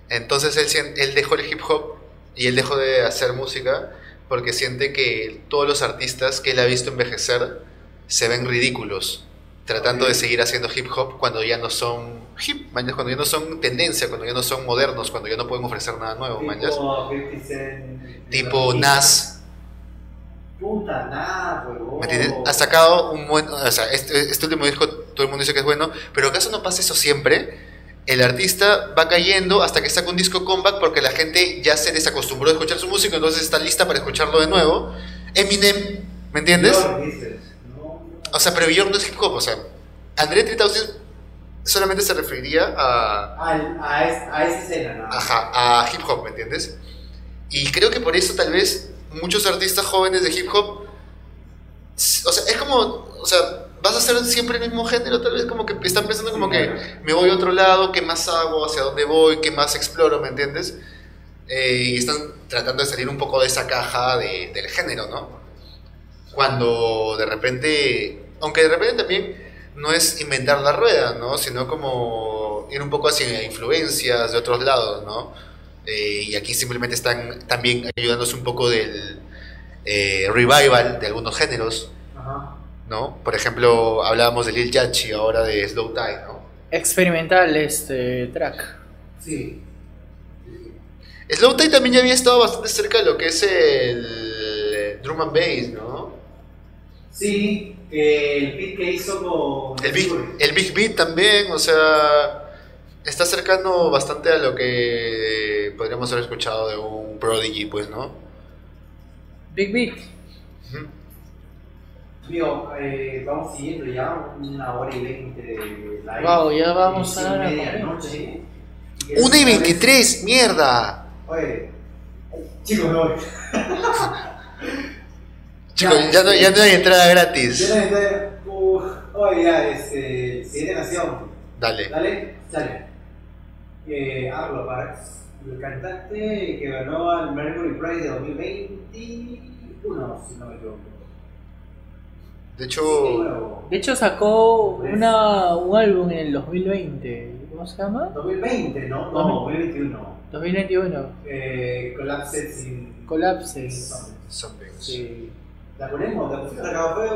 [SPEAKER 3] Entonces él, sien- él dejó el hip hop y él dejó de hacer música porque siente que todos los artistas que él ha visto envejecer se ven ridículos tratando de seguir haciendo hip hop cuando ya no son hip, mañas, cuando ya no son tendencia, cuando ya no son modernos, cuando ya no pueden ofrecer nada nuevo, mañas.
[SPEAKER 1] Tipo 50 Cent.
[SPEAKER 3] Tipo Nas,
[SPEAKER 1] Puta, nada, huevón.
[SPEAKER 3] ¿Me entiendes? Ha sacado un buen. O sea, este, este último disco todo el mundo dice que es bueno, pero ¿acaso no pasa eso siempre? El artista va cayendo hasta que saca un disco comeback porque la gente ya se desacostumbró a escuchar su música, entonces está lista para escucharlo de nuevo. Eminem, ¿me entiendes?
[SPEAKER 1] Dior, dices. No, no.
[SPEAKER 3] O sea, pero Bjork no es hip hop, o sea, André 3000 solamente se referiría a,
[SPEAKER 1] Al- a, es- a esa escena, nada. más.
[SPEAKER 3] Ajá, a hip hop, ¿me entiendes? Y creo que por eso tal vez muchos artistas jóvenes de hip hop, s- o sea, es como, o sea, vas a hacer siempre el mismo género, tal vez como que están pensando como
[SPEAKER 1] Sí,
[SPEAKER 3] que
[SPEAKER 1] claro.
[SPEAKER 3] me voy a otro lado, qué más hago, hacia dónde voy, qué más exploro, ¿me entiendes? Eh, y están tratando de salir un poco de esa caja de- del género, ¿no? Cuando de repente, aunque de repente también no es inventar la rueda, ¿no? Sino como ir un poco hacia influencias de otros lados, ¿no? Eh, y aquí simplemente están también ayudándose un poco del eh, revival de algunos géneros,
[SPEAKER 1] Ajá.
[SPEAKER 3] ¿no? Por ejemplo, hablábamos de Lil Yachty, ahora de Slow Tide, ¿no?
[SPEAKER 2] Experimental este track.
[SPEAKER 1] Sí.
[SPEAKER 3] Slow Tide también ya había estado bastante cerca de lo que es el eh, drum and bass, ¿no?
[SPEAKER 1] Sí, que el beat que hizo con.
[SPEAKER 3] El Big, el Big Beat también, o sea, está cercano bastante a lo que podríamos haber escuchado de un Prodigy, pues, ¿no?
[SPEAKER 2] Big Beat.
[SPEAKER 3] Ujú.
[SPEAKER 1] Mío, eh, vamos siguiendo ya una hora y veinte de live.
[SPEAKER 2] Wow, ya vamos a dar a
[SPEAKER 1] medianoche.
[SPEAKER 3] ¡Una y 23! ¡Mierda!
[SPEAKER 1] Oye, chicos, no.
[SPEAKER 3] Chicos, ya no, ya no hay entrada
[SPEAKER 1] Yo
[SPEAKER 3] gratis.
[SPEAKER 1] necesito. Uf, oye, ya, este. Siguiente canción.
[SPEAKER 3] Dale.
[SPEAKER 1] Dale, sale. Eh, Arlo Parks, el cantante que ganó al Mercury Prize de 2021, si no me equivoco.
[SPEAKER 3] De
[SPEAKER 1] Sí,
[SPEAKER 3] hecho,
[SPEAKER 1] nuevo.
[SPEAKER 2] De hecho sacó una, un álbum en el 2020. ¿Cómo se llama?
[SPEAKER 1] 2020, ¿no? No, 2021.
[SPEAKER 2] 2021.
[SPEAKER 1] Eh, Collapse sin.
[SPEAKER 2] Collapses.
[SPEAKER 3] Somethings.
[SPEAKER 2] Sí.
[SPEAKER 1] La ponemos, la pusimos acá, fue.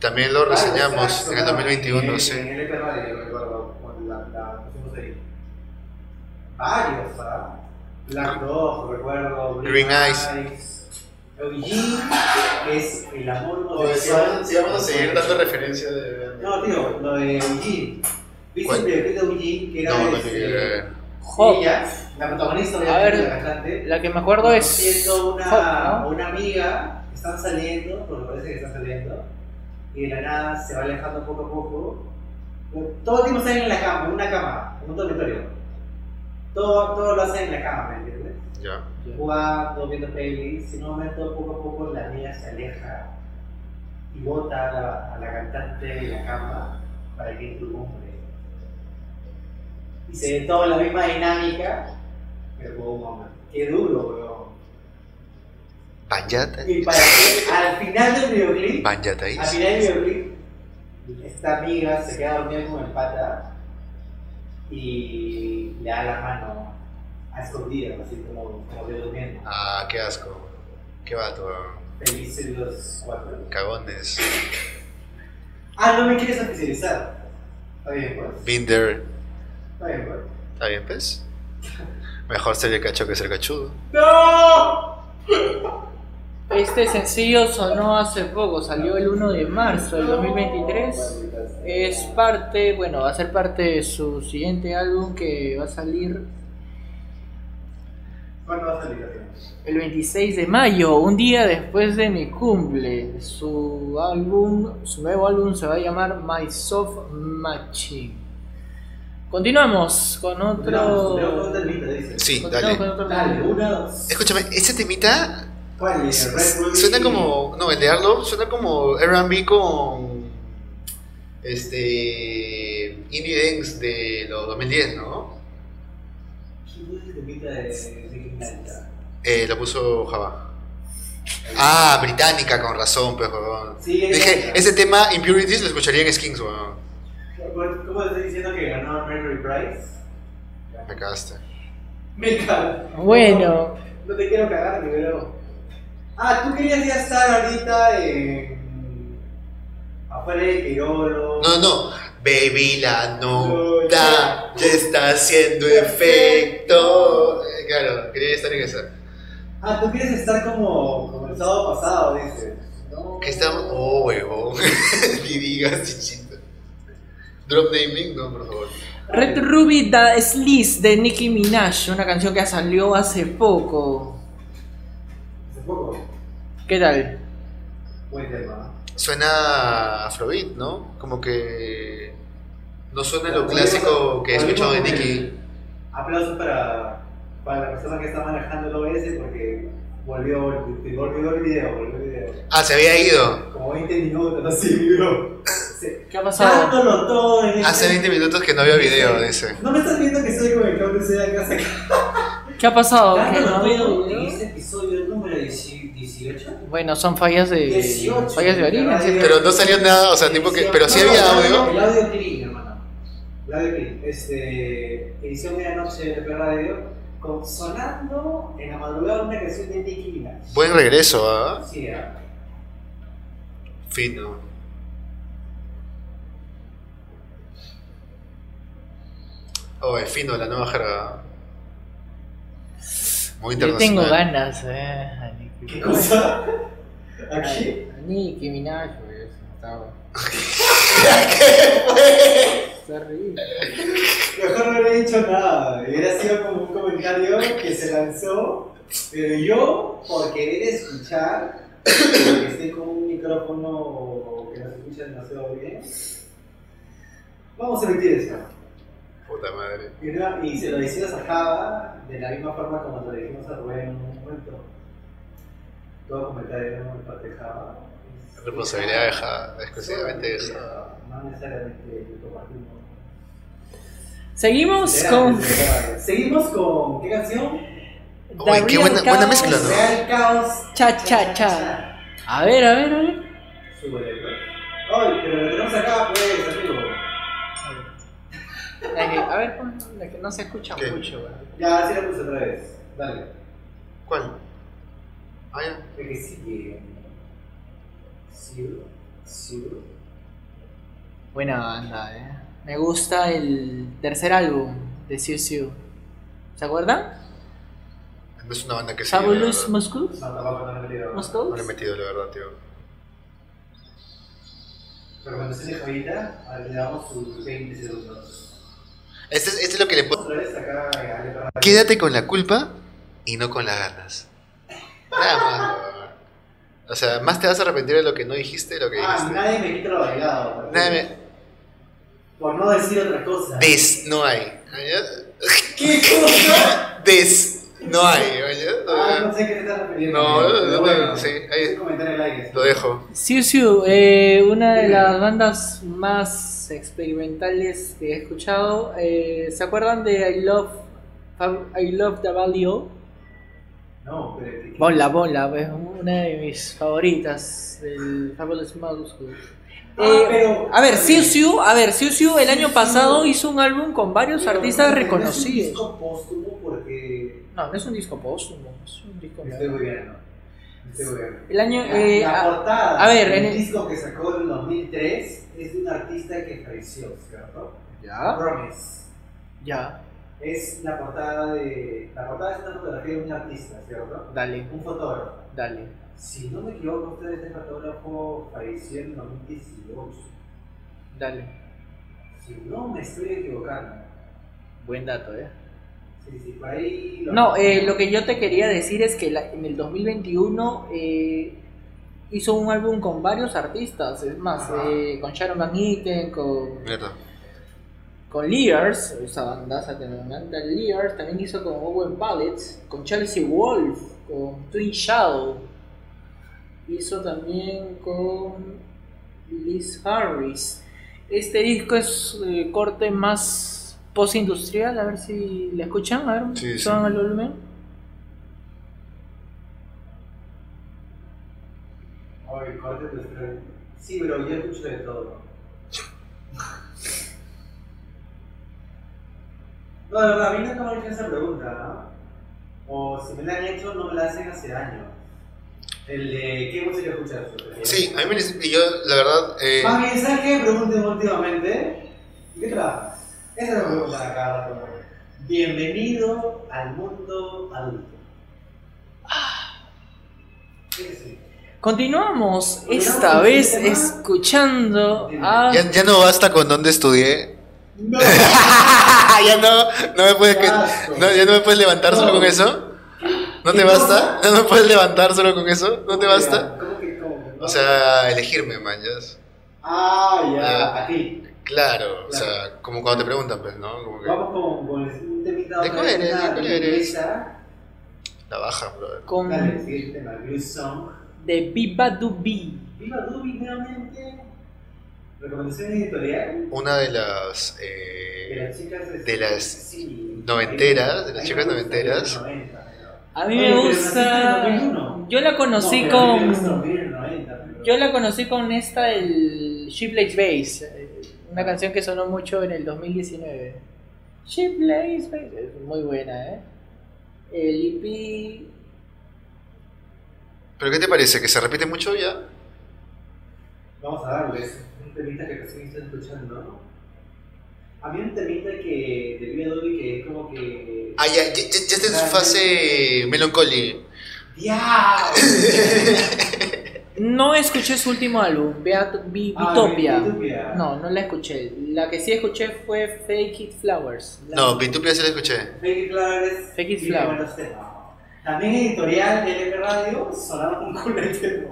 [SPEAKER 3] también lo reseñamos en el 2021,
[SPEAKER 1] Eh, En
[SPEAKER 3] sí.
[SPEAKER 1] el EP Radio, recuerdo, con la, la pusimos ahí. Varios, ¿ah? Black Dog, recuerdo.
[SPEAKER 3] Green Eyes.
[SPEAKER 1] Eugene, que es el amor homosexual.
[SPEAKER 3] referencia
[SPEAKER 1] No, tío, lo de Eugene. ¿Viste
[SPEAKER 3] ¿Cuál?
[SPEAKER 1] el videoclip de Eugene? Que era.
[SPEAKER 3] No, no
[SPEAKER 1] este,
[SPEAKER 3] que...
[SPEAKER 2] Hop.
[SPEAKER 1] ella, la protagonista de
[SPEAKER 2] A
[SPEAKER 1] la
[SPEAKER 2] ver,
[SPEAKER 1] película, la cantante.
[SPEAKER 2] La que me acuerdo es.
[SPEAKER 1] Siendo una,
[SPEAKER 2] Hop, ¿no?
[SPEAKER 1] una amiga, están saliendo, porque parece que están saliendo, y de la nada se va alejando poco a poco. Todo el tiempo salen en la cama, en una cama, en un dormitorio. Todo, todo lo hacen en la cama, ¿me entiendes?
[SPEAKER 3] Ya.
[SPEAKER 1] Jugando, viendo pelis, y en un momento poco a poco la amiga se aleja y bota a la, a la cantante de la cama para que incumple. Y se ve toda la misma dinámica, pero como, qué duro, weón.
[SPEAKER 3] Banyata.
[SPEAKER 1] Y para que al final del videoclip,
[SPEAKER 3] Banyata
[SPEAKER 1] al final del videoclip, esta amiga se queda dormida con el pata y le da la mano a escondidas, así como, como yo durmiendo.
[SPEAKER 3] Ah, qué asco. Qué vato. weón.
[SPEAKER 1] Felices los cuatro.
[SPEAKER 3] Cagones.
[SPEAKER 1] Ah, no me quieres oficializar. Está bien, pues.
[SPEAKER 3] Binder.
[SPEAKER 1] Está bien, pues.
[SPEAKER 3] ¿Está bien, pez? Mejor ser el cacho que ser cachudo.
[SPEAKER 1] ¡No!
[SPEAKER 2] Este sencillo sonó hace poco, salió el 1 de marzo del 2023. Es parte, bueno, va a ser parte de su siguiente álbum que va a salir
[SPEAKER 1] ¿Cuándo va a salir? tío?
[SPEAKER 2] el 26 de mayo, un día después de mi cumple. Su álbum, su nuevo álbum se va a llamar My Soft Machine. Continuamos con
[SPEAKER 1] No, pero
[SPEAKER 2] otro.
[SPEAKER 1] ¿dónde el mito, dice?
[SPEAKER 3] Sí,
[SPEAKER 2] continuamos
[SPEAKER 3] dale.
[SPEAKER 2] con otro
[SPEAKER 1] Dale,
[SPEAKER 2] álbum.
[SPEAKER 1] una, dos.
[SPEAKER 3] Escúchame, ese temita
[SPEAKER 1] ¿Cuál es? El Red Bull.
[SPEAKER 3] suena como. No, el de Arlo suena como RB con. Este. Indie Dance de los 2010, ¿no?
[SPEAKER 1] ¿Quién es el temita de Nicki Minaj?
[SPEAKER 3] Eh, lo puso Java. Ah, británica, con razón, pues, weón.
[SPEAKER 1] Sí, es-
[SPEAKER 3] Dije, ese tema, Impurities, lo escucharía en Skins, weón.
[SPEAKER 1] ¿Cómo te estoy diciendo que ganó Mercury Prize?
[SPEAKER 3] Me cagaste.
[SPEAKER 1] Me cago.
[SPEAKER 2] Bueno,
[SPEAKER 1] No te quiero cagar, ni pero. Ah, tú querías ya estar ahorita en. afuera de Quirolo.
[SPEAKER 3] No, no. Baby, la nota ya está haciendo efecto. Eh, Claro, quería estar en esa.
[SPEAKER 1] Ah, tú quieres estar como, como el sábado pasado, dices. No.
[SPEAKER 3] Que estamos. Oh, huevón. Ni digas, chichito. Drop naming, no, por favor.
[SPEAKER 2] Red Ruby Da Slice de Nicki Minaj, una canción que salió hace poco.
[SPEAKER 1] Hace poco.
[SPEAKER 2] ¿Qué tal?
[SPEAKER 1] Buen tema.
[SPEAKER 3] Suena afrobeat, ¿no? Como que. No suena lo clásico que he escuchado de Nicky.
[SPEAKER 1] Aplausos para, para la persona que está manejando el OBS porque volvió, volvió, volvió el video, volvió el video.
[SPEAKER 3] Ah, se había ido.
[SPEAKER 1] Como 20 minutos así, bro. Sí.
[SPEAKER 2] ¿Qué ha pasado?
[SPEAKER 1] Dándolo todo en
[SPEAKER 3] Hace
[SPEAKER 1] este-
[SPEAKER 3] 20 minutos que no había video, dice.
[SPEAKER 1] No me estás viendo que soy como el cable sea que hace
[SPEAKER 2] ¿Qué ha pasado? ¿Qué Ah, no ha habido
[SPEAKER 1] Dándolo todo en
[SPEAKER 2] video?
[SPEAKER 1] este episodio número 18.
[SPEAKER 2] Bueno, son fallas de
[SPEAKER 1] 18,
[SPEAKER 2] fallas de orina.
[SPEAKER 1] ¿verdad?
[SPEAKER 2] sí.
[SPEAKER 3] Pero no salió nada, o sea, tipo que. Pero sí
[SPEAKER 1] No,
[SPEAKER 3] había
[SPEAKER 1] no, no,
[SPEAKER 3] audio.
[SPEAKER 1] El audio clean, hermano. El audio clean. Este, edición medianoche de Perra de Dios, con, sonando en la madrugada una canción de Nicki Minaj.
[SPEAKER 3] Buen regreso, ¿ah?
[SPEAKER 1] Sí, ah.
[SPEAKER 3] Fino. Oh, el fino, la nueva jerga. Muy
[SPEAKER 2] Yo tengo
[SPEAKER 3] internacional.
[SPEAKER 2] ganas, eh. a Nicki
[SPEAKER 1] ¿Qué
[SPEAKER 2] Minaj.
[SPEAKER 1] cosa? Aquí.
[SPEAKER 2] A Nicki Minaj, güey, se notaba. Está horrible.
[SPEAKER 1] Mejor no hubiera dicho nada. Hubiera sido como un comentario que se lanzó, pero yo, por querer escuchar, porque estoy con un micrófono que no se escucha demasiado bien, vamos a emitir eso.
[SPEAKER 3] Puta madre.
[SPEAKER 1] Y, no- y se lo hicimos a Java de la misma forma como se lo dijimos a Rubén en un momento. Todo comentario ¿no? de parte de Java. es-
[SPEAKER 3] Responsabilidad de Java, exclusivamente de Java.
[SPEAKER 1] No necesariamente lo compartimos.
[SPEAKER 2] Seguimos
[SPEAKER 1] Era-
[SPEAKER 2] con
[SPEAKER 1] Seguimos con. ¿Qué canción?
[SPEAKER 3] Uy,
[SPEAKER 2] The
[SPEAKER 3] qué
[SPEAKER 2] Real
[SPEAKER 3] buena- buena
[SPEAKER 2] Cause.
[SPEAKER 3] mezcla, ¿no?
[SPEAKER 1] Real Caos.
[SPEAKER 2] Cha cha cha. A ver, a ver, a ver.
[SPEAKER 1] Súbele, pues. Ay, pero lo tenemos acá, pues, amigo.
[SPEAKER 2] La que, a ver, pon la que no se escucha
[SPEAKER 3] ¿Qué?
[SPEAKER 2] mucho, güey.
[SPEAKER 1] Ya, así lo puse otra vez. Dale.
[SPEAKER 3] ¿Cuál? Ah, ya.
[SPEAKER 1] Creo que sigue. Sí, sí.
[SPEAKER 2] Buena banda, eh. Me gusta el tercer álbum de Siu Siu. ¿Se acuerdan?
[SPEAKER 3] No es una banda que se.
[SPEAKER 2] Fabulous
[SPEAKER 3] No
[SPEAKER 2] Muscles.
[SPEAKER 1] No, tampoco no me he metido.
[SPEAKER 2] Muscles.
[SPEAKER 3] le he metido, la verdad, tío.
[SPEAKER 1] Recomendación de Javita, ahora le damos sus 20 segundos.
[SPEAKER 3] Este es, este es lo que le puedo.
[SPEAKER 1] Otra vez acá, ya, ya, ya.
[SPEAKER 3] Quédate con la culpa y no con las ganas. Nada más. weón. O sea, más te vas a arrepentir de lo que no dijiste de lo que
[SPEAKER 1] Ah,
[SPEAKER 3] dijiste.
[SPEAKER 1] nadie me quita lo bailado.
[SPEAKER 3] Nadie me-
[SPEAKER 1] Por no decir otra cosa.
[SPEAKER 3] Des, no hay. ¿Ya?
[SPEAKER 1] ¿Qué cosa?
[SPEAKER 3] Des. No hay, oye.
[SPEAKER 1] Ah, no sé a qué te estás refiriendo.
[SPEAKER 3] No, no,
[SPEAKER 1] pero
[SPEAKER 3] no,
[SPEAKER 1] bueno,
[SPEAKER 3] no, sí, ahí-
[SPEAKER 1] es un comentario al aire.
[SPEAKER 3] Lo dejo.
[SPEAKER 2] Siu Siu, eh, una de las bandas más experimentales que he escuchado. Eh, ¿Se acuerdan de I Love Fab- I Love the Value?
[SPEAKER 1] No, pero que- que-
[SPEAKER 2] Bonla Bonla es una de mis favoritas del Fabulous Mouse.
[SPEAKER 1] Ah, pero-
[SPEAKER 2] Eh, a ver, Siu Siu, a ver, Siu Siu el año pasado hizo un álbum con varios
[SPEAKER 1] Pero,
[SPEAKER 2] artistas
[SPEAKER 1] pero Es un
[SPEAKER 2] reconocidos.
[SPEAKER 1] disco póstumo porque.
[SPEAKER 2] No, no es un disco póstumo, es un disco
[SPEAKER 1] Estoy
[SPEAKER 2] nuevo.
[SPEAKER 1] gobierno. Estoy gobierno.
[SPEAKER 2] El año
[SPEAKER 1] La,
[SPEAKER 2] eh,
[SPEAKER 1] la
[SPEAKER 2] ah,
[SPEAKER 1] portada
[SPEAKER 2] a ver, en
[SPEAKER 1] del
[SPEAKER 2] el-
[SPEAKER 1] disco que sacó en el 2003 es de un artista que falleció, ¿cierto?
[SPEAKER 2] ya,
[SPEAKER 1] Promise.
[SPEAKER 2] ya,
[SPEAKER 1] Es la portada de. La portada es una fotografía de un artista, ¿cierto?
[SPEAKER 2] dale,
[SPEAKER 1] Un fotógrafo.
[SPEAKER 2] dale.
[SPEAKER 1] Si no me equivoco, usted este fotógrafo falleció en el 2018.
[SPEAKER 2] Dale,
[SPEAKER 1] Si no me estoy equivocando.
[SPEAKER 2] buen dato, eh.
[SPEAKER 1] Sí, sí, por ahí. lo-
[SPEAKER 2] No, eh, lo que yo te quería decir es que la- en el 2021 eh, hizo un álbum con varios artistas, es más,
[SPEAKER 1] Ajá.
[SPEAKER 2] eh, con Sharon Van Etten, con,
[SPEAKER 3] Mierda.
[SPEAKER 2] con Lears, esa bandaza que me encanta, Lears, también hizo con Owen Pallet, con Chelsea Wolf, con Twin Shadow, hizo también con Liz Harris. Este disco es eh, corte más postindustrial, a ver si le escuchan, a ver,
[SPEAKER 3] Sí, sí.
[SPEAKER 2] suban el volumen.
[SPEAKER 1] Oye, corte tu estreno. Sí, pero yo escucho de todo. No, de verdad, a mí nunca me han hecho esa pregunta, ¿no? O si me la han hecho, no me la hacen hace años. El de qué música escuchas.
[SPEAKER 3] Sí, a mí me les- y yo, la verdad, eh,
[SPEAKER 1] Más bien, ¿sabes qué me preguntan últimamente? ¿Qué trabajas? Esa es la pregunta de cada rato. Bienvenido al mundo adulto.
[SPEAKER 3] Ah.
[SPEAKER 1] Sí, sí.
[SPEAKER 2] Continuamos
[SPEAKER 1] Continuamos
[SPEAKER 2] esta
[SPEAKER 1] con
[SPEAKER 2] vez
[SPEAKER 1] el tema.
[SPEAKER 2] escuchando a.
[SPEAKER 3] ya, ya no basta con dónde estudié.
[SPEAKER 1] No,
[SPEAKER 3] ya no, no me puedes, que-
[SPEAKER 1] Asco.
[SPEAKER 3] no, ya no me puedes levantar solo
[SPEAKER 1] No.
[SPEAKER 3] con eso. ¿No
[SPEAKER 1] ¿Qué
[SPEAKER 3] te
[SPEAKER 1] cosa?
[SPEAKER 3] basta? ¿No me puedes levantar solo con eso? ¿No te basta?
[SPEAKER 1] ¿Cómo que cómo?
[SPEAKER 3] O sea, elegirme, man, ya es-
[SPEAKER 1] Ah, ya,
[SPEAKER 3] Ya.
[SPEAKER 1] aquí.
[SPEAKER 3] Claro, o sea, como cuando te preguntan, pues, ¿no? Como que
[SPEAKER 1] Vamos con, con un temita
[SPEAKER 3] ¿De
[SPEAKER 1] otra
[SPEAKER 3] cuál
[SPEAKER 1] vez,
[SPEAKER 3] eres?
[SPEAKER 1] una
[SPEAKER 3] ¿De cuál eres?
[SPEAKER 1] inglesa.
[SPEAKER 3] la baja, brother.
[SPEAKER 2] con
[SPEAKER 1] Dale, siguiente tema, Blues Song.
[SPEAKER 2] The Biba Dubi.
[SPEAKER 1] Viva Dubi nuevamente. Recomendación editorial
[SPEAKER 3] Una de las
[SPEAKER 1] de
[SPEAKER 3] eh,
[SPEAKER 1] las chicas. este,
[SPEAKER 3] de las
[SPEAKER 1] sí, eh,
[SPEAKER 3] noventeras, de las
[SPEAKER 1] hay
[SPEAKER 3] chicas
[SPEAKER 1] una música de los
[SPEAKER 3] noventeras.
[SPEAKER 1] 90, pero-
[SPEAKER 2] A mí
[SPEAKER 1] Oye,
[SPEAKER 2] me
[SPEAKER 1] pero naciste en el
[SPEAKER 2] gusta.
[SPEAKER 1] 2001.
[SPEAKER 2] Yo la conocí
[SPEAKER 1] No, pero a mí me gusta
[SPEAKER 2] con.
[SPEAKER 1] Dubi en el 90, pero-
[SPEAKER 2] Yo la conocí con esta, el She Plays Bass. eh, Una canción que sonó mucho en el 2019. She Plays Bass. Es muy buena, ¿eh? El E EP.
[SPEAKER 3] ¿Pero qué te parece? ¿Que se repite mucho ya?
[SPEAKER 1] Vamos a darles un temita que recién estoy escuchando, ¿no? Había un temita que de Viva Dolby que es como que.
[SPEAKER 3] Ah, ya, ya, ya- ya está en su fase melancolía.
[SPEAKER 1] ¡Diablo!
[SPEAKER 2] No escuché su último álbum, Beat- Bi-
[SPEAKER 1] Ah,
[SPEAKER 2] Bitopia.
[SPEAKER 1] Bitopia.
[SPEAKER 2] No, no la escuché. La que sí escuché fue Fake It Flowers. La-
[SPEAKER 3] No, Vitupia sí la escuché.
[SPEAKER 1] Fake It Flowers.
[SPEAKER 2] Fake It
[SPEAKER 1] tiene
[SPEAKER 2] Flowers.
[SPEAKER 1] buenos temas. También editorial de LP Radio sonaba un culo de tema.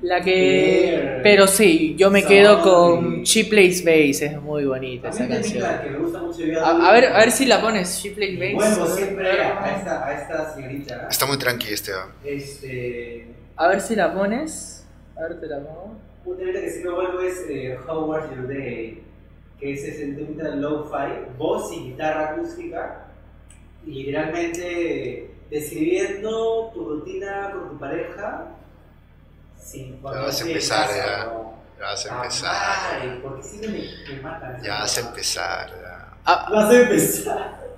[SPEAKER 2] La que.
[SPEAKER 1] Sí.
[SPEAKER 2] Pero sí, yo me quedo con
[SPEAKER 1] Sorry.
[SPEAKER 2] She Plays Bass, es muy bonita
[SPEAKER 1] A mí
[SPEAKER 2] esa
[SPEAKER 1] un
[SPEAKER 2] canción.
[SPEAKER 1] temita que me gusta mucho de Viva
[SPEAKER 2] A,
[SPEAKER 1] Dolby.
[SPEAKER 2] a ver, a ver si la pones, She Plays Bass.
[SPEAKER 1] Vuelvo siempre a esta, a esta señorita.
[SPEAKER 3] Está muy tranqui este. ah.
[SPEAKER 1] Este.
[SPEAKER 2] A ver si la pones. A ver, te la pongo.
[SPEAKER 1] Un temita que siempre vuelvo es eh, How Was Your Day, que es ese temita low-fi, voz y guitarra acústica, y literalmente describiendo tu rutina con tu pareja sin cuando
[SPEAKER 3] vas a
[SPEAKER 1] te
[SPEAKER 3] empezar,
[SPEAKER 1] casas,
[SPEAKER 3] ya.
[SPEAKER 1] ¿no?
[SPEAKER 3] Ya vas a
[SPEAKER 1] Ah,
[SPEAKER 3] empezar.
[SPEAKER 1] ay, porque si no me, me matan.
[SPEAKER 3] Ya vas a empezar. ya.
[SPEAKER 1] Vas a empezar.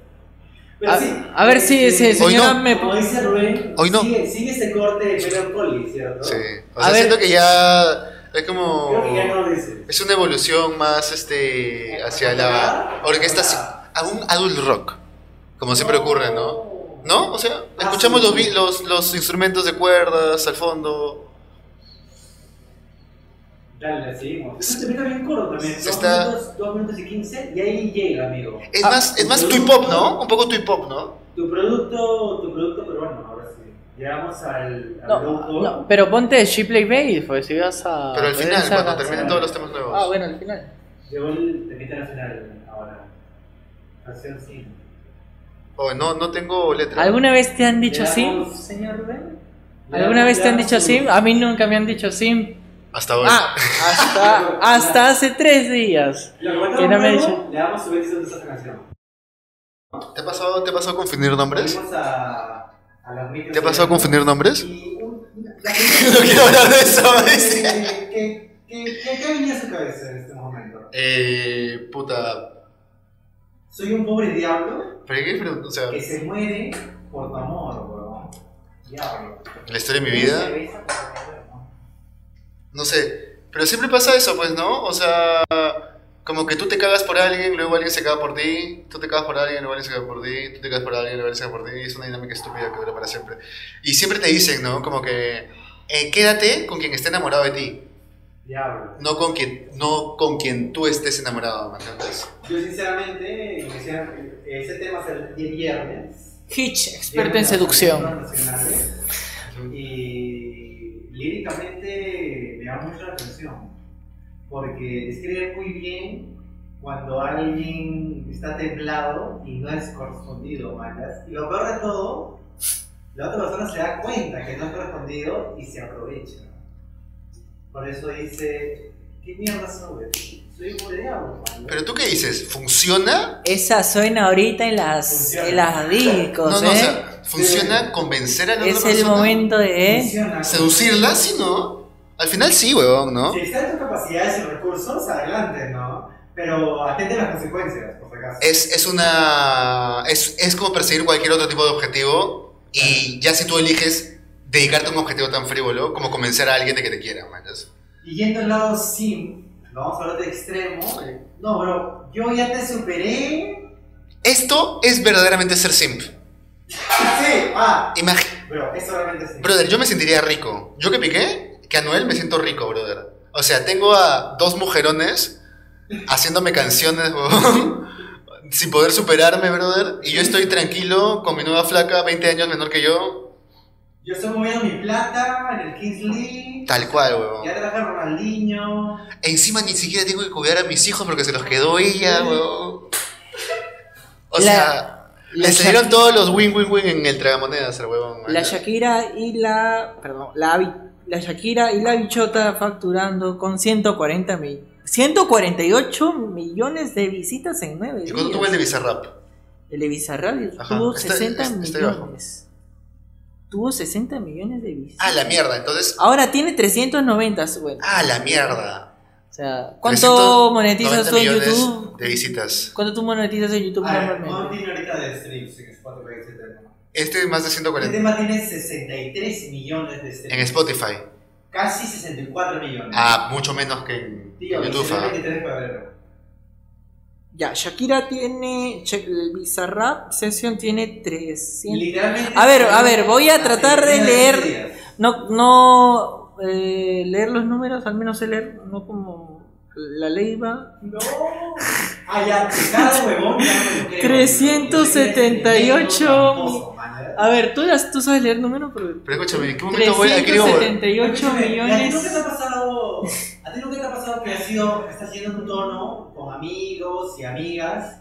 [SPEAKER 1] Pero
[SPEAKER 2] A-
[SPEAKER 1] sí,
[SPEAKER 2] a ver si
[SPEAKER 1] este,
[SPEAKER 2] ese
[SPEAKER 3] Hoy no.
[SPEAKER 2] señora me.
[SPEAKER 1] Como dice Rubén,
[SPEAKER 3] Hoy no.
[SPEAKER 1] sigue, sigue ese corte de Melancholy, ¿cierto?
[SPEAKER 3] Sí. O
[SPEAKER 2] A
[SPEAKER 3] sea,
[SPEAKER 2] ver.
[SPEAKER 3] siento que ya es como...
[SPEAKER 1] Creo que ya no lo dice.
[SPEAKER 3] Es una evolución más este, hacia la orquesta, a un adult rock, como siempre ocurre, ¿no? ¿No? O sea, escuchamos los, vi- los, los instrumentos de cuerdas al fondo.
[SPEAKER 1] Dale, le seguimos. Es un temita bien corto también.
[SPEAKER 3] Se
[SPEAKER 1] Dos,
[SPEAKER 3] está-
[SPEAKER 1] minutos, dos minutos y 15 y ahí llega, amigo.
[SPEAKER 3] Es
[SPEAKER 2] Ah,
[SPEAKER 3] más, es más
[SPEAKER 1] ¿producto?
[SPEAKER 3] tui pop, ¿no? Un poco tui pop, ¿no?
[SPEAKER 1] Tu producto, tu producto peruano, ahora sí. Llegamos al, al
[SPEAKER 2] No,
[SPEAKER 1] producto.
[SPEAKER 2] no, pero ponte She Plays Bass, porque si vas a.
[SPEAKER 3] Pero al
[SPEAKER 2] poner
[SPEAKER 3] final,
[SPEAKER 2] esa
[SPEAKER 3] cuando
[SPEAKER 2] canción-
[SPEAKER 3] terminen todos los temas
[SPEAKER 2] Ah,
[SPEAKER 3] nuevos.
[SPEAKER 2] bueno, al final.
[SPEAKER 1] Llegó el temita nacional ahora. Canción 5.
[SPEAKER 3] Oh, no, no tengo letra.
[SPEAKER 2] ¿Alguna vez te han dicho así?
[SPEAKER 1] Señor Rubén.
[SPEAKER 2] ¿Alguna vez te han dicho así? A mí nunca me han dicho así.
[SPEAKER 3] Hasta ahora.
[SPEAKER 2] Ah, hasta, hasta hace tres días.
[SPEAKER 1] Que
[SPEAKER 2] Que no me ha
[SPEAKER 1] Le damos su éxito de esa canción.
[SPEAKER 3] ¿Te ha pasado, te ha pasado confundir nombres?
[SPEAKER 1] Volvemos a, a las micros.
[SPEAKER 3] ¿Te ha pasado a confundir nombres?
[SPEAKER 1] Y un-
[SPEAKER 3] no quiero hablar de eso, me dice.
[SPEAKER 1] ¿Qué, qué, qué, qué, qué venía a su cabeza en este momento?
[SPEAKER 3] Eh, puta.
[SPEAKER 1] Soy un pobre diablo
[SPEAKER 3] ¿Pero qué pregunto? O sea,
[SPEAKER 1] que se muere por tu amor, weón. Diablo.
[SPEAKER 3] la historia de mi vida. No sé. Pero siempre pasa eso, pues, ¿no? O sea, como que tú te cagas por alguien, luego alguien se caga por ti. Tú te cagas por alguien, luego alguien se caga por ti. Tú te cagas por alguien, luego alguien se caga por ti. Es una dinámica estúpida que dura para siempre. Y siempre te dicen, ¿no? Como que eh, quédate con quien esté enamorado de ti.
[SPEAKER 1] Diablo.
[SPEAKER 3] No con quien, no con quien tú estés enamorado, ¿me entiendes?
[SPEAKER 1] Yo sinceramente, me hicieron- ese tema se el viernes.
[SPEAKER 2] Hitch, experta en
[SPEAKER 1] Viernes
[SPEAKER 2] seducción.
[SPEAKER 1] internacionales, Y líricamente me llama mucho la atención, porque describe muy bien cuando alguien está templado y no es correspondido, malas. Y lo peor de todo, la otra persona se da cuenta que no es correspondido y se aprovecha. Por eso dice, ¿qué mierda sobre? Soy un pobre diablo, malas".
[SPEAKER 3] Pero tú qué dices, ¿funciona?
[SPEAKER 2] Esa suena ahorita en las,
[SPEAKER 1] Funciona.
[SPEAKER 2] en las discos,
[SPEAKER 3] no, no, o
[SPEAKER 2] ¿eh?
[SPEAKER 3] sea, ¿funciona convencer a la
[SPEAKER 2] es
[SPEAKER 3] otra
[SPEAKER 2] el
[SPEAKER 3] persona?
[SPEAKER 2] momento de...
[SPEAKER 1] Funciona.
[SPEAKER 3] ¿Seducirla? Sí, ¿no? Al final sí, huevón, ¿no?
[SPEAKER 1] Si está en tus capacidades y recursos, adelante, ¿no? Pero atente a las consecuencias, por si acaso.
[SPEAKER 3] Es, es una... Es, es como perseguir cualquier otro tipo de objetivo y ya si tú eliges dedicarte a un objetivo tan frívolo como convencer a alguien de que te quiera, mañas.
[SPEAKER 1] Y yendo al lado sim, vamos a hablar de extremo. No, bro, yo ya te superé.
[SPEAKER 3] Esto es verdaderamente ser simp.
[SPEAKER 1] Sí, ah,
[SPEAKER 3] Imag-
[SPEAKER 1] bro, eso realmente sí.
[SPEAKER 3] brother, yo me sentiría rico. ¿Yo que piqué? Que a Noel me siento rico, brother. O sea, tengo a dos mujerones haciéndome canciones, huevón, sin poder superarme, brother. Y yo estoy tranquilo con mi nueva flaca, 20 años menor que yo.
[SPEAKER 1] Yo estoy moviendo mi plata en el Kings League.
[SPEAKER 3] Tal cual, huevón.
[SPEAKER 1] Ya traje a Ronaldinho.
[SPEAKER 3] Encima ni siquiera tengo que cuidar a mis hijos porque se los quedó ella, weón. O
[SPEAKER 2] La-
[SPEAKER 3] sea,
[SPEAKER 2] la
[SPEAKER 3] les
[SPEAKER 2] Sha-
[SPEAKER 3] dieron todos los win-win-win en el tragamonedas al huevón.
[SPEAKER 2] La
[SPEAKER 3] man.
[SPEAKER 2] Shakira y la... Perdón, la, bi- la Shakira y la bichota facturando con 140 mil... 148 millones de visitas en 9
[SPEAKER 3] ¿Y
[SPEAKER 2] días.
[SPEAKER 3] cuándo tuvo el de Bizarrap?
[SPEAKER 2] El de Bizarrap
[SPEAKER 3] Ajá,
[SPEAKER 2] tuvo
[SPEAKER 3] está-
[SPEAKER 2] 60
[SPEAKER 3] es- está ahí abajo.
[SPEAKER 2] millones. Tuvo 60 millones de visitas.
[SPEAKER 3] Ah, la mierda, entonces.
[SPEAKER 2] Ahora tiene 390, bueno.
[SPEAKER 3] Ah, la mierda.
[SPEAKER 2] O sea,
[SPEAKER 3] 390
[SPEAKER 2] ¿cuánto monetizas tú en
[SPEAKER 3] millones
[SPEAKER 2] YouTube?
[SPEAKER 3] De visitas.
[SPEAKER 2] ¿Cuánto tú monetizas en YouTube
[SPEAKER 1] A ver, ¿cuánto
[SPEAKER 2] normalmente?
[SPEAKER 1] tiene ahorita de streams en Spotify, etcétera?
[SPEAKER 3] Este más de
[SPEAKER 1] Este
[SPEAKER 3] 140
[SPEAKER 1] tema tiene 63 millones de streams.
[SPEAKER 3] en Spotify.
[SPEAKER 1] Casi 64 millones.
[SPEAKER 3] Ah, mucho menos que en que
[SPEAKER 1] Tío,
[SPEAKER 3] en YouTube.
[SPEAKER 1] el
[SPEAKER 3] ah.
[SPEAKER 1] 23 de febrero.
[SPEAKER 2] Ya, Shakira tiene. Che- El Bizarrap Session tiene 300.
[SPEAKER 1] Literalmente.
[SPEAKER 2] A ver, a ver, voy a tratar de leer-
[SPEAKER 1] Días.
[SPEAKER 2] No, no. eh, leer los números, al menos sé leer, no como la ley va.
[SPEAKER 1] No. Ah, ya, cada huevón ya me lo creo.
[SPEAKER 2] 378.
[SPEAKER 1] Tramposo, man.
[SPEAKER 2] A ver, tú, las- tú sabes leer números, pero.
[SPEAKER 3] Pero escúchame, ¿en qué momento voy a qué voy?
[SPEAKER 2] 378
[SPEAKER 1] Escúchame, ¿y ¿A ti nunca te ha
[SPEAKER 2] millones.
[SPEAKER 1] pasado? ¿A ti nunca te ha pasado que has sido, estás siendo un tono con amigos y amigas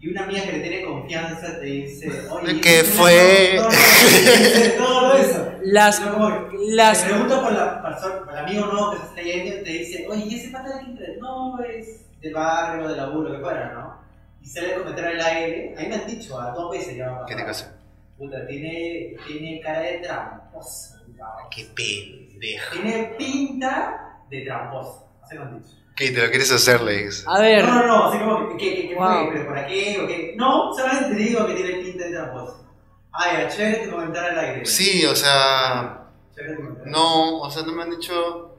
[SPEAKER 1] y una amiga que le tiene confianza te dice, oye,
[SPEAKER 3] ¿Qué
[SPEAKER 1] ¿es un
[SPEAKER 3] fue?
[SPEAKER 1] tono? Dice, No, no, eso.
[SPEAKER 2] Las.
[SPEAKER 1] No, como que
[SPEAKER 2] Las.
[SPEAKER 1] Te pregunto por la persona, por el amigo nuevo que se está yendo y te dice, oye, ¿y ese pata de quién eres?" No, es del barrio, del laburo, que fuera, ¿no? Y sale a comentar el aire. Ahí me han dicho, a dos veces ya me ha pasado.
[SPEAKER 3] ¿Qué te pasa?
[SPEAKER 1] Puta, tiene, tiene cara de tramposo. cabrón.
[SPEAKER 3] Qué pendeja.
[SPEAKER 1] Tiene pinta de tramposo. Así me han dicho.
[SPEAKER 3] ¿Qué te lo quieres hacer, le dices?
[SPEAKER 2] A ver.
[SPEAKER 1] No, no, no, así como que, ¿qué, qué, qué
[SPEAKER 2] Wow.
[SPEAKER 1] fue? ¿Pero por aquí? ¿O qué? No, solamente te digo que tiene pinta de tramposo. Ay, a chévere tu comentario al aire.
[SPEAKER 3] Sí, o sea.
[SPEAKER 1] Chévere tu comentario.
[SPEAKER 3] No, o sea, no me han dicho.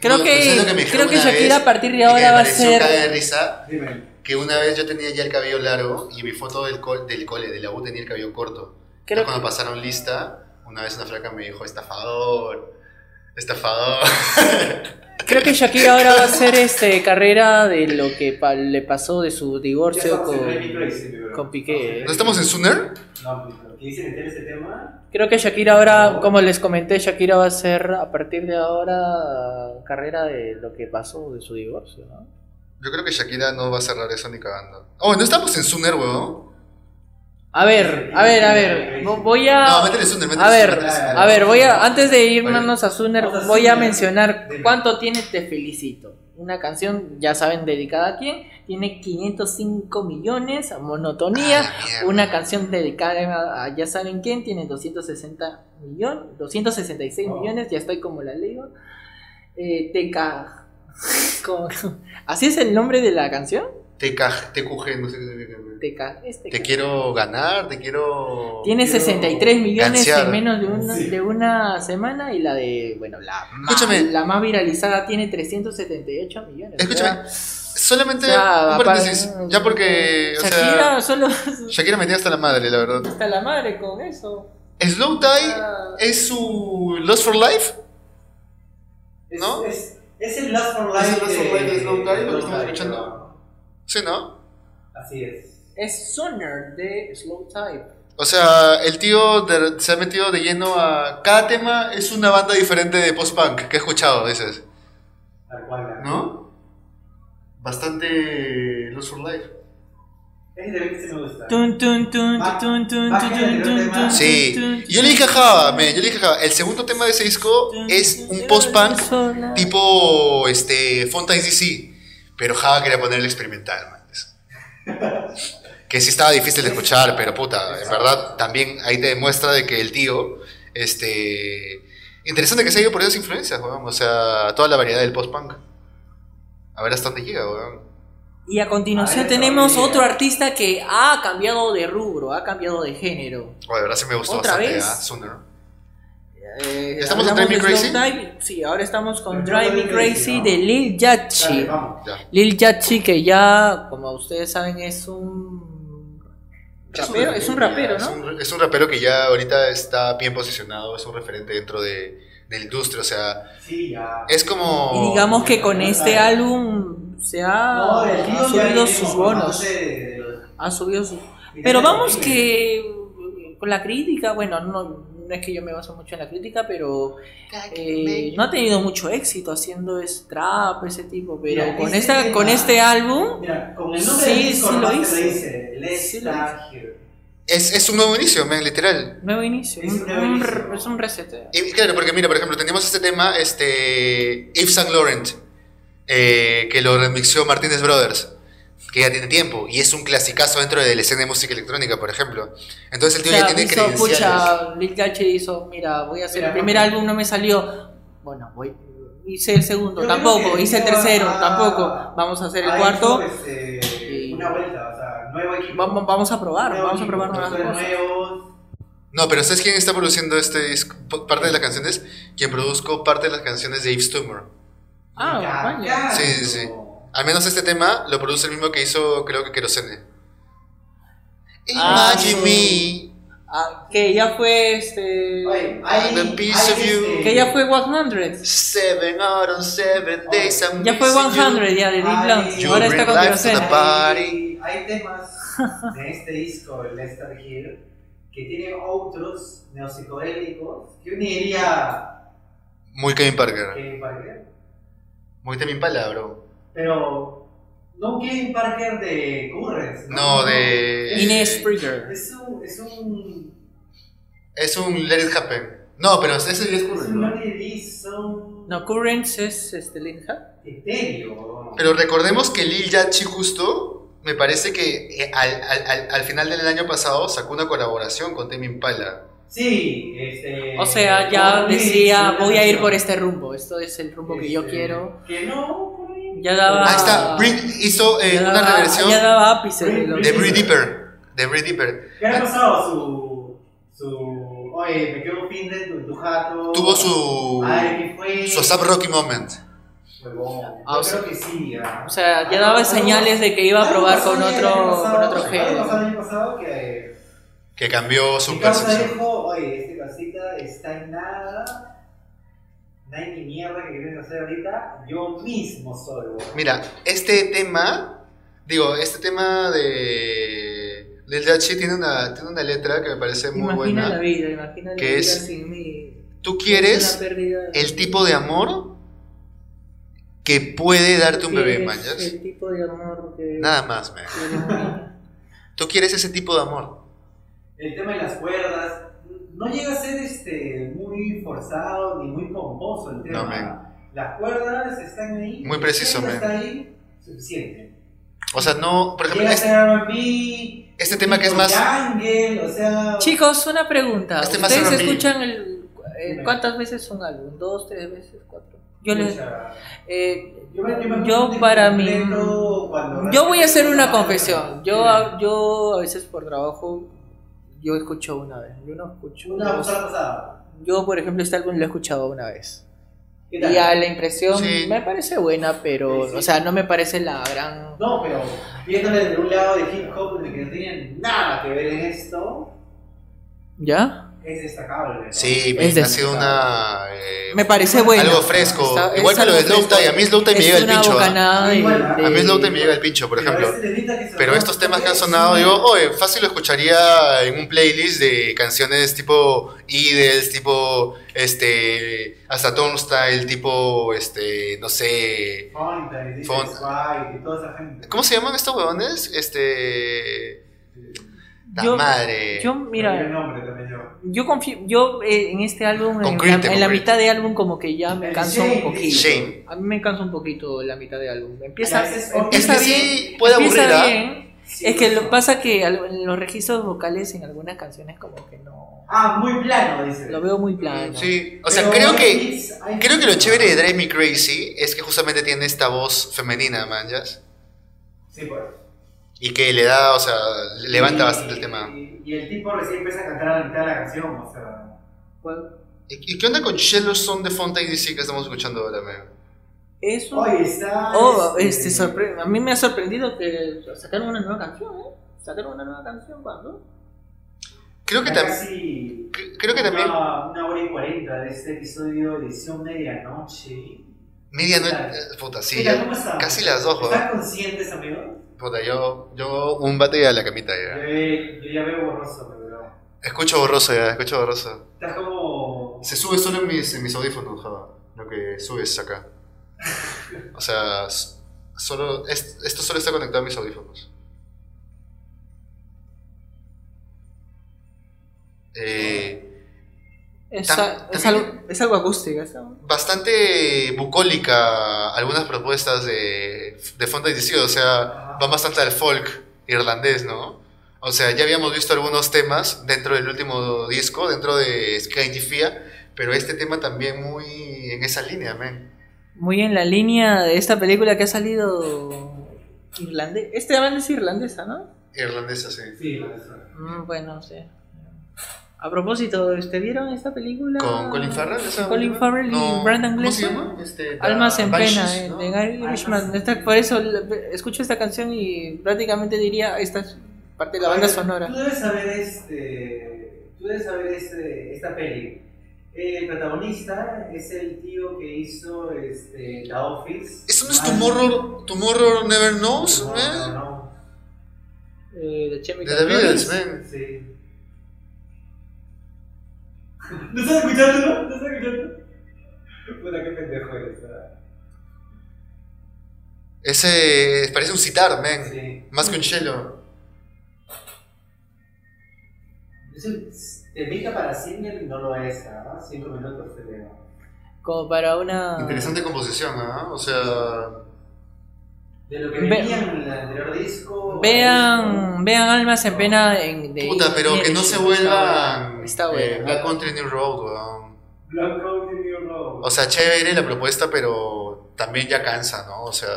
[SPEAKER 2] Creo
[SPEAKER 3] No, pero
[SPEAKER 2] que,
[SPEAKER 3] ¿sabes lo me
[SPEAKER 2] creo
[SPEAKER 3] dijeron
[SPEAKER 2] que
[SPEAKER 3] una
[SPEAKER 2] Shakira
[SPEAKER 3] vez?
[SPEAKER 2] a partir
[SPEAKER 3] Y
[SPEAKER 2] de
[SPEAKER 3] que me
[SPEAKER 2] ahora va a
[SPEAKER 3] pareció caga de
[SPEAKER 2] ser.
[SPEAKER 3] risa
[SPEAKER 1] Dime.
[SPEAKER 3] que una vez yo tenía ya el cabello largo y mi foto del, col- del cole, de la U, tenía el cabello corto.
[SPEAKER 2] Creo
[SPEAKER 3] Entonces, Cuando pasaron lista, una vez una flaca me dijo, estafador, estafador.
[SPEAKER 2] Creo que Shakira ahora va a hacer este, carrera de lo que pa- le pasó de su
[SPEAKER 1] Ya
[SPEAKER 2] divorcio
[SPEAKER 1] estamos
[SPEAKER 2] con,
[SPEAKER 1] en Baby Crazy, pero-
[SPEAKER 2] con Piqué. ¿eh?
[SPEAKER 3] ¿No estamos en Sooner?
[SPEAKER 1] No, pues, lo que dice meter ese tema.
[SPEAKER 2] Creo que Shakira ahora, como les comenté, Shakira va a hacer a partir de ahora carrera de lo que pasó de su divorcio. ¿no?
[SPEAKER 3] Yo creo que Shakira no va a cerrar eso ni cagando. Oh, ¿no estamos en Sooner, huevón?
[SPEAKER 2] A ver, a ver, a ver. vo- Voy
[SPEAKER 3] No,
[SPEAKER 2] a.
[SPEAKER 3] métele Sooner, métele
[SPEAKER 2] A ver,
[SPEAKER 3] Sooner, métele Sooner.
[SPEAKER 2] a ver, voy a. Antes de irnos a Suner,
[SPEAKER 1] Vamos a
[SPEAKER 2] voy a
[SPEAKER 1] Sooner.
[SPEAKER 2] mencionar
[SPEAKER 1] Dime.
[SPEAKER 2] cuánto tiene Te Felicito. Una canción, ya saben, dedicada a quién. Tiene 505 millones a monotonía.
[SPEAKER 3] Ah, la mierda.
[SPEAKER 2] una canción dedicada a, a ya saben quién tiene 260 millones, 266
[SPEAKER 1] Oh.
[SPEAKER 2] millones, ya estoy como la leo. Eh, TK. Como- ¿Así es el nombre de la canción?
[SPEAKER 3] Te ca- te cuje, no sé qué significa.
[SPEAKER 2] TK. es TK.
[SPEAKER 3] Te quiero ganar, te quiero.
[SPEAKER 2] Tiene
[SPEAKER 1] quiero
[SPEAKER 2] 63 millones
[SPEAKER 3] gansear.
[SPEAKER 2] en menos de una,
[SPEAKER 1] Sí.
[SPEAKER 2] de una semana y la de, bueno, la más,
[SPEAKER 3] Escúchame.
[SPEAKER 2] la más viralizada tiene 378 millones.
[SPEAKER 3] Escúchame,
[SPEAKER 2] o sea,
[SPEAKER 3] Solamente
[SPEAKER 2] ya,
[SPEAKER 3] un
[SPEAKER 2] aparte-
[SPEAKER 3] paréntesis. Ya porque. O sea,
[SPEAKER 2] eh, Shakira solo
[SPEAKER 3] Shakira metía hasta la madre, la verdad.
[SPEAKER 2] está la madre con eso.
[SPEAKER 3] Slow Die
[SPEAKER 2] Ah.
[SPEAKER 3] es su Lost for Life.
[SPEAKER 1] Es-
[SPEAKER 3] ¿No?
[SPEAKER 1] Es, es el Last for Life.
[SPEAKER 3] Es el Last for Life de Snow Tide, lo que
[SPEAKER 1] Snow
[SPEAKER 3] estamos
[SPEAKER 1] Tide,
[SPEAKER 3] escuchando. Sí, ¿no?
[SPEAKER 1] Así es.
[SPEAKER 2] Es Sooner de Slow Type.
[SPEAKER 3] O sea, el tío de- se ha metido de lleno a. Cada tema es una banda diferente de post-punk que he escuchado a veces.
[SPEAKER 1] Tal cual.
[SPEAKER 3] ¿No? Bastante Lost for Life.
[SPEAKER 1] Es de que se me gusta.
[SPEAKER 2] Tun, tun, tun,
[SPEAKER 1] Va-
[SPEAKER 2] tun, tun,
[SPEAKER 1] va
[SPEAKER 2] tun,
[SPEAKER 1] generando
[SPEAKER 2] tun,
[SPEAKER 1] tema.
[SPEAKER 2] tun,
[SPEAKER 3] Sí.
[SPEAKER 2] tun, tun,
[SPEAKER 3] Yo le dije a Java, men, yo le dije a Java, el segundo tema de ese disco
[SPEAKER 2] tun,
[SPEAKER 3] es
[SPEAKER 2] tun,
[SPEAKER 3] un post-punk
[SPEAKER 2] sola.
[SPEAKER 3] tipo este Fontaines DC, pero Java quería poner el experimental, man. Es- Que sí estaba difícil de escuchar, pero puta, en verdad también ahí te demuestra de que el tío este interesante que se ha ido por esas influencias, weón, o sea, toda la variedad del post-punk. A ver hasta dónde llega, weón.
[SPEAKER 2] Y a continuación
[SPEAKER 1] A ver,
[SPEAKER 2] tenemos
[SPEAKER 1] todavía.
[SPEAKER 2] otro artista que ha cambiado de rubro, ha cambiado de género.
[SPEAKER 3] O Oh, de verdad sí me gustó
[SPEAKER 2] ¿Otra
[SPEAKER 3] bastante,
[SPEAKER 2] vez?
[SPEAKER 3] ¿ah? Sooner.
[SPEAKER 2] Eh,
[SPEAKER 3] ¿Estamos en
[SPEAKER 2] hablamos
[SPEAKER 3] Drive Me
[SPEAKER 2] de Slow
[SPEAKER 3] Crazy?
[SPEAKER 2] Dive. Sí, ahora estamos con
[SPEAKER 1] Pero
[SPEAKER 2] Drive
[SPEAKER 1] no
[SPEAKER 2] Me
[SPEAKER 1] Drive Me
[SPEAKER 2] Crazy
[SPEAKER 1] Crazy,
[SPEAKER 2] de
[SPEAKER 1] ¿no?
[SPEAKER 2] Lil Yachty.
[SPEAKER 1] Dale, vamos.
[SPEAKER 3] Ya.
[SPEAKER 2] Lil Yachty que ya, como ustedes saben, es un rapero, es un rapero,
[SPEAKER 3] ya,
[SPEAKER 2] ¿no?
[SPEAKER 3] Es un, es un rapero que ya ahorita está bien posicionado, es un referente dentro de, de la industria, o sea,
[SPEAKER 1] Sí, ya.
[SPEAKER 3] es como...
[SPEAKER 2] Y digamos que con este álbum se ha,
[SPEAKER 1] No, el
[SPEAKER 2] Ah, ha
[SPEAKER 1] tío ya
[SPEAKER 2] subido
[SPEAKER 1] viene
[SPEAKER 2] sus
[SPEAKER 1] con
[SPEAKER 2] bonos.
[SPEAKER 1] bastante de los-
[SPEAKER 2] Ha subido sus...
[SPEAKER 1] de
[SPEAKER 2] Pero
[SPEAKER 1] los
[SPEAKER 2] vamos
[SPEAKER 1] niños.
[SPEAKER 2] que mm, con la crítica, bueno, no, no es que yo me baso mucho en la crítica, pero eh, no ha tenido mucho éxito haciendo es- trap, ese tipo, pero
[SPEAKER 1] Mira,
[SPEAKER 2] con,
[SPEAKER 1] este
[SPEAKER 2] esta,
[SPEAKER 1] tema-
[SPEAKER 2] con este álbum...
[SPEAKER 1] Mira, con el nombre
[SPEAKER 2] Sí,
[SPEAKER 1] del disco
[SPEAKER 2] sí lo
[SPEAKER 1] nomás te
[SPEAKER 2] hizo.
[SPEAKER 1] dice. Let's
[SPEAKER 2] Sí lo
[SPEAKER 1] Start Here.
[SPEAKER 3] Es, es un nuevo inicio, man, literal.
[SPEAKER 2] Nuevo inicio,
[SPEAKER 1] Es
[SPEAKER 2] un-
[SPEAKER 1] un nuevo
[SPEAKER 2] un
[SPEAKER 1] inicio.
[SPEAKER 2] re- es un reseteo.
[SPEAKER 3] Y claro, porque mira, por ejemplo, tenemos este tema, este, Yves Saint Laurent, eh, que lo remixió Martínez Brothers, que ya tiene tiempo, y es un clasicazo dentro de la escena de música electrónica, por ejemplo. Entonces el
[SPEAKER 2] O
[SPEAKER 3] tío
[SPEAKER 2] sea,
[SPEAKER 3] ya tiene
[SPEAKER 2] hizo,
[SPEAKER 3] credenciales.
[SPEAKER 2] pucha, Lil Yachty hizo, mira, voy a hacer
[SPEAKER 1] Mira,
[SPEAKER 2] el primer
[SPEAKER 1] no-
[SPEAKER 2] álbum, no me salió. Bueno, voy, hice el segundo,
[SPEAKER 1] Yo creo
[SPEAKER 2] tampoco,
[SPEAKER 1] que
[SPEAKER 2] hice el
[SPEAKER 1] no ah, va-
[SPEAKER 2] tercero, tampoco. Vamos a hacer el
[SPEAKER 1] Ha
[SPEAKER 2] cuarto,
[SPEAKER 1] hecho, este,
[SPEAKER 2] y-
[SPEAKER 1] Una vuelta, o sea, nuevo equipo.
[SPEAKER 2] vamos, vamos a probar,
[SPEAKER 1] nuevo
[SPEAKER 2] vamos a
[SPEAKER 1] equipo,
[SPEAKER 2] probar nuevas
[SPEAKER 1] productores
[SPEAKER 2] cosas.
[SPEAKER 1] nuevos.
[SPEAKER 3] No, pero ¿sabes quién está produciendo este disco? Po- Parte de las canciones. Quien produjo parte de las canciones de Eve Stummer.
[SPEAKER 2] Ah,
[SPEAKER 1] Ya,
[SPEAKER 2] vaya.
[SPEAKER 1] ya,
[SPEAKER 3] Sí, sí, sí.
[SPEAKER 1] no.
[SPEAKER 3] Al menos este tema lo produce el mismo que hizo, creo que Kerosene.
[SPEAKER 2] Ah,
[SPEAKER 3] Imagine
[SPEAKER 2] sí.
[SPEAKER 3] me.
[SPEAKER 2] Ah, que ya fue este.
[SPEAKER 1] Oye, hay,
[SPEAKER 3] And a piece of you.
[SPEAKER 1] este,
[SPEAKER 2] que ya fue 100.
[SPEAKER 3] Seven out of seven days. I'm
[SPEAKER 2] Oh. Ya fue
[SPEAKER 3] missing you.
[SPEAKER 2] 100, ya de Deep
[SPEAKER 1] Ay,
[SPEAKER 2] Blunt.
[SPEAKER 1] you
[SPEAKER 2] Ahora
[SPEAKER 3] bring
[SPEAKER 2] está con
[SPEAKER 3] life to
[SPEAKER 2] Kerosene.
[SPEAKER 3] the party.
[SPEAKER 1] Hay, hay temas de este disco, el Lester Hill, que tiene otros neopsicodélicos que uniría
[SPEAKER 3] Muy Kevin Parker.
[SPEAKER 1] Kevin Parker.
[SPEAKER 3] Muy Temin Pala, bro.
[SPEAKER 1] Pero no un Kevin Parker de Currents.
[SPEAKER 3] No, de.
[SPEAKER 2] Inés Brigger.
[SPEAKER 1] Es un. Es un.
[SPEAKER 3] Es un Let It Happen. No, pero ese es
[SPEAKER 1] Es
[SPEAKER 3] Curry,
[SPEAKER 1] un
[SPEAKER 3] ¿no?
[SPEAKER 1] Madison
[SPEAKER 2] No, Currents es este, Lil Hub.
[SPEAKER 1] etéreo.
[SPEAKER 3] Pero recordemos que Lil Yachty justo, me parece que eh, al, al- al- al final del año pasado sacó una colaboración con Temin Pala.
[SPEAKER 1] Sí, este.
[SPEAKER 2] O sea, ya
[SPEAKER 1] Currents,
[SPEAKER 2] decía,
[SPEAKER 1] una
[SPEAKER 2] voy a ir por
[SPEAKER 1] canción.
[SPEAKER 2] este rumbo. Esto es el rumbo que yo
[SPEAKER 1] Este,
[SPEAKER 2] quiero.
[SPEAKER 1] Que no. por ahí.
[SPEAKER 2] Ya daba-
[SPEAKER 3] Ahí está, Brit hizo
[SPEAKER 2] Ah.
[SPEAKER 3] eh,
[SPEAKER 2] Ya
[SPEAKER 3] una
[SPEAKER 2] daba-
[SPEAKER 3] reversión
[SPEAKER 2] Ya daba ápice de lo
[SPEAKER 3] de
[SPEAKER 1] Brit-
[SPEAKER 3] Brie Deeper. De Brie Deeper.
[SPEAKER 1] ¿Qué ha pasado? Su. Su. Oye, me quedo fin de tu, tu jato.
[SPEAKER 3] Tuvo su.
[SPEAKER 1] Ay, ¿qué fue?
[SPEAKER 3] Su ASAP Rocky Moment.
[SPEAKER 1] Huevón.
[SPEAKER 2] Ah,
[SPEAKER 1] Yo
[SPEAKER 2] o sea-
[SPEAKER 1] creo que sí. ah.
[SPEAKER 2] O sea, ya daba señales de que iba a
[SPEAKER 1] Algo
[SPEAKER 2] probar
[SPEAKER 1] pasó
[SPEAKER 2] con
[SPEAKER 1] el
[SPEAKER 2] otro,
[SPEAKER 1] año pasado,
[SPEAKER 2] con otro
[SPEAKER 1] Algo pasó
[SPEAKER 2] género.
[SPEAKER 1] el año pasado que.
[SPEAKER 3] Que cambió su
[SPEAKER 1] Mi causa
[SPEAKER 3] percepción.
[SPEAKER 1] dijo, oye, este casita está en nada. No hay ni mierda que quieres hacer ahorita. Yo mismo soy, huevón.
[SPEAKER 3] Mira, este tema. Digo, este tema de. Lil Yachty tiene una, tiene una letra que me parece muy
[SPEAKER 2] Imagina la
[SPEAKER 3] buena.
[SPEAKER 2] vida, imagina la
[SPEAKER 3] que
[SPEAKER 2] vida
[SPEAKER 3] es-
[SPEAKER 2] sin mí.
[SPEAKER 3] Tú
[SPEAKER 2] Una
[SPEAKER 3] quieres
[SPEAKER 2] pérdida.
[SPEAKER 3] el tipo de amor que puede darte un bebé,
[SPEAKER 2] Eres
[SPEAKER 3] mañas.
[SPEAKER 2] El tipo de amor que.
[SPEAKER 3] Nada más, man. Tú quieres ese tipo de amor.
[SPEAKER 1] El tema de las cuerdas. No llega a ser este muy forzado ni muy pomposo el tema.
[SPEAKER 3] No, men.
[SPEAKER 1] las cuerdas están ahí.
[SPEAKER 3] Muy preciso,
[SPEAKER 1] el tema
[SPEAKER 3] men.
[SPEAKER 1] Está ahí, suficiente.
[SPEAKER 3] O sea, no, por ejemplo,
[SPEAKER 1] Llega a
[SPEAKER 3] este,
[SPEAKER 1] ser R&B,
[SPEAKER 3] este tema que es
[SPEAKER 1] tipo
[SPEAKER 3] más...
[SPEAKER 1] jungle, o sea...
[SPEAKER 2] Chicos, una pregunta.
[SPEAKER 3] Este más
[SPEAKER 2] ¿Ustedes
[SPEAKER 3] R&B.
[SPEAKER 2] escuchan el, eh,
[SPEAKER 1] Dime.
[SPEAKER 2] cuántas veces un álbum? ¿Dos, tres veces, cuatro? Yo les...
[SPEAKER 1] Pucha,
[SPEAKER 2] eh,
[SPEAKER 1] yo me- yo me-
[SPEAKER 2] yo para mí-
[SPEAKER 1] completo cuando-
[SPEAKER 2] yo voy a hacer una confesión. Yo,
[SPEAKER 1] Dime.
[SPEAKER 2] a- yo a veces por trabajo, yo escucho una vez. Yo no escucho...
[SPEAKER 1] Una
[SPEAKER 2] dos.
[SPEAKER 1] sola pasada.
[SPEAKER 2] Yo, por ejemplo, este álbum lo he escuchado una vez.
[SPEAKER 1] ¿Qué tal?
[SPEAKER 2] Y a la impresión
[SPEAKER 3] Sí.
[SPEAKER 2] me parece buena, pero,
[SPEAKER 1] Sí, sí.
[SPEAKER 2] o sea, no me parece la gran...
[SPEAKER 1] No, pero viéndole desde un lado de hip hop de que no tiene nada que ver en esto,
[SPEAKER 2] ¿Ya?
[SPEAKER 1] es destacable. ¿no?
[SPEAKER 3] Sí,
[SPEAKER 2] Es
[SPEAKER 3] ha
[SPEAKER 2] de-
[SPEAKER 3] sido una... eh,
[SPEAKER 2] Me parece buena.
[SPEAKER 3] algo fresco.
[SPEAKER 2] Está- es
[SPEAKER 3] Igual que lo de
[SPEAKER 2] algo
[SPEAKER 3] Slow
[SPEAKER 2] fresco.
[SPEAKER 3] Tie. A mí Slow Tie me
[SPEAKER 2] Es
[SPEAKER 3] llega el
[SPEAKER 2] una
[SPEAKER 3] pincho. ¿ah?
[SPEAKER 2] bocanada de-
[SPEAKER 1] Igual,
[SPEAKER 3] A mí
[SPEAKER 2] de-
[SPEAKER 3] Slow Time me llega el pincho, por
[SPEAKER 1] Pero
[SPEAKER 3] ejemplo.
[SPEAKER 1] este temita que sonó-
[SPEAKER 3] Pero estos temas que han sonado, digo, oye, fácil lo escucharía en un playlist de canciones tipo Idols, tipo, este, hasta Turnstile, tipo, este, no sé,
[SPEAKER 1] Fonda, y
[SPEAKER 3] Fonda.
[SPEAKER 1] Dick White, y toda esa gente.
[SPEAKER 3] ¿cómo se llaman estos huevones? Este, la
[SPEAKER 2] Yo-
[SPEAKER 3] madre.
[SPEAKER 2] Yo,
[SPEAKER 1] Pero el
[SPEAKER 2] mira,
[SPEAKER 1] nombre también yo.
[SPEAKER 2] yo confío, yo eh, en este álbum, en,
[SPEAKER 3] Concrete,
[SPEAKER 2] la- en la
[SPEAKER 3] concrete.
[SPEAKER 2] mitad de álbum como que ya Ah, me
[SPEAKER 1] El
[SPEAKER 2] canso
[SPEAKER 1] Shame,
[SPEAKER 2] un poquito.
[SPEAKER 3] Shame.
[SPEAKER 2] A mí me cansa un poquito la mitad de álbum.
[SPEAKER 1] A
[SPEAKER 2] Empieza,
[SPEAKER 1] veces-
[SPEAKER 3] es
[SPEAKER 2] empieza
[SPEAKER 3] que
[SPEAKER 2] bien,
[SPEAKER 3] sí puede aburrir,
[SPEAKER 2] empieza
[SPEAKER 3] ¿ah?
[SPEAKER 2] bien.
[SPEAKER 1] Sí,
[SPEAKER 2] es que
[SPEAKER 1] sí.
[SPEAKER 2] lo pasa que al- en los registros vocales en algunas canciones como que no
[SPEAKER 1] Ah, muy plano, dice.
[SPEAKER 2] lo veo muy plano.
[SPEAKER 3] Sí, o sea,
[SPEAKER 1] Pero
[SPEAKER 3] creo
[SPEAKER 1] hay
[SPEAKER 3] que,
[SPEAKER 1] hits, hay
[SPEAKER 3] creo que
[SPEAKER 1] hits.
[SPEAKER 3] lo chévere de Drive Me Crazy es que justamente tiene esta voz femenina, man, ¿ya?
[SPEAKER 1] Sí, pues.
[SPEAKER 3] Y que le da, o sea, levanta
[SPEAKER 1] Y-
[SPEAKER 3] bastante el tema.
[SPEAKER 1] Y, y el tipo recién empieza a cantar a la mitad de la canción, o sea.
[SPEAKER 2] Bueno,
[SPEAKER 3] ¿Y y qué onda con Shellos Son de Fontaine DC que estamos escuchando ahora, man?
[SPEAKER 2] Eso
[SPEAKER 1] Oye, está. eh,
[SPEAKER 2] Oh, este, sorpre- a mí me ha sorprendido que sacaron una nueva canción, ¿eh? Sacaron una nueva canción cuando.
[SPEAKER 3] Creo que
[SPEAKER 1] ya
[SPEAKER 3] también...
[SPEAKER 1] casi-
[SPEAKER 3] Cre- Creo que también
[SPEAKER 1] Una, una hora y cuarenta de este episodio, edición medianoche.
[SPEAKER 3] medianoche, eh, puta, sí,
[SPEAKER 1] Mira,
[SPEAKER 3] ya
[SPEAKER 1] ¿cómo están?
[SPEAKER 3] casi las dos,
[SPEAKER 1] ¿Están conscientes, amigos?
[SPEAKER 3] weón. puta, yo, yo un bate y a la camita
[SPEAKER 1] Yo,
[SPEAKER 3] ya.
[SPEAKER 1] ve- yo ya veo borroso, pero no.
[SPEAKER 3] Escucho borroso ya, escucho borroso.
[SPEAKER 1] Estás como.
[SPEAKER 3] Se sube solo en mis, en mis audífonos, Java, lo que subes acá. O sea, s- solo, es- esto solo está conectado a mis audífonos. Eh,
[SPEAKER 2] Es,
[SPEAKER 3] Tam-
[SPEAKER 2] a- es
[SPEAKER 3] también-
[SPEAKER 2] algo, es algo acústico. es algo-
[SPEAKER 3] bastante bucólica algunas propuestas de, de Fonda y DC, o sea,
[SPEAKER 1] Ajá.
[SPEAKER 3] va bastante al folk irlandés, ¿no? O sea, ya habíamos visto algunos temas dentro del último disco, dentro de Skytifia, pero este tema también muy en esa línea, men.
[SPEAKER 2] Muy en la línea de esta película que ha salido irlandés. Este banda es irlandesa, ¿no?
[SPEAKER 3] Irlandesa, sí.
[SPEAKER 1] Sí, la persona.
[SPEAKER 2] Mm, bueno, sí. A propósito, ¿ustedes vieron esta película?
[SPEAKER 3] ¿Con Colin Farrell? esa
[SPEAKER 2] Colin
[SPEAKER 3] última?
[SPEAKER 2] Farrell y Brandon Gleeson.
[SPEAKER 3] ¿Cómo se llama? Este, la-
[SPEAKER 2] Almas en
[SPEAKER 3] Banshees,
[SPEAKER 2] pena eh,
[SPEAKER 3] ¿no?
[SPEAKER 2] de Gary
[SPEAKER 1] Almas
[SPEAKER 2] Richman.
[SPEAKER 1] en
[SPEAKER 2] Esta-
[SPEAKER 1] pena.
[SPEAKER 2] por eso la- escucho esta canción y prácticamente diría "Ah, esta es parte de la banda
[SPEAKER 1] Oye,
[SPEAKER 2] sonora.
[SPEAKER 1] Tú debes saber este. Tú debes saber este, esta peli. Eh, El protagonista es el tío que hizo este, The Office.
[SPEAKER 3] ¿Eso no es
[SPEAKER 1] Ah,
[SPEAKER 3] Tomorrow, Tomorrow Never Knows,
[SPEAKER 1] No, no,
[SPEAKER 3] men?
[SPEAKER 1] no.
[SPEAKER 2] Eh, de Chemical
[SPEAKER 3] De The Beatles,
[SPEAKER 2] Brothers.
[SPEAKER 3] men.
[SPEAKER 1] Sí. ¿No estás escuchando? ¿No estás escuchando? Puta, qué pendejo eres. ¿verdad?
[SPEAKER 3] Ese parece un citar, men.
[SPEAKER 1] Sí.
[SPEAKER 3] Más que un cello.
[SPEAKER 1] Es un temita para single no lo es, ¿ah? Cinco minutos se le
[SPEAKER 2] Como para una.
[SPEAKER 3] Interesante composición, ¿ah? O sea...
[SPEAKER 1] De lo que
[SPEAKER 2] Ve-
[SPEAKER 1] venía en el anterior disco.
[SPEAKER 2] Vean, vean Almas en Pena en, de.
[SPEAKER 3] Puta, pero que no se vuelvan
[SPEAKER 2] Está
[SPEAKER 3] eh,
[SPEAKER 2] bueno.
[SPEAKER 3] Black Country New Road, weón.
[SPEAKER 1] Blanco de New Road.
[SPEAKER 3] O sea, chévere la propuesta, pero también ya cansa, ¿no? O sea,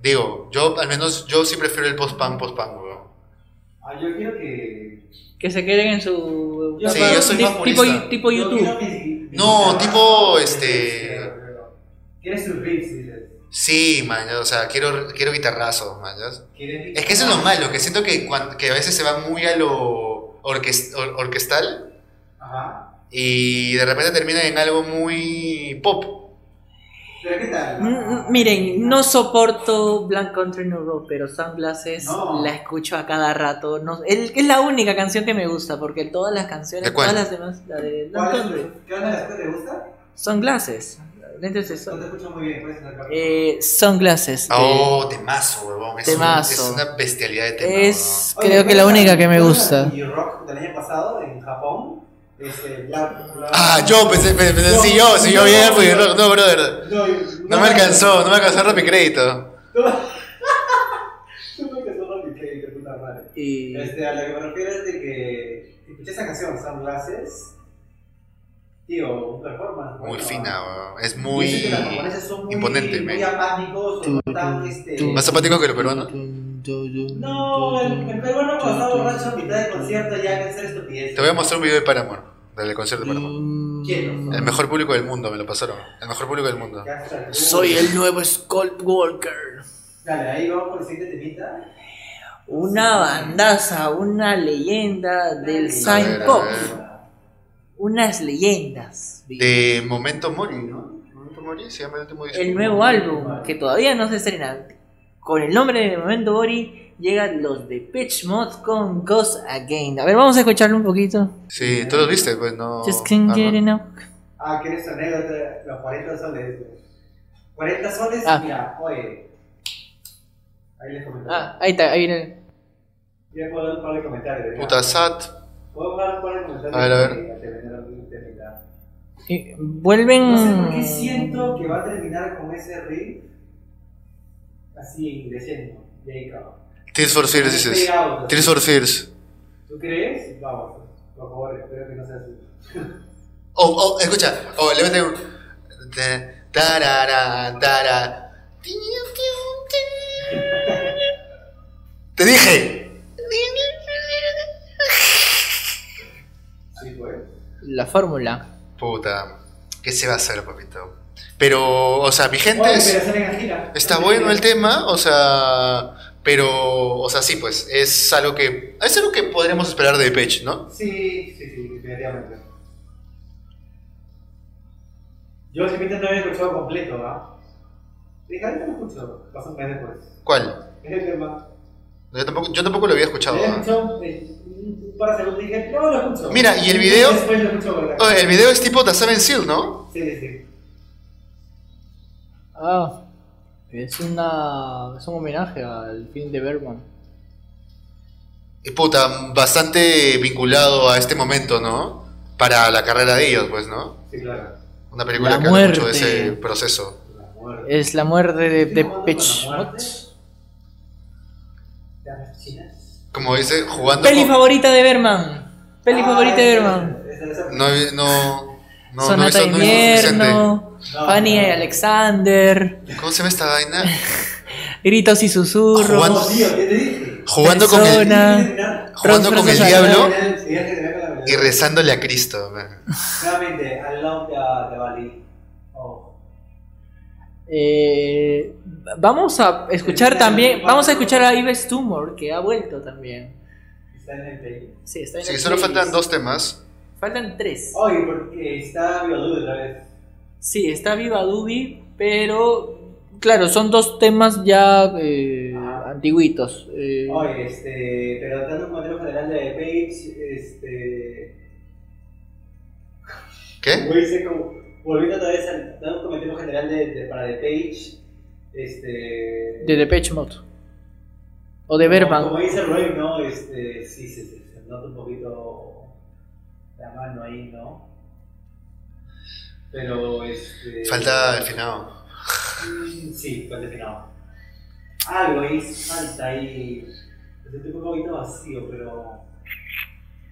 [SPEAKER 3] digo, yo al menos yo sí prefiero el post-punk, post-punk, weón.
[SPEAKER 1] Ah, yo quiero que.
[SPEAKER 2] Que se queden en su.
[SPEAKER 1] Sí,
[SPEAKER 2] etapa-
[SPEAKER 1] yo soy
[SPEAKER 2] ti-
[SPEAKER 3] más
[SPEAKER 2] tipo,
[SPEAKER 3] purista.
[SPEAKER 2] tipo
[SPEAKER 1] yo
[SPEAKER 2] YouTube.
[SPEAKER 1] quiero mis- mis
[SPEAKER 3] No,
[SPEAKER 1] guitarras.
[SPEAKER 3] tipo, este-
[SPEAKER 1] Quieres sus riffs, dices.
[SPEAKER 3] Sí, man, ya, o sea, quiero, quiero guitarrazos, man. ya.
[SPEAKER 1] ¿Quieres
[SPEAKER 3] Es que eso es lo malo, que siento que, cuan- que a veces se va muy a lo orques- or- orquestal
[SPEAKER 1] Ajá.
[SPEAKER 3] y de repente termina en algo muy pop.
[SPEAKER 1] Pero ¿qué tal?
[SPEAKER 2] Mm, mm, Miren, no soporto Black Country New Road, pero Sunglasses
[SPEAKER 1] No.
[SPEAKER 2] la escucho a cada rato. No, el- es la única canción que me gusta, porque todas las canciones,
[SPEAKER 3] ¿De cuál?
[SPEAKER 2] todas las demás, la de Black
[SPEAKER 1] ¿Cuál es
[SPEAKER 2] Country,
[SPEAKER 1] tu- ¿Qué onda? ¿La escuela te gusta?
[SPEAKER 2] Sunglasses. Lentes de
[SPEAKER 1] No te
[SPEAKER 2] sol.
[SPEAKER 1] escucho muy bien, pues, puedes sacar.
[SPEAKER 2] Eh, sunglasses. de-
[SPEAKER 3] Oh, temazo, weón. Es, un-
[SPEAKER 2] Temazo.
[SPEAKER 3] es una bestialidad de tema. weón.
[SPEAKER 2] Eh, es
[SPEAKER 1] Oye,
[SPEAKER 2] creo que
[SPEAKER 1] ¿cuál
[SPEAKER 2] la
[SPEAKER 1] es
[SPEAKER 2] única que me
[SPEAKER 1] cuál es
[SPEAKER 2] gusta.
[SPEAKER 1] Y rock del año pasado en Japón. Este, Black, Black-
[SPEAKER 3] Ah, yo pensé, pensé, pensé-
[SPEAKER 1] No,
[SPEAKER 3] sí, yo, sí, yo
[SPEAKER 1] no,
[SPEAKER 3] bien,
[SPEAKER 1] no,
[SPEAKER 3] pues,
[SPEAKER 1] no.
[SPEAKER 3] no, no, brother.
[SPEAKER 1] No,
[SPEAKER 3] No me alcanzó, no me alcanzó mi crédito.
[SPEAKER 1] No, no, madre.
[SPEAKER 2] Y
[SPEAKER 1] Este, a lo que me refiero es de que escuché esa canción, Sunglasses. Tío, un performance.
[SPEAKER 3] Muy
[SPEAKER 1] bueno,
[SPEAKER 3] fina, weón. es
[SPEAKER 1] ¿no? Y eso que los
[SPEAKER 3] muy...
[SPEAKER 1] japoneses son muy,
[SPEAKER 3] imponente,
[SPEAKER 1] muy
[SPEAKER 3] man.
[SPEAKER 1] apáticos, o tan, este...
[SPEAKER 3] Más apático que lo peruano.
[SPEAKER 1] No, el, el peruano cuando está borracho a mitad de concierto ya que hacer estupidez.
[SPEAKER 3] Te voy a mostrar un video de Paramore, del concierto de Paramore.
[SPEAKER 1] Quiero.
[SPEAKER 3] El mejor público del mundo, me lo pasaron. El mejor público del mundo.
[SPEAKER 1] Ya está.
[SPEAKER 2] Soy el nuevo Scott Walker.
[SPEAKER 1] Dale, ahí vamos por el siguiente temita.
[SPEAKER 2] Una bandaza, una leyenda del
[SPEAKER 3] A ver,
[SPEAKER 2] Sign
[SPEAKER 3] a
[SPEAKER 2] Pop.
[SPEAKER 3] ver.
[SPEAKER 2] Unas leyendas.
[SPEAKER 3] De Momento Mori, ¿no? Momento Mori se llama el último disco.
[SPEAKER 2] El nuevo álbum, que todavía no se estrena, con el nombre de Momento Bori, llegan los de Pitch Mod con Ghost Again. A ver, vamos a escucharlo un poquito.
[SPEAKER 3] Sí, tú lo viste, pues no.
[SPEAKER 2] Just can't
[SPEAKER 3] Ah,
[SPEAKER 2] get
[SPEAKER 3] no.
[SPEAKER 2] enough.
[SPEAKER 1] Ah, ¿quieres anécdota? Los 40 soles. 40 soles,
[SPEAKER 2] Ah.
[SPEAKER 1] mira, oye. Ahí les comento.
[SPEAKER 2] Ah, ahí está, ahí viene.
[SPEAKER 1] Ya puedo dar un par de comentarios. ya.
[SPEAKER 3] Puta sat.
[SPEAKER 1] Puedo dar un par de comentarios.
[SPEAKER 3] A ver, a ver.
[SPEAKER 1] que te vendrán un temita.
[SPEAKER 2] Eh, Vuelven.
[SPEAKER 1] No sé por
[SPEAKER 2] Mm.
[SPEAKER 1] qué siento que va a terminar con ese riff así, creciendo. Y ahí cabrón.
[SPEAKER 3] Tears for Fears dices.
[SPEAKER 1] Pegado,
[SPEAKER 3] Tears for Fears.
[SPEAKER 1] ¿Tú crees? Vamos, por favor, espero que no sea así.
[SPEAKER 3] Oh, oh, escucha. Oh, le mete un. Ta- Tarara, tara. Te dije.
[SPEAKER 1] Sí, pues.
[SPEAKER 2] La fórmula.
[SPEAKER 3] Puta. ¿Qué se va a hacer, papito? Pero, o sea, mi gente
[SPEAKER 1] Oye,
[SPEAKER 3] es-
[SPEAKER 1] pero salen a gira.
[SPEAKER 3] Está bueno el tema, o sea, pero, o sea, sí, pues, es algo que, es algo que podríamos esperar de Pech, ¿no?
[SPEAKER 1] Sí, sí, sí, definitivamente. Yo simplemente no había escuchado completo, ¿ah? Dije, ahorita lo escucho, pasa un mes después.
[SPEAKER 3] ¿Cuál?
[SPEAKER 1] Es el tema.
[SPEAKER 3] Yo tampoco, yo tampoco lo había
[SPEAKER 1] Yo
[SPEAKER 3] escuchado.
[SPEAKER 1] había
[SPEAKER 3] ¿ah?
[SPEAKER 1] escuchado eh, un par de segundos y dije, no, lo escucho.
[SPEAKER 3] Mira, ¿y el video?
[SPEAKER 1] Después lo escucho, ¿verdad?
[SPEAKER 3] Oh, el video es tipo The Seven Seal, ¿no?
[SPEAKER 1] Sí, sí, sí.
[SPEAKER 2] Ah, es una. Es un homenaje al film de Bergman.
[SPEAKER 3] Y puta, bastante vinculado a este momento, ¿no? Para la carrera de ellos, pues, ¿no?
[SPEAKER 1] Sí, claro.
[SPEAKER 3] Una película
[SPEAKER 2] La
[SPEAKER 3] que habla mucho de
[SPEAKER 2] muerte.
[SPEAKER 3] ese proceso.
[SPEAKER 1] La muerte.
[SPEAKER 2] Es la muerte de, de
[SPEAKER 1] ¿Estoy jugando
[SPEAKER 2] Pitch
[SPEAKER 1] con la muerte?
[SPEAKER 2] Mod.
[SPEAKER 1] Las chinas.
[SPEAKER 3] Como dice, jugando
[SPEAKER 2] Peli
[SPEAKER 3] con...
[SPEAKER 2] favorita de Berman. Peli
[SPEAKER 1] Ah,
[SPEAKER 2] favorita de
[SPEAKER 1] esa,
[SPEAKER 2] Berman.
[SPEAKER 1] esa, esa.
[SPEAKER 3] No, no, no, no,
[SPEAKER 2] Sonata
[SPEAKER 3] eso
[SPEAKER 2] de
[SPEAKER 3] no es suficiente.
[SPEAKER 2] invierno.
[SPEAKER 1] No,
[SPEAKER 2] Fanny
[SPEAKER 1] no.
[SPEAKER 2] y Alexander.
[SPEAKER 3] ¿Cómo se llama esta vaina?
[SPEAKER 2] Gritos y susurros.
[SPEAKER 3] Jugando-
[SPEAKER 1] No, tío, ¿qué te dije?
[SPEAKER 3] Jugando con el,
[SPEAKER 1] Una...
[SPEAKER 3] jugando con el
[SPEAKER 2] Frases
[SPEAKER 3] diablo y
[SPEAKER 1] Y
[SPEAKER 3] rezándole a Cristo. man.
[SPEAKER 1] Nuevamente, I love the, the valley. Oh.
[SPEAKER 2] Eh, vamos a escuchar también. Vamos a escuchar a Ives Tumor, que ha vuelto también.
[SPEAKER 1] Está en el play.
[SPEAKER 2] Sí, está en
[SPEAKER 3] Sí,
[SPEAKER 2] el
[SPEAKER 3] solo
[SPEAKER 2] playlist.
[SPEAKER 3] faltan dos temas.
[SPEAKER 2] Faltan tres.
[SPEAKER 1] Oye, porque está Biodú otra vez.
[SPEAKER 2] Sí, está viva Dubi, pero. Claro, son dos temas ya eh,
[SPEAKER 1] Ajá.
[SPEAKER 2] antiguitos. eh,
[SPEAKER 1] Oye, este. Pero dando un modelo general de Page, este.
[SPEAKER 3] ¿Qué?
[SPEAKER 1] Voy a decir como. Volviendo otra vez al. Dando un comentario general de, de- para The Page. Este.
[SPEAKER 2] de Depeche Mode. O de Berman.
[SPEAKER 1] Como dice Roy, ¿no? Este. Sí, se, se, se nota un poquito. La mano ahí, ¿no? Pero este.
[SPEAKER 3] Falta el finado.
[SPEAKER 1] Mm, Sí, fue definado. Algo ahí falta ahí. pues, Lo sentí un poquito vacío, pero.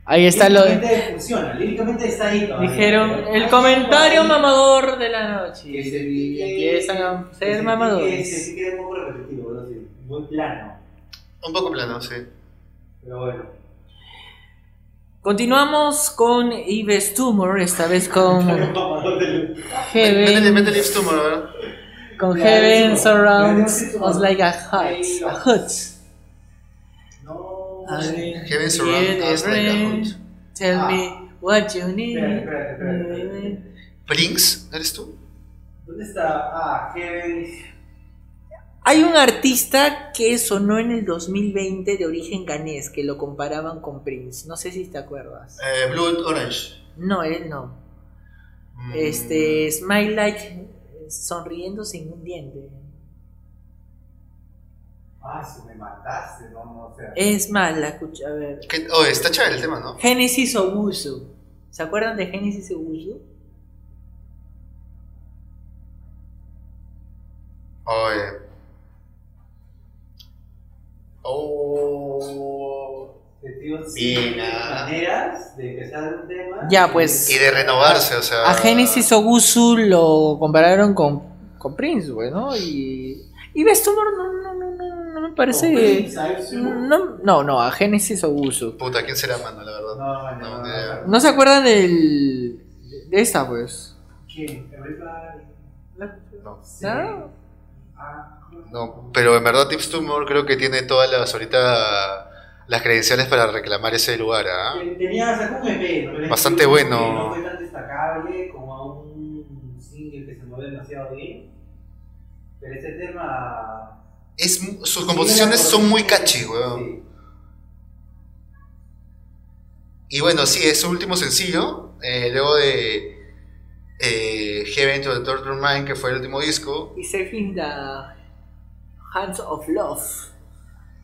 [SPEAKER 2] Ahí está lo de.
[SPEAKER 1] Líricamente funciona, líricamente está ahí todavía.
[SPEAKER 2] Dijeron,
[SPEAKER 1] pero-
[SPEAKER 2] el comentario
[SPEAKER 1] Ahí-
[SPEAKER 2] mamador de la noche.
[SPEAKER 1] Que se
[SPEAKER 2] Y
[SPEAKER 1] pique,
[SPEAKER 2] empiezan a
[SPEAKER 1] que se
[SPEAKER 2] ser
[SPEAKER 1] pique, que
[SPEAKER 2] mamadores.
[SPEAKER 1] Sí, queda un poco repetitivo, pero sí, muy plano.
[SPEAKER 3] Un poco plano, sí.
[SPEAKER 1] Pero bueno.
[SPEAKER 2] Continuamos con Ives Tumor, esta vez con
[SPEAKER 3] Métele,
[SPEAKER 2] Heaven,
[SPEAKER 3] métele Lips Tumor, ¿verdad?
[SPEAKER 2] con
[SPEAKER 1] Ya,
[SPEAKER 2] Heaven
[SPEAKER 1] Tumor. Ya,
[SPEAKER 2] Surrounds
[SPEAKER 1] Tumor.
[SPEAKER 2] Us Like a
[SPEAKER 1] Ahí
[SPEAKER 2] Hut. A
[SPEAKER 1] vamos.
[SPEAKER 2] hut.
[SPEAKER 1] No.
[SPEAKER 3] Heaven Surrounds Us Like a Hut.
[SPEAKER 2] Tell
[SPEAKER 1] Ah.
[SPEAKER 2] me what you need.
[SPEAKER 1] Espera, espera, espera, espera.
[SPEAKER 3] ¿Brinks? ¿Eres tú?
[SPEAKER 1] ¿Dónde está? Ah, Heaven.
[SPEAKER 2] Hay un artista que sonó en el 2020 de origen ganés, que lo comparaban con Prince. No sé si te acuerdas.
[SPEAKER 3] Eh, Blue Orange.
[SPEAKER 2] No, él no.
[SPEAKER 3] Mm,
[SPEAKER 2] Este, Smile Like sonriendo sin un diente.
[SPEAKER 1] Ah, si me mataste, no, no, o sea.
[SPEAKER 2] Es más, la escucha, a ver.
[SPEAKER 3] ¿qué- Oh, está chévere el tema, ¿no?
[SPEAKER 2] Genesis Obusu. ¿Se acuerdan de Genesis Obusu?
[SPEAKER 3] Oh, eh. Oh.
[SPEAKER 1] De tíos,
[SPEAKER 3] Bien, ah.
[SPEAKER 1] maneras de empezar un tema.
[SPEAKER 2] Ya, pues.
[SPEAKER 3] Y de renovarse, o sea.
[SPEAKER 2] A Genesis Ogusu lo compararon con, con Prince, güey, ¿no? Y, y Bestumor no, no, no, no, no me parece...
[SPEAKER 1] ¿Sabes?
[SPEAKER 2] No, no, no, a Genesis Ogusu.
[SPEAKER 3] Puta, ¿quién será mano, la verdad?
[SPEAKER 1] No,
[SPEAKER 3] No,
[SPEAKER 1] no,
[SPEAKER 3] ni idea.
[SPEAKER 1] no.
[SPEAKER 2] ¿No se acuerdan del... de esta, pues?
[SPEAKER 1] ¿Quién? Everybody.
[SPEAKER 3] No.
[SPEAKER 1] Sí.
[SPEAKER 2] ¿No?
[SPEAKER 1] Ah,
[SPEAKER 3] No, pero en verdad Tips Tumor creo que tiene todas las ahorita las credenciales para reclamar ese lugar, ¿ah?
[SPEAKER 1] Tenía, sacó un EP, ¿no? Pero es
[SPEAKER 3] Bastante
[SPEAKER 1] que
[SPEAKER 3] bueno.
[SPEAKER 1] No fue tan destacable como a un single que se movió demasiado bien. Pero este tema.
[SPEAKER 3] Es, mu- sus composiciones son muy catchy, weón.
[SPEAKER 1] Sí.
[SPEAKER 3] Y bueno, sí, es su último sencillo, eh, luego de eh, Heaven to the Torture Mind, que fue el último disco.
[SPEAKER 2] Y Safe in the Hands of Love.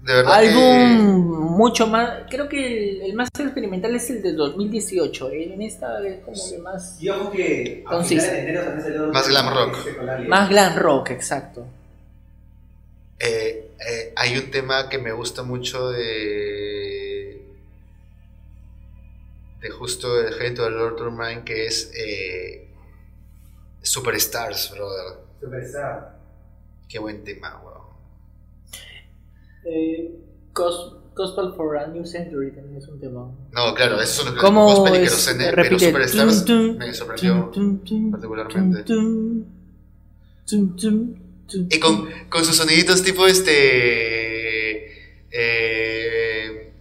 [SPEAKER 3] De verdad que...
[SPEAKER 2] Álbum mucho más... Creo que el, el más experimental es el de 2018. ¿eh? En esta es como que más...
[SPEAKER 1] Y ojo que. A
[SPEAKER 2] Conciso.
[SPEAKER 1] finales de enero también salió otro
[SPEAKER 3] Más glam
[SPEAKER 1] tema
[SPEAKER 3] rock.
[SPEAKER 1] que se colaba bien.
[SPEAKER 2] Más glam rock, exacto.
[SPEAKER 3] Eh, eh, hay un tema que me gusta mucho de. de justo el Hate del Lord Mind que es. eh, Superstars, brother.
[SPEAKER 1] Super sad.
[SPEAKER 3] Qué buen tema, weón.
[SPEAKER 2] Eh, Gos- Gospel for a New Century también es un tema.
[SPEAKER 3] No, claro, eso es lo que
[SPEAKER 2] ¿Cómo
[SPEAKER 3] gospel y
[SPEAKER 2] es?
[SPEAKER 3] querosene, pero
[SPEAKER 2] Repite.
[SPEAKER 3] Superstars
[SPEAKER 2] Tum, tum,
[SPEAKER 3] me sorprendió particularmente. Y
[SPEAKER 2] Eh,
[SPEAKER 3] con, con sus soniditos tipo este. eh,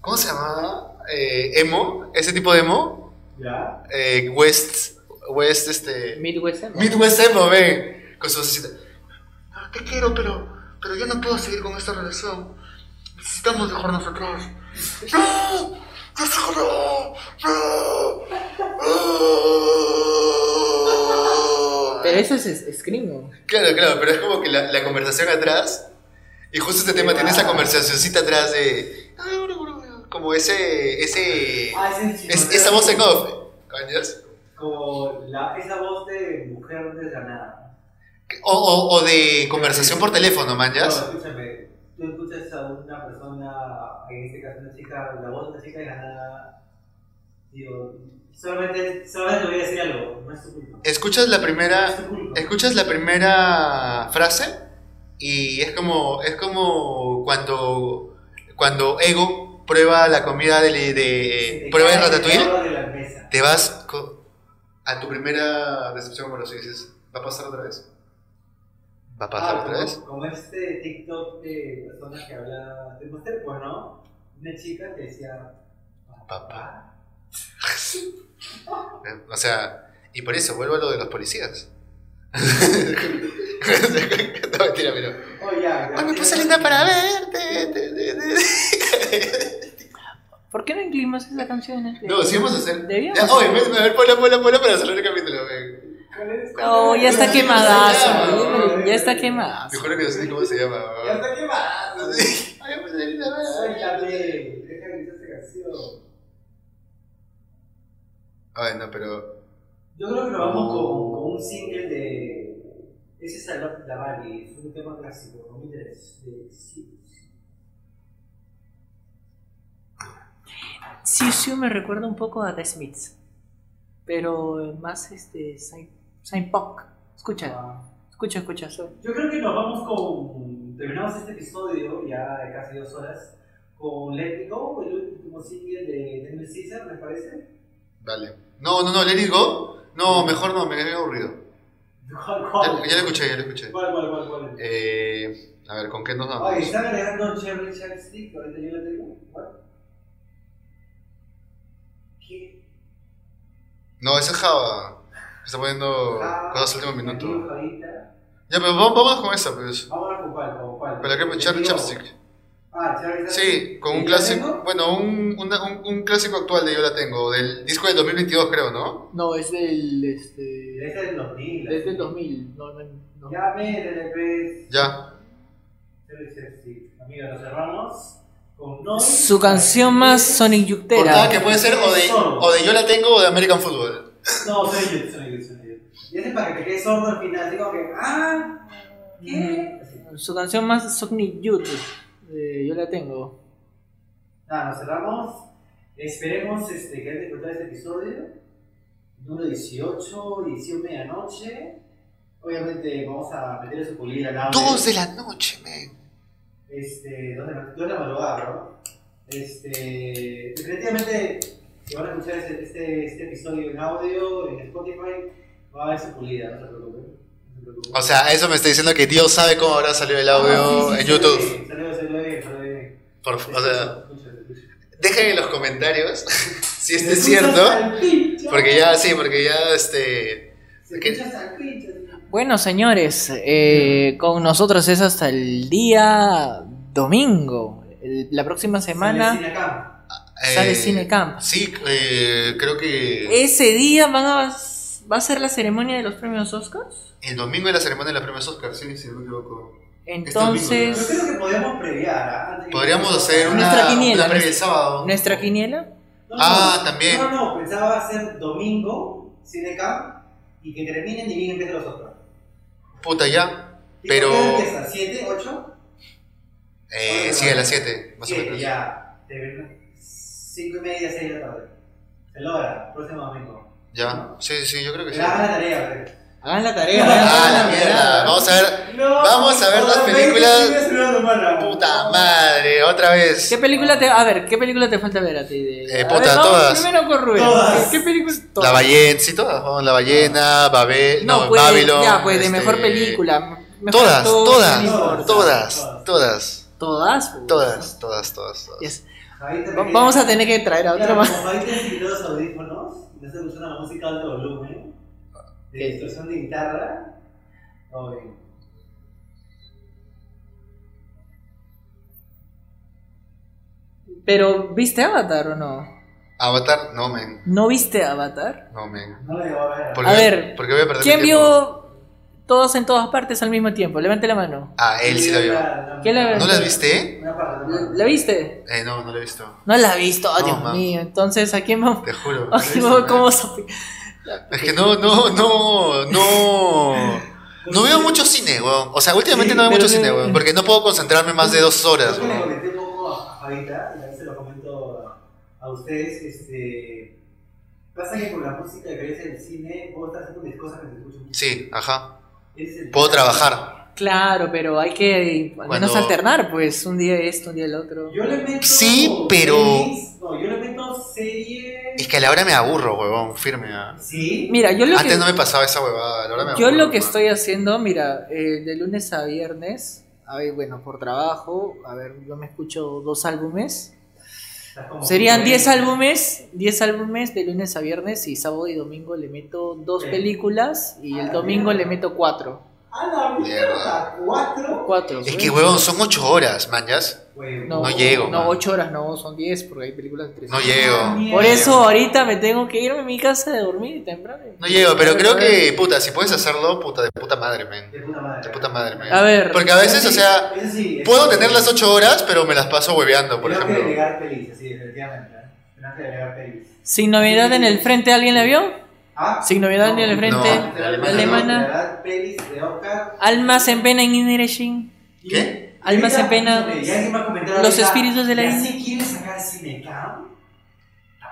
[SPEAKER 3] ¿Cómo se llamaba? Eh, emo, ese tipo de emo.
[SPEAKER 1] ¿Ya?
[SPEAKER 3] eh, West, West, este,
[SPEAKER 2] Midwest Emo.
[SPEAKER 3] Midwest Emo, ve, con su asesina. "Ah, Te quiero, pero, pero yo no puedo seguir con esta relación. Necesitamos dejarnos atrás. ¡No! ¡Yo sé que no! ¡No! ¡No!
[SPEAKER 2] Pero eso es, es Scream.
[SPEAKER 3] Claro, claro, pero es como que la, la conversación atrás, y justo este tema tiene esa conversacioncita atrás de. ah, Como ese. ese
[SPEAKER 1] Ah, ese
[SPEAKER 3] es-
[SPEAKER 1] chino,
[SPEAKER 3] esa voz en
[SPEAKER 1] como-
[SPEAKER 3] off. ¿Cañas?
[SPEAKER 1] Como la, esa voz de mujer desganada.
[SPEAKER 3] O, o- o de conversación por teléfono,
[SPEAKER 1] No,
[SPEAKER 3] manjas.
[SPEAKER 1] escúchame. Tú escuchas a una persona, en este caso una chica, la voz de una chica desganada. Digo, solamente, solamente voy a decir algo. No es tu culpa.
[SPEAKER 3] Escuchas la
[SPEAKER 1] No es
[SPEAKER 3] primera.
[SPEAKER 1] tu culpa.
[SPEAKER 3] Escuchas la primera frase y es como. es como cuando. cuando Ego prueba la comida de, de,
[SPEAKER 1] Se te
[SPEAKER 3] prueba de
[SPEAKER 1] cae
[SPEAKER 3] ratatouille,
[SPEAKER 1] dedo de la mesa.
[SPEAKER 3] te vas co- a tu primera decepción amorosa y dices, ¿va a pasar otra vez? ¿Va a pasar
[SPEAKER 1] Ah,
[SPEAKER 3] otra vez?
[SPEAKER 1] como, como este TikTok de personas que habla de Master, pues no. Una chica que decía,
[SPEAKER 3] Papá. Eh, O sea, y por eso vuelvo a lo de los policías. no, mentira, pero.
[SPEAKER 1] Oh, ya. ya
[SPEAKER 3] Hoy Ah, me
[SPEAKER 1] tiene-
[SPEAKER 3] puse linda para verte. te, te, te.
[SPEAKER 2] ¿Por qué no incluimos esa canción? en este? el
[SPEAKER 3] No, sí vamos a hacer.
[SPEAKER 2] Deberíamos.
[SPEAKER 3] Ya, oye, ven, a ver, ponla, ponla, ponla para cerrar el capítulo. ven.
[SPEAKER 1] ¿Cuál es?
[SPEAKER 2] No, Oh, ya está
[SPEAKER 3] No,
[SPEAKER 2] quemadazo.
[SPEAKER 3] no,
[SPEAKER 2] güey, Ya está
[SPEAKER 3] Te
[SPEAKER 2] quemadazo.
[SPEAKER 3] juro que no sé ni cómo se llama.
[SPEAKER 1] Ya
[SPEAKER 3] weón.
[SPEAKER 1] está quemado.
[SPEAKER 3] Ay, me puse linda para
[SPEAKER 1] Suéltame,
[SPEAKER 3] verte.
[SPEAKER 1] deja de este gritar esta canción.
[SPEAKER 3] Ay, no, pero.
[SPEAKER 1] Yo creo que nos vamos con, con un single de. Ese es Salvat Davali, es un tema clásico, 2003. De, sí.
[SPEAKER 2] Sí, sí, me recuerda un poco a The Smiths. Pero más este. Saint, Saint Punk. Escucha,
[SPEAKER 1] Ah,
[SPEAKER 2] escucha, escucha. soy-
[SPEAKER 1] Yo creo que nos vamos con. Terminamos este episodio ya de casi dos horas con Let Me Go, el último single de Daniel Caesar, me parece.
[SPEAKER 3] Dale. No, no, no, Let It Go. No, mejor no, me quedé aburrido.
[SPEAKER 1] ¿Cuál,
[SPEAKER 3] Ya,
[SPEAKER 1] cuál?
[SPEAKER 3] ya lo escuché, ya lo escuché.
[SPEAKER 1] ¿Cuál, cuál, cuál? cuál?
[SPEAKER 3] Eh, a ver, ¿con qué nos vamos?
[SPEAKER 1] Oye, ¿están agregando Cherry Chapstick? Ahorita yo la tengo. ¿Cuál? ¿Qué?
[SPEAKER 3] No, ese es Java. Está poniendo cosas al último minuto.
[SPEAKER 1] Ahorita.
[SPEAKER 3] Ya, pero vamos, vamos con esa, pues.
[SPEAKER 1] Vámonos con cuál, con cuál.
[SPEAKER 3] Pero que Charlie
[SPEAKER 1] Digo,
[SPEAKER 3] Chapstick.
[SPEAKER 1] Ah, Charlie Chapstick.
[SPEAKER 3] Sí, con
[SPEAKER 1] ¿Y
[SPEAKER 3] un
[SPEAKER 1] yo
[SPEAKER 3] clásico.
[SPEAKER 1] tengo?
[SPEAKER 3] Bueno, un, una- un, un clásico actual de Yo la tengo, del disco del 2022, creo, ¿no?
[SPEAKER 2] No, es del. Este,
[SPEAKER 1] Este es del 2000.
[SPEAKER 2] es del 2000. No, no, no.
[SPEAKER 1] Ya, métele, pues.
[SPEAKER 3] Ya.
[SPEAKER 1] Charlie Chapstick. Amigos, nos cerramos con Noise.
[SPEAKER 2] Su canción más Sonic Youth
[SPEAKER 3] O
[SPEAKER 2] era-
[SPEAKER 3] nada, que puede ser o de, o de Yo la tengo o de American Football.
[SPEAKER 1] No, soy yo, soy yo, soy yo. Y ese es para que te quedes sordo al final. Digo que, ah, ¿qué? Así.
[SPEAKER 2] Su canción más Sonic Youth Eh, yo la tengo.
[SPEAKER 1] Nada, nos cerramos. Esperemos este, que hayan disfrutado este episodio. Número 18, edición medianoche. Obviamente vamos a meterle su pulida al audio.
[SPEAKER 3] Dos de la noche, men.
[SPEAKER 1] Este, dos de la, dos de la madrugada, ¿no? Este, definitivamente, si van a escuchar este, este, este episodio en audio, en Spotify, va a haber su pulida, no se preocupen. No se preocupen.
[SPEAKER 3] O sea, eso me está diciendo que Dios sabe cómo habrá salido el
[SPEAKER 1] Ah,
[SPEAKER 3] audio
[SPEAKER 1] sí, sí,
[SPEAKER 3] en
[SPEAKER 1] salió
[SPEAKER 3] YouTube.
[SPEAKER 1] bien, Salió, salió bien, salió bien.
[SPEAKER 3] Por, o sea,
[SPEAKER 1] Escucha, escucha.
[SPEAKER 3] dejen en los comentarios si este
[SPEAKER 1] Se
[SPEAKER 3] es cierto.
[SPEAKER 1] escucha hasta el pincho.
[SPEAKER 3] Porque ya, sí, porque ya, este...
[SPEAKER 1] Se
[SPEAKER 3] que-
[SPEAKER 1] escucha hasta el pincho.
[SPEAKER 2] Bueno, señores, eh, con nosotros es hasta el día domingo. El- la próxima
[SPEAKER 1] Sale
[SPEAKER 2] semana
[SPEAKER 1] sin acá.
[SPEAKER 2] sale
[SPEAKER 3] eh,
[SPEAKER 2] Cinecamp.
[SPEAKER 3] Sí, eh, creo que
[SPEAKER 2] Ese día van a, va a ser la ceremonia de los premios Oscars.
[SPEAKER 3] el domingo es la ceremonia de los premios Oscar, sí, si no me equivoco.
[SPEAKER 2] Entonces,
[SPEAKER 1] Yo creo que podríamos previar. ¿ah? Antes que-
[SPEAKER 3] Podríamos hacer una,
[SPEAKER 2] Nuestra quiniela,
[SPEAKER 3] una previa el
[SPEAKER 2] nuestra-
[SPEAKER 3] sábado.
[SPEAKER 2] nuestra quiniela.
[SPEAKER 1] No,
[SPEAKER 3] Ah,
[SPEAKER 1] no,
[SPEAKER 3] también.
[SPEAKER 1] No, no, pensaba hacer domingo, Cinecamp, y que terminen y bien empiecen los otros.
[SPEAKER 3] Puta, ya.
[SPEAKER 1] ¿Y
[SPEAKER 3] Pero-
[SPEAKER 1] ¿Qué hora empieza? ¿Siete? ¿Ocho?
[SPEAKER 3] Eh,
[SPEAKER 1] Bueno,
[SPEAKER 3] sí, a
[SPEAKER 1] bueno.
[SPEAKER 3] las 7, más o
[SPEAKER 1] Siete,
[SPEAKER 3] menos.
[SPEAKER 1] ya. De verdad. Cinco y media, seis de la tarde. El hora, próximo domingo.
[SPEAKER 3] Ya. Sí, sí, sí, yo creo que Pues sí.
[SPEAKER 1] Hagan la tarea,
[SPEAKER 2] Hagan la tarea.
[SPEAKER 1] Ah,
[SPEAKER 3] Ah,
[SPEAKER 2] hagan
[SPEAKER 3] la mierda. Vamos a ver.
[SPEAKER 1] No,
[SPEAKER 3] Vamos a ver las
[SPEAKER 1] veinte
[SPEAKER 3] películas.
[SPEAKER 1] días en una semana.
[SPEAKER 3] Puta madre, otra vez.
[SPEAKER 2] ¿Qué película te, a ver, ¿qué película te falta ver a ti? De,
[SPEAKER 3] Eh,
[SPEAKER 2] a
[SPEAKER 3] puta,
[SPEAKER 2] ver, vamos
[SPEAKER 3] todas.
[SPEAKER 2] Primero con Rubén.
[SPEAKER 1] Todas.
[SPEAKER 2] ¿Qué, qué película?
[SPEAKER 3] La ballena, sí, todas. vamos, la ballena, Babel, no,
[SPEAKER 2] pues,
[SPEAKER 3] Babylon.
[SPEAKER 2] Ya, pues de
[SPEAKER 3] este,
[SPEAKER 2] mejor película. mejor
[SPEAKER 3] Todas,
[SPEAKER 2] actor,
[SPEAKER 3] todas,
[SPEAKER 2] no importa.
[SPEAKER 1] película.
[SPEAKER 3] todas, todas,
[SPEAKER 2] Todas. pues.
[SPEAKER 3] todas, todas, todas. todas.
[SPEAKER 2] Yes.
[SPEAKER 1] Javier
[SPEAKER 2] Va-
[SPEAKER 1] también-
[SPEAKER 2] Vamos a tener que traer a otra
[SPEAKER 1] Claro,
[SPEAKER 2] más.
[SPEAKER 1] Como ahí te quitó los audífonos, no se usa la música a alto volumen,
[SPEAKER 3] Ah,
[SPEAKER 1] de
[SPEAKER 2] Sí.
[SPEAKER 1] distorsión de guitarra. todo bien.
[SPEAKER 2] Pero, ¿viste Avatar o no?
[SPEAKER 3] Avatar, no, men,
[SPEAKER 2] ¿No viste Avatar?
[SPEAKER 3] no, men.
[SPEAKER 1] No lo llevo a ver.
[SPEAKER 3] Porque-
[SPEAKER 2] A ver,
[SPEAKER 3] porque voy a perder
[SPEAKER 2] ¿Quién
[SPEAKER 3] mi tiempo.
[SPEAKER 2] vio todos en todas partes al mismo tiempo? Levante la mano.
[SPEAKER 3] Ah, él sí la vio.
[SPEAKER 2] ¿Qué la-
[SPEAKER 3] ¿No las viste?
[SPEAKER 1] Una parte, una
[SPEAKER 2] ¿La
[SPEAKER 1] parte.
[SPEAKER 2] la viste?
[SPEAKER 3] Eh, no, no la he visto.
[SPEAKER 2] No la ha visto, oh,
[SPEAKER 3] No,
[SPEAKER 2] Dios
[SPEAKER 3] man.
[SPEAKER 2] mío. Entonces, ¿a quién vamos?
[SPEAKER 3] Te juro. no
[SPEAKER 2] ¿A
[SPEAKER 3] la he
[SPEAKER 2] quién
[SPEAKER 3] visto,
[SPEAKER 2] vamos? ¿Cómo
[SPEAKER 3] men.
[SPEAKER 2] sabe?
[SPEAKER 3] Es que no, no, no, no. No veo mucho cine, weón. O sea, últimamente
[SPEAKER 2] Sí,
[SPEAKER 3] no veo
[SPEAKER 2] pero
[SPEAKER 3] mucho
[SPEAKER 2] no-
[SPEAKER 3] cine, weón. Porque no puedo concentrarme más de dos horas,
[SPEAKER 1] Creo que le
[SPEAKER 3] weón.
[SPEAKER 1] comenté un poco a Javita, y a veces lo comento a, a ustedes. Este, pasa que con la música que ves en el cine, puedo estar haciendo mis cosas que te escucho mucho.
[SPEAKER 3] Sí, ajá.
[SPEAKER 1] Ese es el-
[SPEAKER 3] Puedo trabajar.
[SPEAKER 2] Claro, pero hay que al menos
[SPEAKER 3] Cuando-
[SPEAKER 2] alternar, pues, un día esto, un día el otro.
[SPEAKER 1] Yo le meto.
[SPEAKER 3] Sí, pero-
[SPEAKER 1] series- no, yo le meto series.
[SPEAKER 3] Es que a la hora me aburro, weón. Firme. ah.
[SPEAKER 1] Sí.
[SPEAKER 2] Mira, yo lo
[SPEAKER 3] Antes
[SPEAKER 2] que,
[SPEAKER 3] no me pasaba esa huevada. A la hora me aburro.
[SPEAKER 2] yo lo que
[SPEAKER 3] weón.
[SPEAKER 2] estoy haciendo, mira, eh, de lunes a viernes, a ver, bueno, por trabajo, a ver, yo me escucho dos álbumes.
[SPEAKER 1] Estás
[SPEAKER 3] Oh,
[SPEAKER 1] como-
[SPEAKER 2] Serían 10 álbumes, 10 álbumes de lunes a viernes y sábado y domingo le meto dos
[SPEAKER 3] Eh.
[SPEAKER 1] Sí.
[SPEAKER 2] películas y
[SPEAKER 1] Ah,
[SPEAKER 2] el
[SPEAKER 1] la
[SPEAKER 2] domingo
[SPEAKER 1] mierda.
[SPEAKER 2] le meto cuatro.
[SPEAKER 1] Ah, A la mierda, cuatro.
[SPEAKER 2] Cuatro.
[SPEAKER 3] Es
[SPEAKER 2] pues.
[SPEAKER 3] que, weón, son ocho horas, manjas.
[SPEAKER 1] Huevo.
[SPEAKER 3] no llego,
[SPEAKER 2] No,
[SPEAKER 3] man.
[SPEAKER 2] ocho horas, no, son 10 porque hay películas de tres.
[SPEAKER 3] No llego.
[SPEAKER 2] Ah, Por eso ahorita me tengo que irme a mi casa de dormir temprano.
[SPEAKER 3] No llego, pero creo que, puta, si puedes hacerlo, puta, de puta madre, men.
[SPEAKER 1] De puta madre.
[SPEAKER 3] De puta madre, men.
[SPEAKER 2] A ver.
[SPEAKER 3] Porque a veces, o sea,
[SPEAKER 1] Eso sí, eso
[SPEAKER 3] puedo
[SPEAKER 1] sí.
[SPEAKER 3] tener las ocho horas, pero me las paso hueveando, por
[SPEAKER 1] Tenemos que
[SPEAKER 3] ejemplo.
[SPEAKER 1] agregar pelis, sí, definitivamente. ¿eh? Tenemos que agregar pelis.
[SPEAKER 2] Sin novedad en el frente, ¿alguien la vio?
[SPEAKER 1] Ah,
[SPEAKER 2] Sin novedad en el frente,
[SPEAKER 3] No, la alemana,
[SPEAKER 1] La
[SPEAKER 2] alemana.
[SPEAKER 1] verdad, pelis de Oscar.
[SPEAKER 2] Almas en pena en Inereshin.
[SPEAKER 3] ¿Qué?
[SPEAKER 2] Almas en pena.
[SPEAKER 1] Y alguien va a comentar
[SPEAKER 2] Los
[SPEAKER 1] ahorita,
[SPEAKER 2] espíritus de la
[SPEAKER 1] ¿y
[SPEAKER 2] India.
[SPEAKER 1] así quieres sacar Cinecam?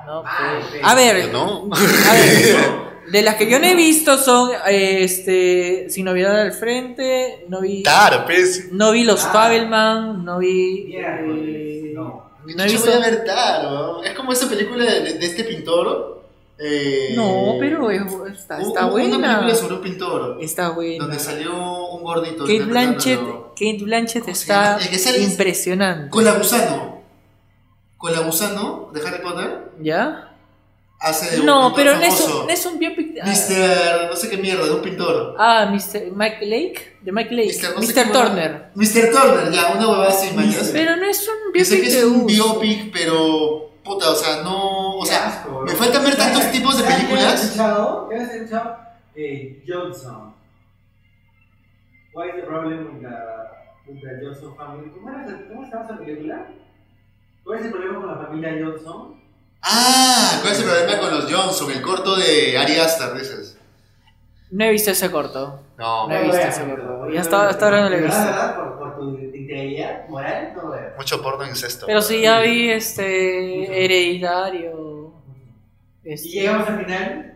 [SPEAKER 2] No,
[SPEAKER 1] Ah, ok.
[SPEAKER 2] pues. A ver,
[SPEAKER 3] No.
[SPEAKER 2] a
[SPEAKER 3] Eh.
[SPEAKER 2] ver. De las que yo no he visto son eh, este Sin novedad al frente, no vi
[SPEAKER 3] Tar, pues. pez.
[SPEAKER 2] no vi los
[SPEAKER 1] Ah.
[SPEAKER 2] Fabelman, no vi eh,
[SPEAKER 1] Miércoles, no.
[SPEAKER 2] no he
[SPEAKER 3] Yo
[SPEAKER 2] visto
[SPEAKER 3] voy a ver Tar, weón. Es como esa película de, de este pintor. eh,
[SPEAKER 2] No, pero es- está,
[SPEAKER 3] un-
[SPEAKER 2] está
[SPEAKER 3] un- Una
[SPEAKER 2] buena.
[SPEAKER 3] película sobre un pintor.
[SPEAKER 2] Está buena.
[SPEAKER 3] Donde salió un gordito.
[SPEAKER 2] Kate Blanchett,
[SPEAKER 3] interpretándolo.
[SPEAKER 2] Kate Blanchett
[SPEAKER 3] ¿Cómo se llama?
[SPEAKER 2] está
[SPEAKER 3] El que sale es-
[SPEAKER 2] impresionante.
[SPEAKER 3] Con la gusano. Con la gusano de Harry Potter.
[SPEAKER 2] ¿Ya?
[SPEAKER 3] Hace de un
[SPEAKER 2] No,
[SPEAKER 3] pintor
[SPEAKER 2] pero no es,
[SPEAKER 3] famoso.
[SPEAKER 2] un, no es un biopic. ah.
[SPEAKER 3] Mister, no sé qué mierda, de un pintor.
[SPEAKER 2] Ah, Mr. Mike Lake, de Mike Lake,
[SPEAKER 3] Mr.
[SPEAKER 2] Mr.
[SPEAKER 3] no sé cómo-
[SPEAKER 2] Turner.
[SPEAKER 3] Mr. Turner, ya, una huevada sin mañas.
[SPEAKER 2] Pero no es un
[SPEAKER 3] Yo sé
[SPEAKER 2] biopic
[SPEAKER 3] que es
[SPEAKER 2] de
[SPEAKER 3] un
[SPEAKER 2] uso.
[SPEAKER 3] biopic, pero. Puta, o sea, no. O sea, me faltan ver tantos tipos de
[SPEAKER 1] ¿Qué
[SPEAKER 3] películas.
[SPEAKER 1] has escuchado? ¿Qué has escuchado? Eh, Johnson. What is the problem with the, with the Johnson family? ¿Cómo, era, esa- ¿Cómo se llama esa película? ¿Cuál es el problema con la familia Johnson?
[SPEAKER 3] Ah, ¿cuál es el problema con los Johnson? El corto de Ari Aster, dices.
[SPEAKER 2] No he visto ese corto.
[SPEAKER 3] No,
[SPEAKER 2] No he visto ese corto. Y hasta- hasta ahora no lo he
[SPEAKER 1] De
[SPEAKER 2] visto.
[SPEAKER 1] verdad, por, por tu integridad moral no veo.
[SPEAKER 3] Mucho porno incesto.
[SPEAKER 2] Pero sí ya vi
[SPEAKER 1] Mucho.
[SPEAKER 2] este hereditario. Este-
[SPEAKER 1] Y llegamos al final.